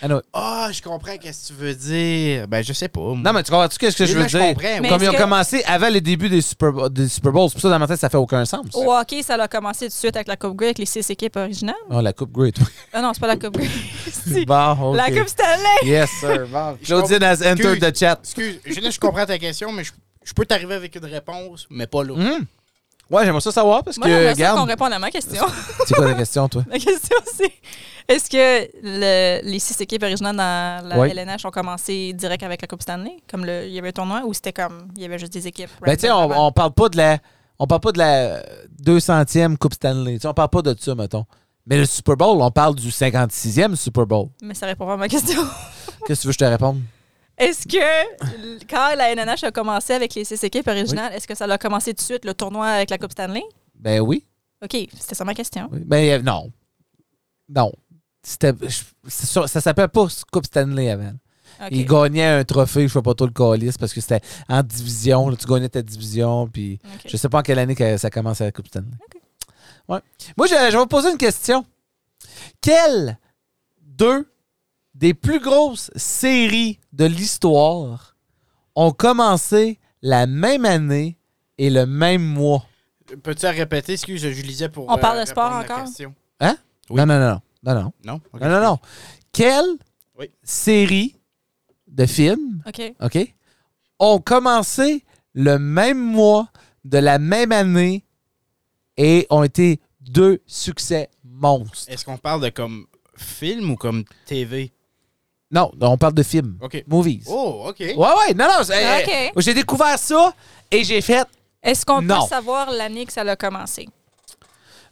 Ah, non.
Ah, je comprends qu'est-ce que tu veux dire. Ben je sais pas. moi.
Non, mais tu comprends-tu ce que je
Là,
veux dire?
comprends.
Mais-
oui.
Comme ils ont
est-ce que-
commencé avant le début des Super, Bo- des Super Bowls, c'est pour ça dans ma tête, ça fait aucun sens.
Au hockey, ça a commencé tout de suite avec la Coupe Grey, avec les six équipes originales.
Oh, la Coupe Grey, toi.
Ah non, c'est pas la Coupe Grey. Si.
Bon, OK.
La Coupe Stanley!
Yes, sir. Bon. Claudine has entered the chat.
Excuse, je- là, je comprends ta question, mais je, je peux t'arriver avec une réponse, mais pas là.
Hmm. Ouais, j'aimerais ça savoir parce
Moi,
que,
j'aimerais ça qu'on
regarde.
réponde à ma question.
C'est quoi ta question, toi?
La question, c'est est-ce que le- les six équipes originales dans la
Oui.
LNH ont commencé direct avec la Coupe Stanley, comme le- il y avait un tournoi, ou c'était comme il y avait juste des équipes?
Ben, tu sais, on, on parle pas de la. On parle pas de la 200e Coupe Stanley. Tu sais, on parle pas de ça, mettons. Mais le Super Bowl, on parle du 56e Super Bowl.
Mais ça répond pas à ma question.
Qu'est-ce que tu veux que je te réponde?
Est-ce que l- quand la NNH a commencé avec les six équipes originales, est-ce que ça a commencé tout de suite le tournoi avec la Coupe Stanley?
Ben oui.
OK, c'était ça ma question.
oui. Mais euh, non. Non. C'était, je- c'est sûr- ça s'appelait pas Coupe Stanley avant.
OK.
Il gagnait un trophée, je sais pas trop le calice, parce que c'était en division. là, tu gagnais ta division, puis
OK.
je sais pas en quelle année que ça a commencé la Coupe Stanley. Ouais. Moi, je, je vais vous poser une question. Quelle deux des plus grosses séries de l'histoire ont commencé la même année et le même mois? Mm.
Peux-tu la répéter? Excuse, je lisais pour. euh,
On parle de sport
répondre à la
encore?
question. Oui.
Non, non, non, non. Non, non.
Non? Ok.
Non, non, non. Quelle
Oui.
série de films
OK.
OK? Ont commencé le même mois de la même année et ont été deux succès monstres.
Est-ce qu'on parle de comme film ou comme TV?
Non, on parle de films.
OK.
Movies.
Oh, OK.
Ouais, ouais, non, non. c'est-
OK.
euh, J'ai découvert ça et j'ai fait.
Est-ce qu'on peut
Non.
savoir l'année que ça a commencé?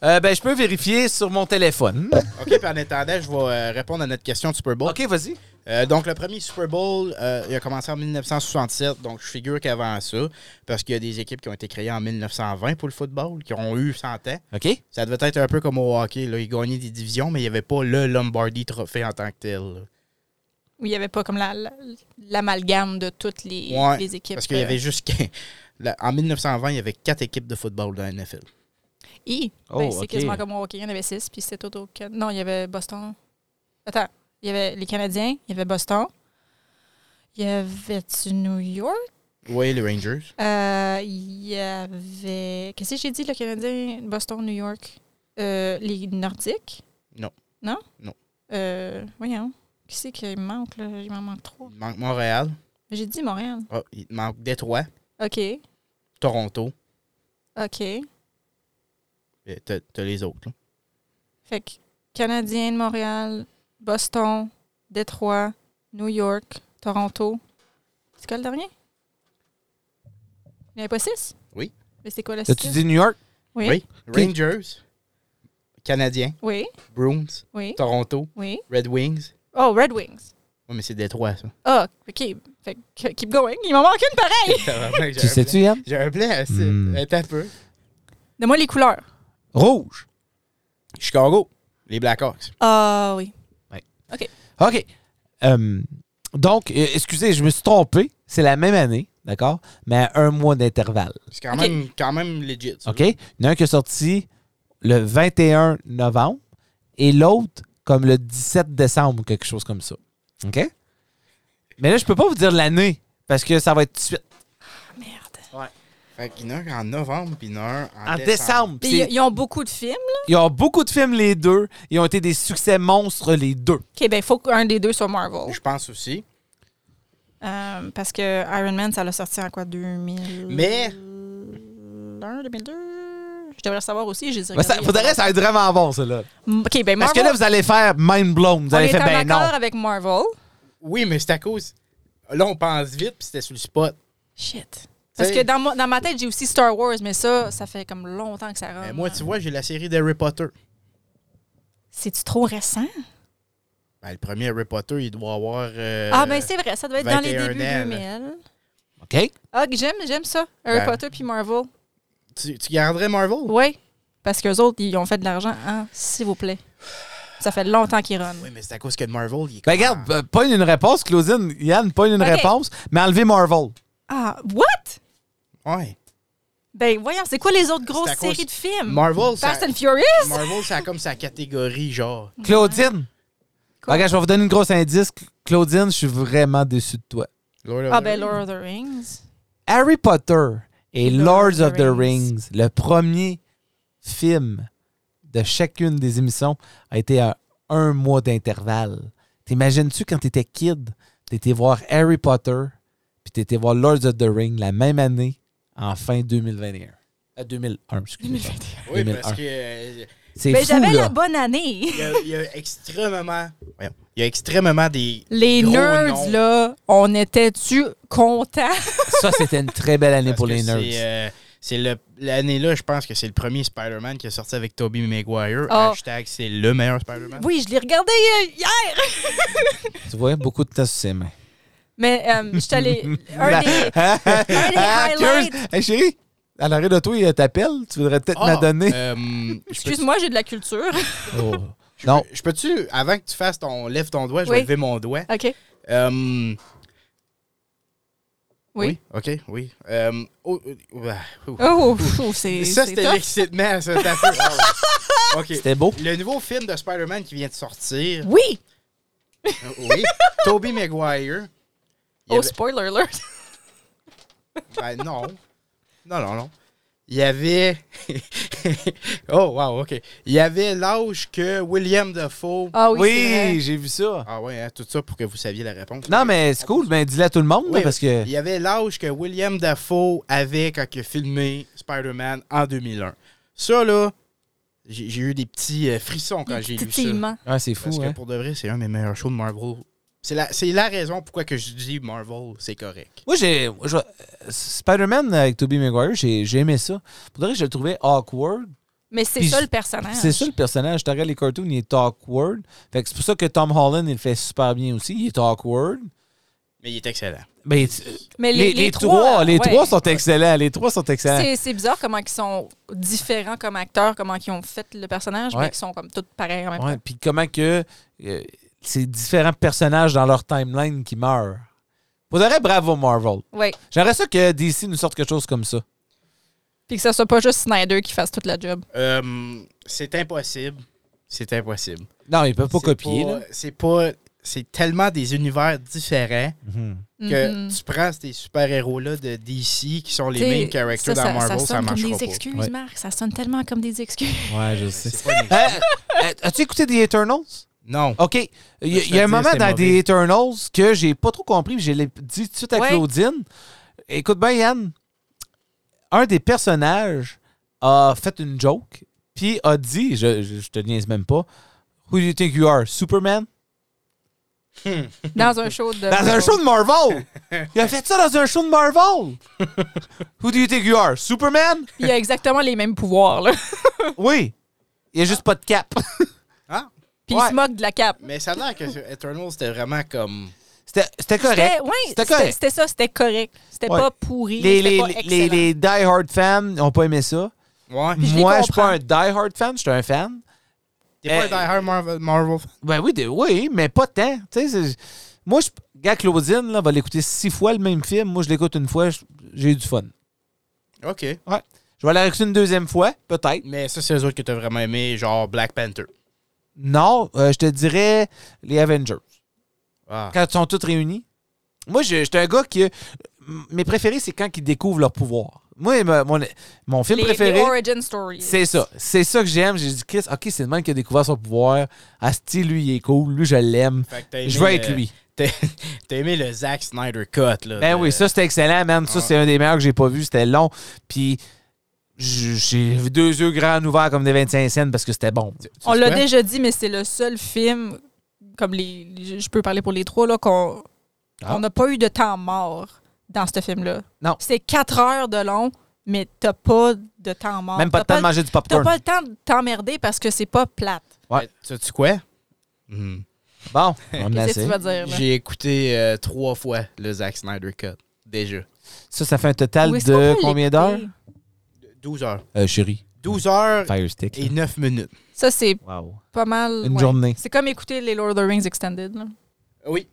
euh, ben, je peux vérifier sur mon téléphone.
OK, puis en attendant, je vais euh, répondre à notre question de Super Bowl.
OK, vas-y.
Euh, donc, le premier Super Bowl, euh, il a commencé en 1967. Donc, je figure qu'avant ça, parce qu'il y a des équipes qui ont été créées en 1920 pour le football, qui ont eu 100 ans.
OK?
Ça devait être un peu comme au hockey. Là. Ils gagnaient des divisions, mais il n'y avait pas le Lombardi Trophy en tant que tel. là.
Où il n'y avait pas comme la- la- l'amalgame de toutes les,
Ouais,
les équipes.
Parce qu'il y
euh,
avait juste. qu- la- en 1920, il y avait quatre équipes de football dans la NFL.
I.
Oh,
Ben, c'est
ok.
quasiment comme au hockey. Il y en avait six, puis c'était tout au Can- Non, il y avait Boston. Attends, il y avait les Canadiens, il y avait Boston. Il y avait-tu New York?
Oui, les Rangers.
Euh, il y avait. Qu'est-ce que j'ai dit, le Canadien? Boston, New York. Euh, les Nordiques?
Non.
Non?
Non.
Euh, voyons. Qui c'est qu'il me manque, là? Il m'en manque trois.
Il te manque Montréal.
J'ai dit Montréal.
Ah, il te manque Détroit,
OK.
Toronto.
OK.
Euh, T'as t'as les autres. là.
Fait que Canadien de Montréal, Boston, Détroit, New York, Toronto. C'est quoi le dernier? Il n'y en avait pas six?
Oui.
Mais c'est quoi le
As-tu
six?
dit New York?
Oui.
Oui.
Ok.
Rangers, Canadiens,
Oui,
Bruins,
oui,
Toronto,
oui.
Red Wings.
Oh, Red Wings.
Oui, mais c'est Détroit, ça.
Ah, OK. Fait que keep going. Il m'en manque une pareille.
Tabarnak, j'ai
Tu
un blanc.
sais-tu, Yann?
J'ai un blanc. assez-
Hmm.
Attends un peu.
Donne-moi les couleurs.
Rouge.
Chicago, les Blackhawks.
Ah oui.
OK. Euh, donc, euh, excusez, je me suis trompé. C'est la même année, d'accord? Mais à un mois d'intervalle.
C'est quand,
Ok.
même, quand même legit. ça.
OK? Il y en a un qui est sorti le 21 novembre et l'autre comme le 17 décembre, quelque chose comme ça. OK? Mais là, je peux pas vous dire l'année parce que ça va être tout de suite.
Merde.
Fait qu'il y en a un en novembre, puis il y en a un en,
En décembre.
Puis
C'est-
ils- ils ont beaucoup de films. là.
Ils ont beaucoup de films, les deux. Ils ont été des succès monstres, les deux.
OK, ben il faut qu'un des deux soit Marvel.
Je pense aussi.
Euh, parce que Iron Man, ça l'a sorti en quoi, 2000?
Mais-
2001, 2002? Je devrais le savoir aussi, j'ai dit.
Ben, ça, faudrait, ça va être vraiment bon, ça, là.
OK, ben Marvel,
Parce que là, vous allez faire mind blown. Vous
on
allez
est
faire,
en
ben non.
accord avec Marvel.
Oui, mais c'est à cause. Là, on pense vite, puis c'était sur le spot.
Shit. Parce
T'sais-
que dans, mo- dans ma tête, j'ai aussi Star Wars, mais ça, ça fait comme longtemps que ça rentre.
Mais Ben, moi, tu vois, j'ai la série d'Harry Potter.
C'est-tu trop récent?
Euh, Ben, le premier Harry Potter, il doit avoir. euh,
ah, ben c'est vrai, ça doit être dans les
21
débuts
ans,
2000.
OK?
Ah, j'aime, j'aime ça. Harry
Ben.
Potter puis Marvel.
Tu, tu garderais Marvel?
Oui. Parce qu'eux autres, ils ont fait de l'argent, hein, s'il vous plaît. Ça fait longtemps qu'ils run.
Oui, mais c'est à cause que Marvel, il est.
Ben, regarde, euh, pas une réponse, Claudine. Yann, pas une
OK.
réponse, mais enlevez Marvel.
Ah, what?
ah, Ouais.
Ben voyons, c'est quoi les autres grosses
à cause-
séries de films?
Marvel, ça.
Hmm. Fast and Furious?
Marvel, ça a comme sa catégorie, genre.
Claudine.
Quoi?
Regarde, je vais vous donner une grosse indice. Claudine, je suis vraiment déçu de toi.
Lord of
Ah,
the
ben
Rings.
Lord of the Rings.
Harry Potter et
Lord
Lords of the
Rings.
Rings, le premier film de chacune des émissions, a été à un mois d'intervalle. T'imagines-tu quand t'étais kid, t'étais voir Harry Potter, puis t'étais voir Lords of the Rings la même année, en fin 2021. À 2001, excusez-moi.
Oui,
2001.
parce que. euh,
C'est
Ben
fou,
j'avais
là.
la bonne année.
Il y, a, il y a extrêmement. voyons, Il y a extrêmement des.
Les
gros
nerds,
noms.
là, on était-tu contents?
Ça, c'était une très belle année
Parce
pour
que
les nerds.
c'est, euh, C'est le- l'année-là, je pense que c'est le premier Spider-Man qui est sorti avec Tobey Maguire.
Oh.
Hashtag, c'est le meilleur Spider-Man.
Oui, je l'ai regardé euh, hier.
Tu vois, beaucoup de temps sur ses mains.
Mais euh, je suis allée. un des- highlights.
Hey, chérie, à l'arrêt de toi, il t'appelle. Tu voudrais peut-être
Ah,
me donner.
euh, je peux-
Excuse-moi, j'ai de la culture.
Oh.
je
Non.
peux- Je peux-tu, avant que tu fasses ton. Lève ton doigt, je
Oui.
vais lever mon doigt.
OK.
Euh,
Oui.
OK, oui. Euh, oh, oh, bah, ouh.
Oh, pfff, c'est.
ça,
c'est
c'était
tough.
l'excitement, ça. t'as fait- Ah ouais. OK.
C'était beau.
Le nouveau film de Spider-Man qui vient de sortir.
Oui!
Euh, Oui. Tobey Maguire. Il
Oh,
y avait-
spoiler alert!
Ben, non. Non, non, non. Il y avait. oh, wow, OK. Il y avait l'âge que William Dafoe.
Ah oui, c'est
Oui,
vrai.
j'ai vu ça.
Ah, ouais, hein, tout ça pour que vous saviez la réponse.
Non, mais c'est cool. Ben, dis-le à tout le monde, là,
Oui,
parce que.
Il y avait l'âge que William Dafoe avait quand il a filmé Spider-Man en 2001. Ça, là, j'ai j'ai eu des petits euh, frissons quand j'ai lu ça.
Titillement.
Ah, c'est fou,
Parce que
hein?
pour de vrai, c'est un des meilleurs shows de Marvel. C'est la, c'est la raison pourquoi que je dis Marvel, c'est correct.
Moi, j'ai. moi, je- euh, Spider-Man avec Tobey Maguire, j'ai j'ai aimé ça. Pour de vrai, je le trouvais awkward.
Mais c'est
Puis
ça
je-
le personnage.
C'est ça le personnage. Tu regardes les cartoons, il est awkward. Fait que c'est pour ça que Tom Holland, il le fait super bien aussi. Il est awkward.
Mais il est excellent.
Ben, tu-
Mais
les, les trois, les
ouais.
trois sont excellents. Les trois sont excellents.
C'est c'est bizarre comment ils sont différents comme acteurs, comment ils ont fait le personnage,
Ouais.
mais qu'ils sont comme tous pareils en même
Ouais, puis comment que euh, ces différents personnages dans leur timeline qui meurent. Vous aurez bravo Marvel.
temps. Ouais.
J'aimerais ça que DC nous sorte quelque chose comme ça.
Puis que ce soit pas juste Snyder qui fasse toute la job.
Euh, c'est impossible. C'est impossible.
Non, ils peuvent pas
C'est
copier.
pas-
là.
C'est pas. C'est tellement des univers différents
Mhm.
que
Mhm.
tu prends ces super-héros-là de DC qui sont les
T'sais,
main characters dans Marvel, ça,
sonne
marchera
comme des
pas.
excuses,
Ouais.
Marc. Ça sonne tellement comme des excuses.
Ouais, je sais.
C'est pas une-
Euh, euh, As-tu écouté The Eternals?
Non.
OK. Il y, a-
Ben, Je te
il y a un
dis,
moment
c'était
dans
mauvais.
The Eternals que j'ai pas trop compris, mais je l'ai dit tout de suite à
Ouais.
Claudine. Écoute bien, Yann. Un des personnages a fait une joke, puis a dit, je, je, je te niaise même pas, Who do you think you are, Superman?
Dans un show de.
Dans un show de Marvel! Il a fait ça dans un show de Marvel! Who do you think you are, Superman?
Il a exactement les mêmes pouvoirs, là.
Oui. Il a juste pas de cap.
Ah,
Puis
Ouais.
il se moque de la cape.
mais ça a l'air que Eternal, c'était vraiment comme.
C'était c'était correct.
C'était- ouais,
C'était
c'était-
correct.
C'était ça, c'était correct. C'était
Ouais.
pas pourri.
Les,
c'était
les,
pas
les-
excellent.
les die-hard fans n'ont pas aimé ça.
Ouais.
je les
Moi, je suis pas
comprends.
un die-hard fan, je suis un fan.
T'es pas
Euh,
un die-hard Marvel, Marvel fan?
Ben oui, de- oui mais pas tant. Tu sais, c'est- moi, je, gars, Claudine là, va l'écouter six fois le même film. Moi, je l'écoute une fois, je- j'ai eu du fun.
OK.
Ouais. Je vais la réécouter une deuxième fois, peut-être.
Mais ça, c'est les autres que t'as vraiment aimé, genre Black Panther.
Non, euh, je te dirais les Avengers.
Ah.
Quand ils sont tous réunis. Moi, je- j'étais un gars qui. euh, m- Mes préférés, c'est quand ils découvrent leur pouvoir. Moi, ma- mon, mon film
Les-
préféré.
les origin stories.
C'est ça. C'est ça que j'aime. J'ai dit, Chris, OK, c'est le même qui a découvert son pouvoir. Asti, lui, il est cool. Lui, je l'aime.
Fait que t'as aimé
Je veux
le-
être lui.
T'as t'as aimé le Zack Snyder Cut, là.
Ben
de-
oui, ça, c'était excellent, man. Ça,
ouais.
c'est un des meilleurs que j'ai pas vu. C'était long. Puis, j- j'ai deux yeux grands ouverts comme des 25 scènes parce que c'était bon.
Tu- tu
On
sais
l'a
quoi?
déjà dit, mais c'est le seul film, comme les, les- je peux parler pour les trois, là, qu'on
Ah.
on n'a pas eu de temps mort dans ce film-là.
Non.
C'est quatre heures de long, mais t'as pas de temps mort.
Même Ah, pas le temps
T'as
de manger du
T'as
popcorn.
pas le temps de t'emmerder parce que c'est pas plate.
Ouais.
Tu sais-tu quoi? Hmm.
Bon, on va me
Qu'est-ce que
lasser.
tu vas dire? là?
J'ai écouté euh, trois fois le Zack Snyder Cut. Déjà.
Ça, ça fait un total
Oui, c'est pas
de
mal
combien
l'écouter.
d'heures?
12 heures.
Euh, chérie,
12 heures
Fire Stick. là.
et 9 minutes.
Ça, c'est
Wow.
pas mal.
Une journée.
C'est comme écouter les Lord of the Rings Extended, là,
Oui.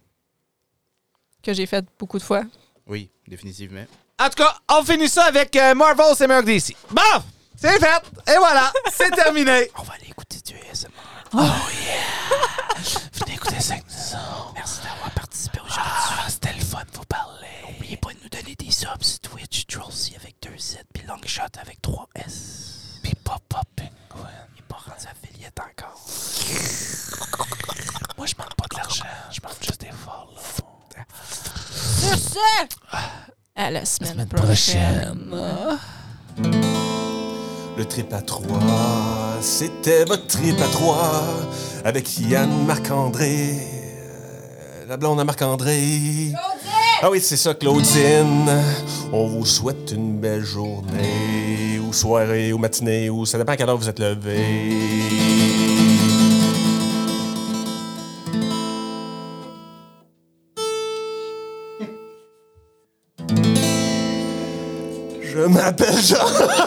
que j'ai fait beaucoup de fois.
Oui, définitivement.
En tout cas, on finit ça avec euh, Marvel, c'est meilleur que DC. Bon, c'est fait. Et voilà, c'est terminé.
On va aller écouter du ASMR.
Venez écouter ça Merci d'avoir participé aujourd'hui. C'était Ah, le fun de vous parler. N'oubliez pas de nous donner des subs sur Twitch, Trollsy avec 2 Z, puis Longshot avec 3 S. Puis Pop Pop Penguin. Il n'est pas rendu affilié encore. Moi, je manque pas de l'argent. Je manque juste des folles.
Sur ce, à la semaine, prochaine.
Le trip à trois, c'était votre trip à trois avec Yann Marc-André. euh, La blonde à Marc-André. Ah oui, c'est ça, Claudine. On vous souhaite une belle journée, ou soirée, ou matinée, ou ça dépend à quelle heure vous êtes levé. Je m'appelle Jean.